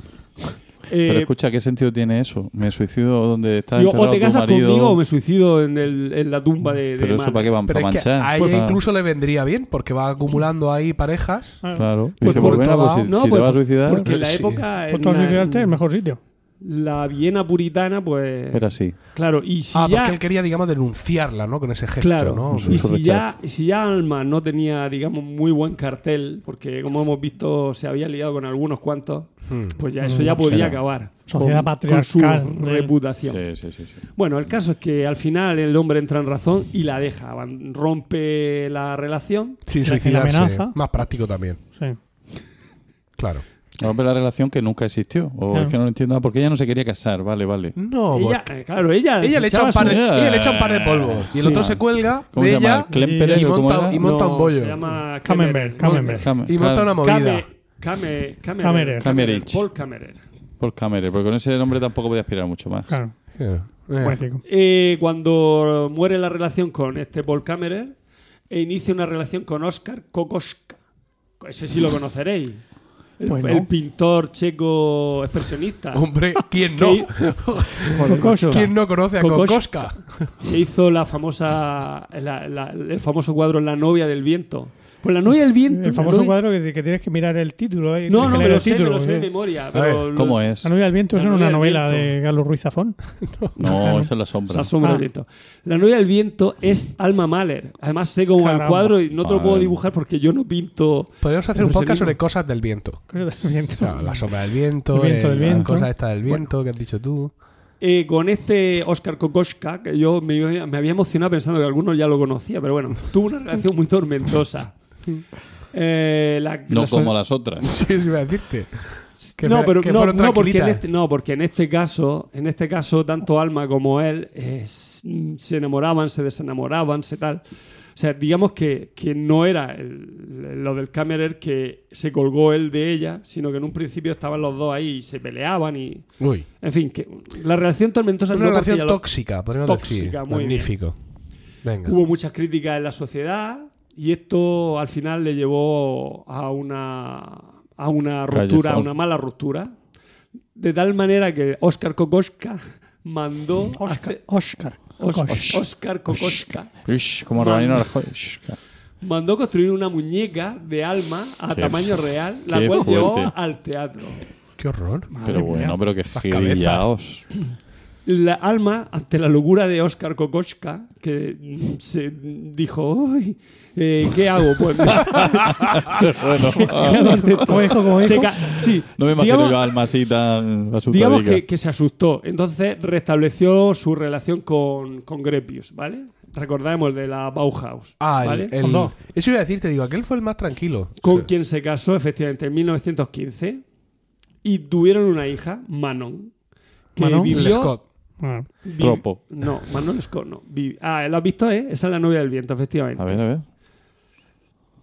Eh,
Pero escucha, ¿qué sentido tiene eso? Me suicido donde está
digo,
enterrado
o te
tu
casas
marido.
conmigo o me suicido en, el- en la tumba de, de
Pero eso
Mahler.
para qué van
Pero
para
es que
manchar.
a
Pues
ella
para-
incluso le vendría bien porque va acumulando ahí parejas.
Claro.
Pues
Dice,
por
pues venga,
otro
pues si,
lado-
No,
si
pues,
te vas a suicidar,
Porque en la
Sí.
época.
Pues
en
todo
la-
suicidarte es el mejor sitio.
La Viena puritana, pues.
era así.
Claro, y si
ah,
ya.
porque él quería, digamos, denunciarla, ¿no? Con ese gesto,
Claro,
¿no?
Sí.
y
Su
si ya,
rechazo.
si ya Alma no tenía, digamos, muy buen cartel, porque como hemos visto se había liado con algunos cuantos, pues ya eso ya podía
será.
acabar.
Sociedad
con-
patriarcal
Con su
del-
reputación.
Sí, sí, sí. sí.
Bueno, el caso es que al final el hombre entra en razón y la deja, van- rompe la relación.
Sin
La-
suicidarse.
la amenaza.
Más práctico también.
Sí.
Claro.
Rompe la relación que nunca existió. O
Claro.
es que no lo entiendo. Ah, porque ella no se quería casar. Vale, vale.
No,
ella, eh, claro, ella,
ella le echa un par de,
su-
ella le echa un par de polvos. Y el
Sí.
otro se cuelga
¿Cómo
de
se llama?
ella
¿Klemperer
y
o cómo
monta,
era?
y monta un bollo.
Se llama
Camembert, Camembert.
Cam-
Y monta
Cam-
una movida.
Came- Came- Camerer,
Camerer.
Camerer,
Camerich.
Paul Camerer.
Por Kammerer, porque con ese nombre tampoco podía aspirar mucho más.
Claro. Pues
Sí. Eh.
Poético.
Eh, cuando muere la relación con este Paul Camerer, e inicia una relación con Oscar Kokoschka. Ese sí lo conoceréis. El,
Pues no.
el pintor checo expresionista. <laughs>
Hombre, ¿quién no?
¿Qué?
<laughs>
Cocoso.
¿Quién no conoce a
Kokoschka.
Kokoschka?
que hizo la famosa la- la- el famoso cuadro La novia del viento. Pues la novia del viento.
El
la
famoso
novia-
cuadro que, que tienes que mirar el título.
No,
eh, tienes
no,
que
me
leer
lo
el
sé, me
título,
lo sé de
porque-
memoria.
A ver,
Pero lo-
¿Cómo es?
La novia del viento
La
es una
novia del
novela
viento.
de Carlos Ruiz Zafón. <laughs>
No, esa es la
o
sombra.
sea, sombra del
Ah.
viento. La novia del viento es Alma Mahler. Además, sé cómo va el
Caramba.
cuadro y no te lo puedo
Madre.
dibujar porque yo no pinto.
Podríamos hacer un
Pero
podcast
se
sobre cosas del viento. O sea, la sombra del viento,
El viento del
el- la
viento.
cosa esta del viento que has dicho tú. <laughs>
Eh, con este Oscar Kokoschka, que yo me, iba- me había emocionado pensando que algunos ya lo conocía, pero bueno, tuvo una relación muy
<laughs>
tormentosa. Eh, la-
No
la so-
como las otras.
Sí, sí, iba a decirte. Que
no,
fuera-
pero
que
no,
fueron
no, porque en
tranquilitas.
este, no, porque en este caso, en este caso, tanto Alma como él eh, s- mm, se enamoraban, se desenamoraban, se tal. O sea, digamos que, que no era el- lo del Kammerer que se colgó él de ella, sino que en un principio estaban los dos ahí y se peleaban y.
Uy.
En fin, que la relación tormentosa
Una
no, porque ya
relación
lo-
tóxica, podríamos
Tóxica,
decir.
muy bien.
Magnífico. Venga.
Hubo muchas críticas en la sociedad y esto al final le llevó a una, a una ruptura,
Callejón.
a una mala ruptura. De tal manera que Oscar Kokoschka mandó.
Oscar.
hacer-
Oscar.
Os-
Kokosch.
Oscar Kokoschka
Ish, como Rabanino Rajoy. Ish, ca-
mandó construir una muñeca de alma a
Qué
tamaño
fu-
real, la
qué
cual
fuerte.
llevó al teatro.
Qué horror.
Pero bueno, pero que
Las
gilillaos.
La alma, ante la locura de Oscar Kokoschka, que mm, se dijo, "Ay, eh, ¿qué hago? <laughs> Pues
bueno,
claro, ante-
Como dijo, como
se
dijo.
ca- sí,
no me imagino
digamos-
yo a Alma así tan asustadica.
digamos que, que se asustó. Entonces restableció su relación con, con Grepius, ¿vale? Recordamos de la Bauhaus.
Ah, el-
¿vale?
el-
Con dos.
eso iba a decir, te digo, aquel fue el más tranquilo.
Con
Sí.
quien se casó efectivamente en 1915 y tuvieron una hija, Manon. Que
Manon
vivió,
Scott.
Ah,
vi-
Tropo.
No, Manon Scott no. vi- ah, ¿la has visto, eh? Esa es la novia del viento, efectivamente.
A ver, a ver.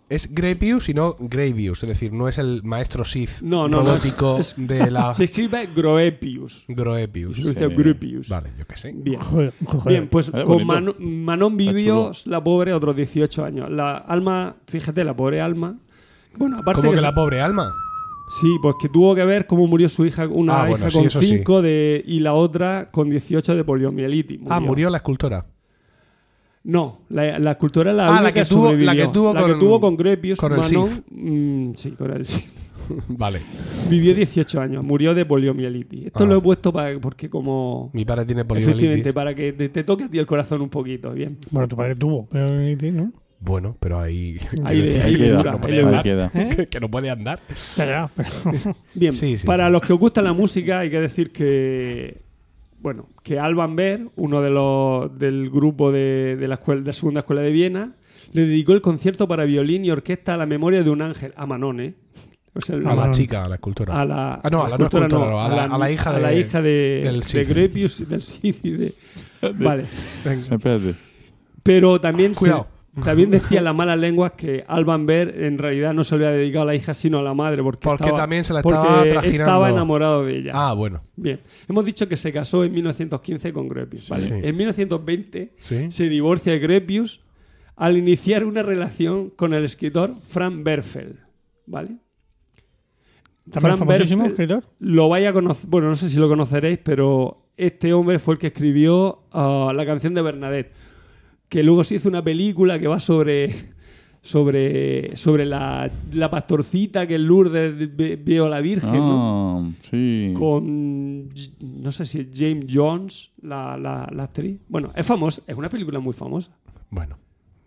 Es Greybius y no Greybius, es decir, no es el maestro Sith
No, no, no,
robótico
es-
de
<laughs>
la
Se escribe Groepius.
Groepius.
Se dice
Sí.
Groepius.
Vale, yo qué sé.
Bien.
joder, joder.
Bien, pues
Eh, bonito.
con Mano- Manon vivió
chulo.
la pobre otros 18 años. La alma, fíjate, la pobre alma. Bueno, aparte
Como
que
que
se-
la pobre alma.
Sí, pues que tuvo que ver cómo murió su hija, una
Ah,
hija
bueno, sí,
con
eso sí.
5 de y la otra con 18 de poliomielitis.
Ah, murió la escultora.
<laughs> No, la, la escultora es
Ah,
la,
la
única
que tuvo- la
sobrevivió.
que tuvo con-
con Grepius,
con el
Manon,
SIF.
mm, sí, con el SIF.
vale.
Vivió 18 años, murió de poliomielitis. Esto
Ah.
lo he puesto para, porque como...
Mi padre tiene
Efectivamente,
poliomielitis.
para que te, te toque a ti el corazón un poquito, bien.
Bueno, tu padre tuvo, pero ¿no?
Bueno, pero <laughs> ahí.
Ahí le- ahí
Ahí
le
queda,
dura,
no
ahí
podía
le ¿Eh? dura.
ahí queda.
<laughs> que, que no puede andar.
Ya, ya, <laughs> pero-
Bien,
Sí, sí.
para los que os gusta la música hay que decir que bueno, que Alban Berg, uno de los del grupo de, de la escuela, de la segunda escuela de Viena, le dedicó el concierto para violín y orquesta a la memoria de un ángel, a Manone. O sea,
A la
no.
chica, a la escultora.
a la,
Ah, no, a la no
escultora
escultora, no, a la- a la hija
a la
de-
hija de,
del
de
Cid.
Grepius y del Cid
<laughs>
y de- Vale.
Espérate.
Pero también, se-
Cuidado.
también decía las malas lenguas que Alban Berg en realidad no se le había dedicado a la hija sino a la madre porque,
Porque
estaba,
también se la
porque
estaba trajinando.
estaba enamorado de ella.
Ah, bueno.
Bien, hemos dicho que se casó en 1915 con Grepius. vale.
sí.
En 1920
Sí.
se divorcia de Grepius al iniciar una relación con el escritor Frank Berfel. ¿Vale?
También
Frank
famosísimo
Berfel
escritor.
Lo vaya a conocer, bueno, no sé si lo conoceréis, pero este hombre fue el que escribió ah, la canción de Bernadette, que luego se hizo una película que va sobre sobre sobre la, la pastorcita que en Lourdes ve- vio a la Virgen, ¿no?
Ah, sí.
con J- no sé si es James Jones la, la- la actriz bueno es famosa es una película muy famosa
Bueno.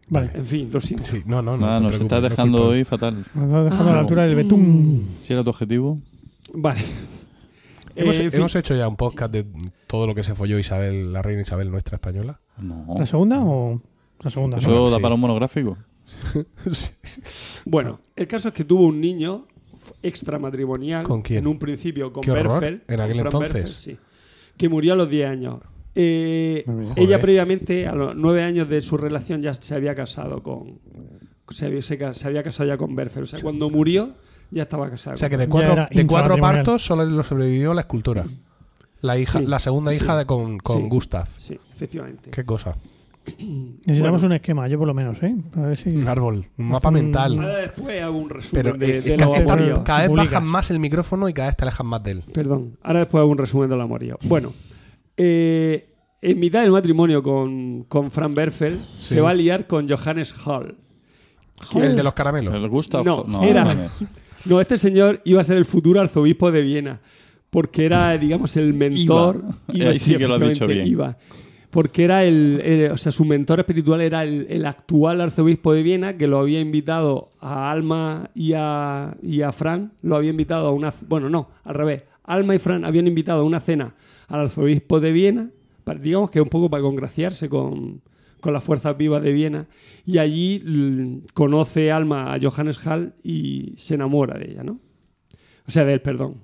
Vale.
en fin lo siento
Sí, no, no, no. te
Nada, Ah, nos
preocupes,
estás
no es
dejando
culpa.
hoy fatal.
Nos hemos dejado a la altura del betún.
Si era tu objetivo.
vale
Hemos,
Eh, en fin,
hemos hecho ya un podcast de todo lo que se folló Isabel, la reina Isabel nuestra española. <laughs>
No.
¿La segunda o la segunda?
Eso
¿no?
da
sí.
para un monográfico.
Sí.
bueno
Ah.
el caso es que tuvo un niño f- extramatrimonial
¿Con quién?
en un principio con
Qué horror,
Berfel
en aquel
con Fran
entonces.
Berfel, sí, que murió a los 10 años Eh,
Joder.
ella previamente a los 9 años de su relación ya se había casado con se había, se ca- se había casado ya con Berfel o sea cuando murió ya estaba casada
O sea
con
que de
Ya
cuatro,
era
de cuatro
intramatrimonial.
partos solo lo sobrevivió la escultora. La hija,
Sí,
la segunda
sí,
hija de con, con
sí.
Gustav.
sí efectivamente
Qué cosa.
Necesitamos
Bueno.
un esquema, yo por lo menos, ¿eh? A ver si...
Un árbol, un
Mm.
mapa mental.
Ahora después hago un resumen
Pero eh,
de,
es
de
que
los
hace tan-
amoríos.
cada vez
Publicas.
bajan más el micrófono y cada vez te alejan más de él.
Perdón, ahora después hago un resumen del amorío. Bueno, eh, en mitad del matrimonio con, con Fran Berfel
Sí.
se va a liar con Johannes Hall.
El de los caramelos.
¿El Gustav?
No, era-
vale.
<laughs> No, este señor iba a ser el futuro arzobispo de Viena, porque era, digamos, el mentor.
Iba. Ahí sí que lo has dicho
efectivamente,
bien.
iba. Porque era el, el- o sea, su mentor espiritual era el, el actual arzobispo de Viena, que lo había invitado a Alma y a, y a Fran, lo había invitado a una, bueno, no, al revés. Alma y Fran habían invitado a una cena al arzobispo de Viena, para- digamos que un poco para congraciarse con, con las fuerzas vivas de Viena, y allí l- conoce Alma a Johannes Hall y se enamora de ella, ¿no? O sea, de él, perdón.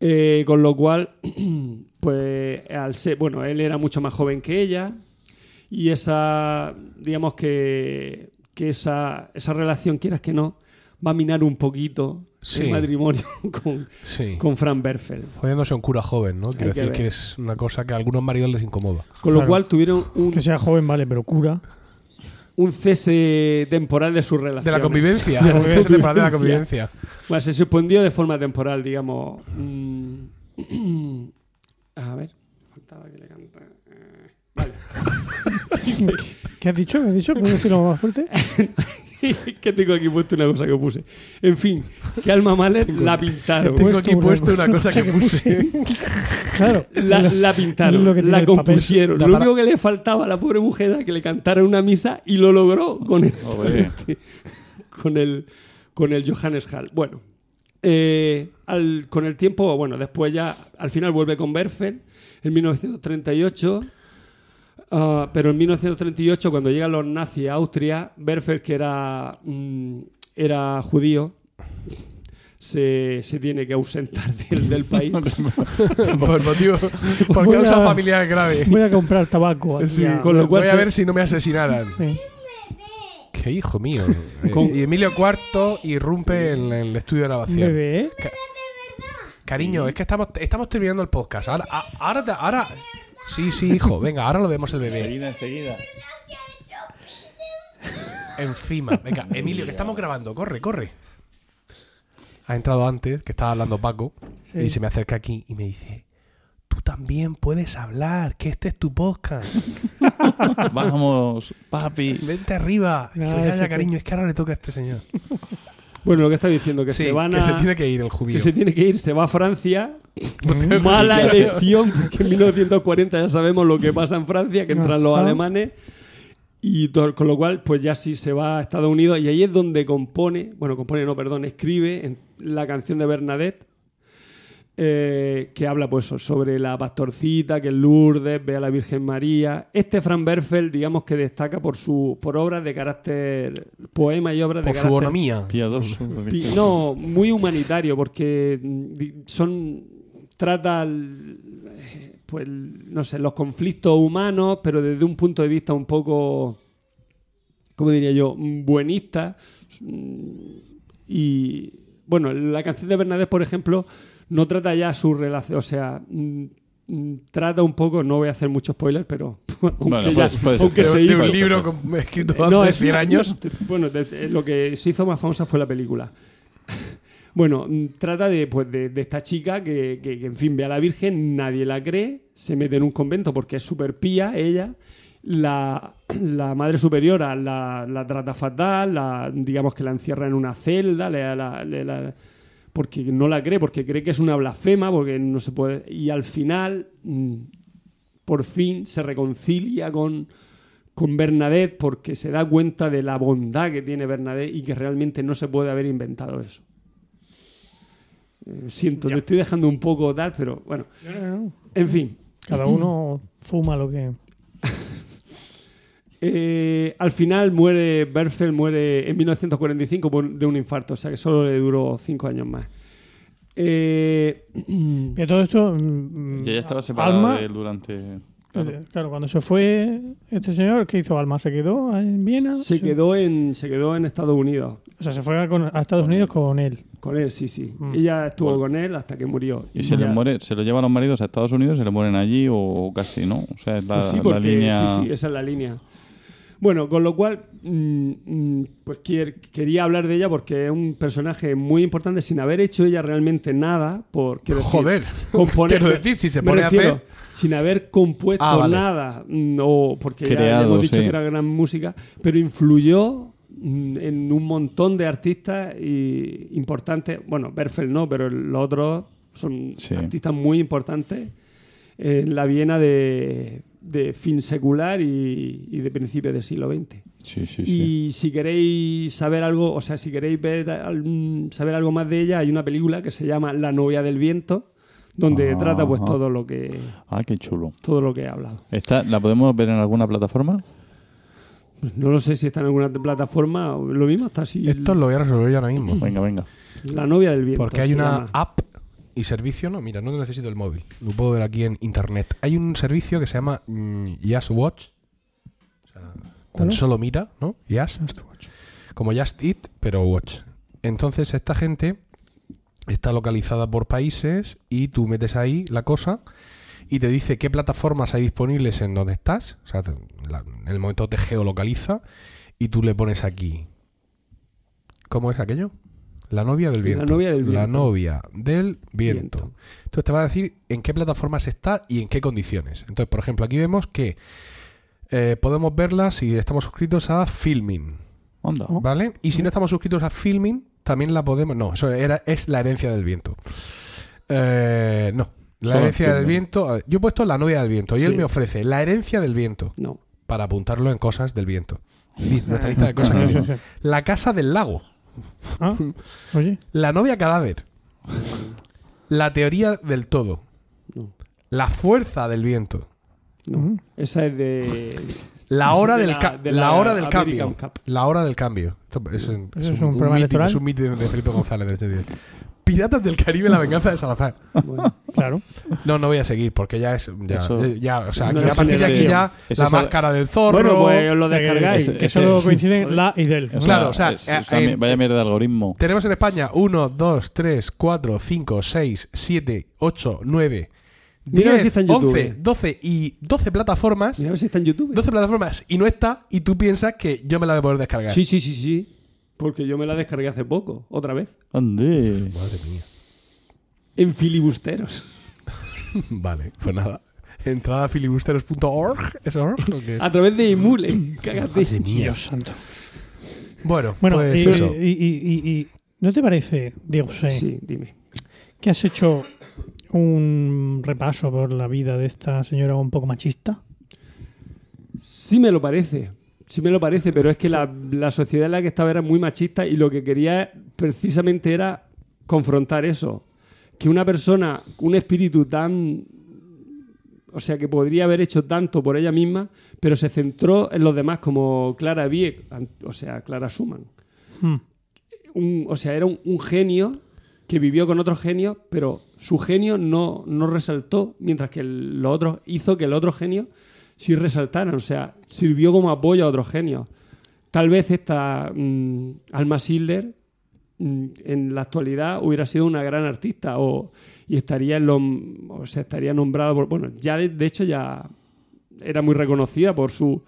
Eh, con lo cual, <clears throat> pues, al ser, bueno, él era mucho más joven que ella y esa, digamos que, que esa, esa relación, quieras que no, va a minar un poquito
Sí.
el matrimonio <laughs> con,
Sí.
con Fran Berfel.
Jodiéndose a un cura joven, ¿no? Quiero
que
decir
ver.
que es una cosa que a algunos maridos les incomoda.
Con lo
Claro.
cual tuvieron un,
Que sea joven, vale, pero cura.
un cese temporal de su relación.
De la convivencia.
<laughs> De la
Ese temporal <laughs> de la
convivencia.
convivencia.
Bueno, se suspendió de forma temporal, digamos. Mm, <clears throat> a ver, faltaba que le cantara. Eh, Vale.
<laughs> ¿Qué has dicho? ¿Qué has dicho? ¿Puedes decirlo más fuerte?
<laughs> que tengo aquí puesto una cosa que puse. En fin, que Alma Mahler la pintaron.
Tengo aquí
una-
puesto una cosa que puse.
Claro.
La, la pintaron,
Lo que tiene
la
el papel.
compusieron.
Da
Lo
para-
único que le faltaba a la pobre mujer era que le cantara una misa y lo logró con el,
Joder.
con el, con el Johannes Hall. Bueno, eh, al- con el tiempo, bueno, después ya al final vuelve con Berfen en 1938. Ah, pero en 1938, cuando llegan los nazis a Austria, Berfer, que era, mm, era judío, se, se tiene que ausentar del,
<laughs>
del país.
Por motivo. <laughs> Por
Voy
causa
a-
familiar grave.
<laughs> Voy a comprar tabaco. aquí
Sí,
a-
con lo cual
voy a
se-
ver si no me asesinaran.
Sí.
¡Qué hijo mío!
<laughs>
Eh,
Con-
Y Emilio IV irrumpe en el estudio de
Un
grabación.
bebé. ¿eh?
Cariño, es que estamos, estamos terminando el podcast. Ahora, a- ahora, te- ahora. Sí, sí, hijo. Venga, ahora lo vemos el bebé.
Enseguida, enseguida.
Encima. Venga, Emilio, que estamos grabando. Corre, corre. Ha entrado antes, que estaba hablando Paco.
Sí.
Y se me acerca aquí y me dice: Tú también puedes hablar, que este es tu podcast.
<laughs>
Vamos, papi.
Vente arriba. Y yo,
Nada,
"Ya,
ese
ya,
que-
cariño, es que ahora le toca a este señor.
Bueno, lo que está diciendo, que
Sí,
se van a.
que se tiene que ir el judío.
que se tiene que ir, se va
<laughs>
a Francia. Mala elección, porque en 1940 ya sabemos lo que pasa en Francia, que entran los
Ajá.
alemanes. Y to- con lo cual, pues ya sí se va a Estados Unidos. Y ahí es donde compone, bueno, compone, no, perdón, escribe en la canción de Bernadette. eh, que habla pues so- sobre la pastorcita, que es Lourdes, ve a la Virgen María. Este Fran Berfel, digamos que destaca por su por obras de carácter poema y obras de
Por su
carácter
bonomía.
Piadoso.
Pi- No, muy humanitario, porque mm, di- son. trata. el- eh, pues, el- no sé, los conflictos humanos, pero desde un punto de vista un poco. ¿Cómo diría yo? Mm, Buenista. Mm, Y. Bueno, la canción de Bernadette, por ejemplo, no trata ya su relación. O sea. mm, mm, Trata un poco, no voy a hacer mucho spoiler, pero <laughs> aunque,
Bueno,
ya-
pues- pues-
aunque
pero-
se
de, de
hizo,
un libro con- <laughs> escrito hace
no, es
100
una-
años.
t- <laughs> Bueno, de- de- lo que se hizo más famosa fue la película. <laughs> Bueno, mm, trata de, pues, de, de esta chica que, que- que, en fin, ve a la Virgen, nadie la cree, se mete en un convento porque es súper pía ella. La, <clears throat> la madre superiora la, la trata fatal, la, digamos que la encierra en una celda, le- la- le- la- porque no la cree, porque cree que es una blasfema, porque no se puede. Y al final, mm, por fin, se reconcilia con, con Bernadette porque se da cuenta de la bondad que tiene Bernadette y que realmente no se puede haber inventado eso. Eh, siento, te estoy dejando un poco tal, pero bueno,
No, no, no.
en fin.
Cada uno fuma lo que.
Eh, al final muere Berfel muere en 1945 por- de un infarto, o sea que solo le duró cinco años más. Eh,
Y todo esto. mm,
Que ya estaba separada
Alma.
de él durante.
Eh,
Claro. cuando se fue este señor, ¿qué hizo Alma? ¿Se quedó en Viena?
se quedó en se quedó en Estados Unidos
O sea, se fue a, con- a Estados Unidos con él.
con él, sí, sí.
Mm.
Ella estuvo
Bueno.
con él hasta que murió.
Y se le
Ya-
muere, se lo llevan los maridos a Estados Unidos, se le mueren allí o, o casi, ¿no? O sea, es la,
Pues sí,
la
porque-
línea.
sí, sí, esa es la línea. Bueno, con lo cual, mm, mm, pues quier- quería hablar de ella porque es un personaje muy importante sin haber hecho ella realmente nada. Por, quiero decir, <laughs>
Joder,
componer-
quiero decir, si se
me
pone a
refiero,
hacer-
Sin haber compuesto
Ah, vale.
nada, mm, o porque ya
Creado,
hemos dicho
sí.
que era gran música, pero influyó mm, en un montón de artistas y- importantes. Bueno, Berfel no, pero los otros son
Sí.
artistas muy importantes en la Viena de, de fin secular y, y de principios del siglo XX.
Sí, sí, sí.
Y si queréis saber algo, o sea, si queréis ver algún- saber algo más de ella, hay una película que se llama La novia del viento, donde
Ajá.
trata pues todo lo que
Ah, qué chulo.
todo lo que he hablado.
¿Está, ¿La podemos ver en alguna plataforma?
<laughs> No lo sé si está en alguna plataforma, o lo mismo está así.
Esto lo voy a resolver yo ahora mismo.
Venga, venga.
La novia del viento.
Porque hay
se
una
llama.
app y servicio. No, mira, no necesito el móvil. Lo puedo ver aquí en internet. Hay un servicio que se llama mm, Just Watch. O sea, tan
Claro.
solo mira, ¿no? Just. Como Just Eat, pero Watch. Entonces, esta gente está localizada por países y tú metes ahí la cosa y te dice qué plataformas hay disponibles en donde estás. O sea, te- la- en el momento te geolocaliza y tú le pones aquí. ¿Cómo es aquello? La novia del
La
viento.
novia del
La
viento.
novia del viento.
Viento.
Entonces te va a decir en qué plataformas está y en qué condiciones. Entonces, por ejemplo, aquí vemos que eh, podemos verla si estamos suscritos a Filmin.
Onda.
¿Vale? Y si no estamos suscritos a Filming, también la podemos. No, eso era, es la herencia del viento. Eh, no. La
Solo
herencia del
entiendo.
viento. Yo he puesto la novia del viento y él
Sí.
me ofrece la herencia del viento
No.
para apuntarlo en cosas del viento. Y Nuestra lista de cosas que
Sí, sí,
vimos.
sí.
La casa del lago.
Ah, oye,
La novia cadáver. La teoría del todo.
No.
La fuerza del viento.
No. Esa es de.
La
No sé,
hora
de
del,
la-
ca-
de
la
la
hora del
American
cambio.
Cup.
La hora del cambio. Esto es un,
¿Eso es un programa
meeting,
electoral?
es un meeting de Felipe González del 82. Piratas del Caribe, la venganza de Salazar.
Bueno,
claro.
No, no voy a seguir porque ya es. Ya,
Eso-
eh, ya, o sea, aquí,
No,
a
eso
partir de
es-
aquí ya
eso
la
es-
máscara del zorro.
Bueno, pues os lo
Que,
descargáis.
que- que
Ese-
solo coinciden la y del.
Es
Claro,
una-
o sea,
es-
eh,
es una
eh,
mi- vaya mierda de algoritmo.
Tenemos en España 1, 2, 3, 4, 5, 6, 7, 8, 9,
Mira
10,
si está en
11,
YouTube. eh.
12 y 12 plataformas.
Mira a ver si está en YouTube.
12 plataformas y no está y tú piensas que yo me la voy a poder descargar.
Sí, sí, sí, sí. Porque yo me la descargué hace poco, otra vez.
Ande.
Madre mía.
En filibusteros.
Vale, pues nada. Entrada a filibusteros.org. ¿Es org o qué es?
Ah,
A través de
<laughs>
Emule. Cágate.
Dios santo.
Bueno,
Bueno,
pues
y,
eso.
y- y- y- y- ¿no te parece, Diego Sé,
Sí, dime.
que has hecho un repaso por la vida de esta señora un poco machista?
Sí me lo parece. Sí me lo parece, pero es que la, la sociedad en la que estaba era muy machista y lo que quería precisamente era confrontar eso. Que una persona, un espíritu tan... O sea, que podría haber hecho tanto por ella misma, pero se centró en los demás, como Clara Wieck, an- o sea, Clara Schumann.
Hmm.
un- o sea, era un, un genio que vivió con otros genios, pero su genio no, no resaltó, mientras que el- los otros hizo que los otros genios sí resaltaran, o sea, sirvió como apoyo a otros genios. Tal vez esta mm, Alma Schiller mm, en la actualidad hubiera sido una gran artista o, y estaría, en lo- o sea, estaría nombrada por... Bueno, ya de, de hecho ya era muy reconocida por su,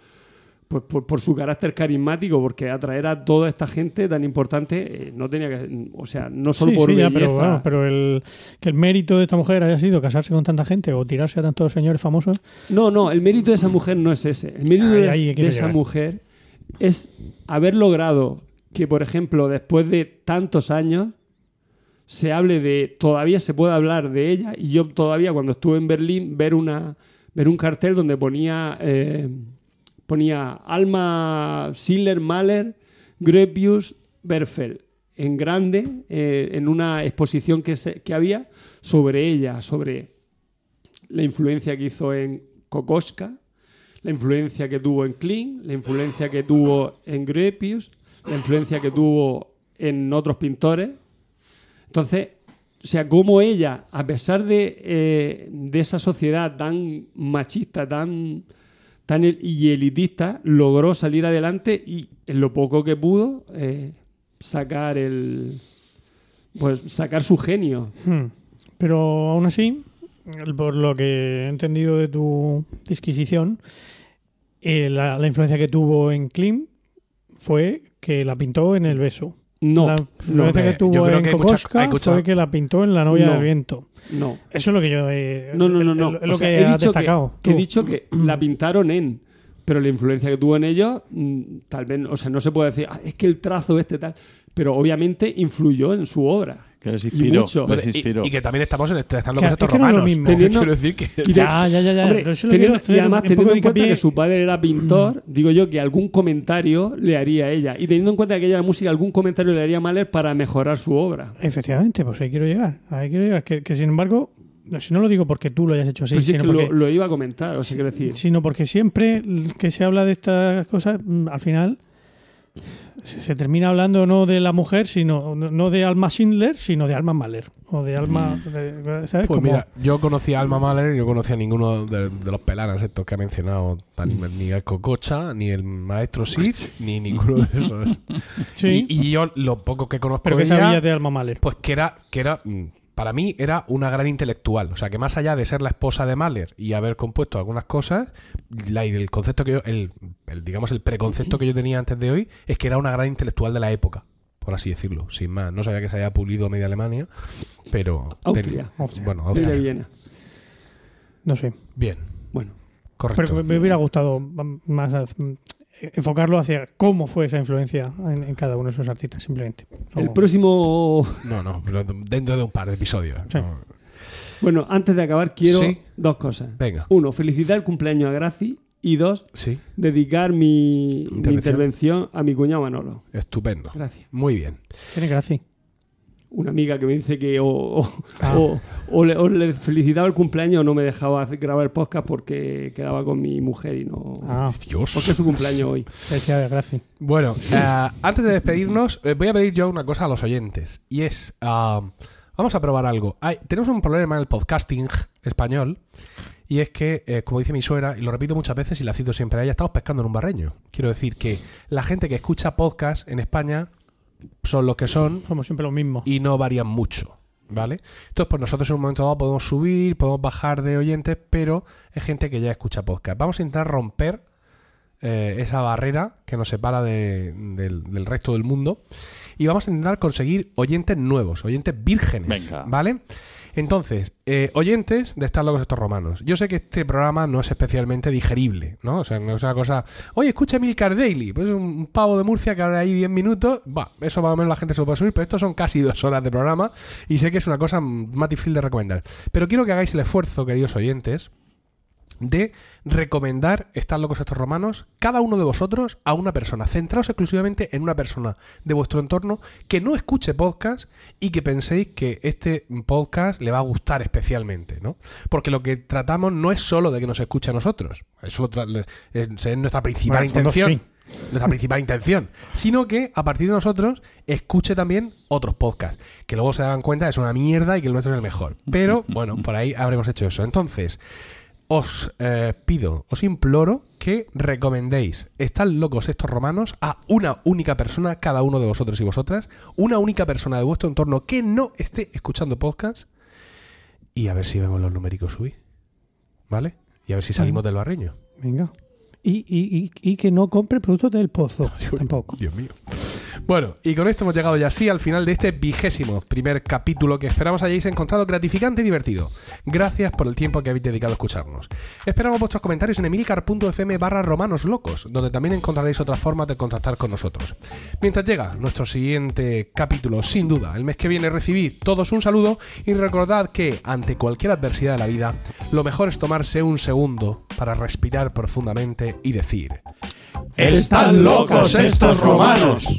pues por, por su carácter carismático, porque atraer a toda esta gente tan importante eh, no tenía que, o sea, no solo
Sí,
por
sí, ya,
belleza.
pero, bueno, pero el, que el mérito de esta mujer haya sido casarse con tanta gente o tirarse a tantos señores famosos,
No, no, el mérito de esa mujer no es ese. El mérito
Ahí-
de,
ahí
de
quiero
esa
llegar.
mujer es haber logrado que, por ejemplo, después de tantos años se hable de, todavía se puede hablar de ella y yo todavía cuando estuve en Berlín ver una ver un cartel donde ponía eh, ponía Alma Schiller Mahler Gropius Berfel en grande eh, en una exposición que, se- que había sobre ella sobre la influencia que hizo en Kokoschka, la influencia que tuvo en Kling, la influencia que tuvo en Gropius, la influencia que tuvo en otros pintores. Entonces, o sea, como ella, a pesar de, eh, de esa sociedad tan machista, tan, tan el- y elitista, logró salir adelante y en lo poco que pudo eh, sacar el pues sacar su genio.
hmm, pero aún así, el- por lo que he entendido de tu disquisición, eh, la, la influencia que tuvo en Klim fue que la pintó en el beso.
No,
la
no,
influencia
hombre,
que tuvo
yo creo
en
que hay mucha-
Kokoschka
hay mucha-
fue que la pintó en la novia
No.
del viento.
no.
Eso es lo que yo he,
No, no, no, no.
es
O
lo
sea,
que
he
has
dicho que-
destacado.
he
tú. Mm.
dicho que la pintaron en, pero la influencia que tuvo en ellos, mm, tal vez, o sea, no se puede decir, "Ah, es que el trazo este tal, pero obviamente influyó en su obra.
Que les
Y
inspiró.
mucho.
les
Y-
inspiró.
y, que también estamos en están los
Que-
conceptos
es que no es lo
romanos. <laughs>
mismo.
Teniendo-
Quiero
<laughs>
decir que
Y de-
Ya, ya, ya, ya.
Hombre,
Pero eso es lo que
teniendo-
quiero hacer
y además,
un
teniendo
poco de Mm.
en cuenta
hincapié.
que su padre era pintor, digo yo que algún comentario le haría a ella. Y teniendo en cuenta que ella era música, algún comentario le haría a Mahler para mejorar su obra.
Efectivamente, pues ahí quiero llegar. Ahí quiero llegar. Que, que, sin embargo, no, si no lo digo porque tú lo hayas hecho así,
Pero si Pues es
sino,
que
porque,
lo, lo iba a comentar, o sea, quiero decir.
sino porque siempre que se habla de estas cosas, mm, al final se, se termina hablando no de la mujer, sino no- no de Alma Schindler, sino de Alma Mahler. O de Alma. de-
Pues
¿Sabes? Como-
mira, yo conocí a Alma Mahler y no conocí a ninguno de, de los pelanas estos que ha mencionado, tan-
Mm.
ni el Cococha, ni el maestro Sid, ni ninguno de esos.
<laughs> sí,
Y, y yo lo poco que conozco
pero que
de ella,
sabías de Alma Mahler.
pues que era, que era, mm, para mí era una gran intelectual. O sea, que más allá de ser la esposa de Mahler y haber compuesto algunas cosas, la- el concepto que yo, el, el, digamos, el preconcepto que yo tenía antes de hoy es que era una gran intelectual de la época, por así decirlo, sin más. No sabía que se había pulido media Alemania, pero...
Austria.
Hostia,
Bueno,
Ella
Austria.
Viena.
no sé.
Bien,
Bueno,
correcto.
Pero me hubiera gustado más haz- enfocarlo hacia cómo fue esa influencia en, en cada uno de esos artistas, simplemente.
el
Como-
próximo <laughs>
No, no, pero dentro de un par de episodios.
Sí.
¿no?
Bueno, antes de acabar, quiero
Sí.
dos cosas.
Venga.
Uno, felicitar el cumpleaños a Graci. Y dos,
Sí,
dedicar mi mi intervención,
Intervención.
a mi cuñado Manolo.
estupendo.
Gracias.
Muy bien.
Tiene gracia.
Una amiga que me dice que o, o- o- o le, o le felicitaba el cumpleaños o no me dejaba hacer- grabar el podcast porque quedaba con mi mujer y no.
Ah,
Dios.
Porque es su cumpleaños hoy.
felicidades, gracia.
Bueno, eh, antes de despedirnos, eh, voy a pedir yo una cosa a los oyentes. Y es. ah, vamos a probar algo. Hay- tenemos un problema en el podcasting español. Y es que, eh, como dice mi suegra, y lo repito muchas veces y la cito siempre a ella, estamos pescando en un barreño. Quiero decir que la gente que escucha podcast en España son los que son
Somos siempre los mismos.
y no varían mucho, ¿vale? Entonces, pues nosotros en un momento dado podemos subir, podemos bajar de oyentes, pero es gente que ya escucha podcast. Vamos a intentar romper eh, esa barrera que nos separa de- del, del resto del mundo y vamos a intentar conseguir oyentes nuevos, oyentes vírgenes,
Venga.
¿vale? Entonces, eh, oyentes de Estar Locos Estos Romanos. Yo sé que este programa no es especialmente digerible, ¿no? O sea, no es una cosa. Oye, escucha Milcar Daily. Pues es un pavo de Murcia que ahora hay 10 minutos. Va, eso más o menos la gente se lo puede subir, pero estos son casi dos horas de programa y sé que es una cosa más difícil de recomendar. Pero quiero que hagáis el esfuerzo, queridos oyentes, de recomendar Estar locos estos romanos, cada uno de vosotros, a una persona. Centraos exclusivamente en una persona de vuestro entorno que no escuche podcast y que penséis que este podcast le va a gustar especialmente, ¿no? Porque lo que tratamos no es solo de que nos escuche a nosotros. Eso tra- le- es es nuestra principal
Bueno, en el fondo,
intención.
sí.
Nuestra principal intención. Sino que a partir de nosotros escuche también otros podcasts. Que luego se darán cuenta es una mierda y que el nuestro es el mejor. Pero bueno, por ahí habremos hecho eso. Entonces, os eh, pido, os imploro que recomendéis Están locos estos romanos a una única persona, cada uno de vosotros y vosotras, una única persona de vuestro entorno que no esté escuchando podcast y a ver si vemos los numéricos subir. ¿Vale? Y a ver si salimos del barreño.
Venga. Y, y, y, y que no compre productos
<laughs>
del pozo. Tampoco.
Dios mío. Bueno, y con esto hemos llegado ya sí al final de este vigésimo primer capítulo que esperamos hayáis encontrado gratificante y divertido. Gracias por el tiempo que habéis dedicado a escucharnos. Esperamos vuestros comentarios en emilcar.fm barra romanoslocos, donde también encontraréis otras formas de contactar con nosotros. Mientras llega nuestro siguiente capítulo, sin duda, el mes que viene recibid todos un saludo y recordad que ante cualquier adversidad de la vida, lo mejor es tomarse un segundo para respirar profundamente y decir...
Están locos estos romanos.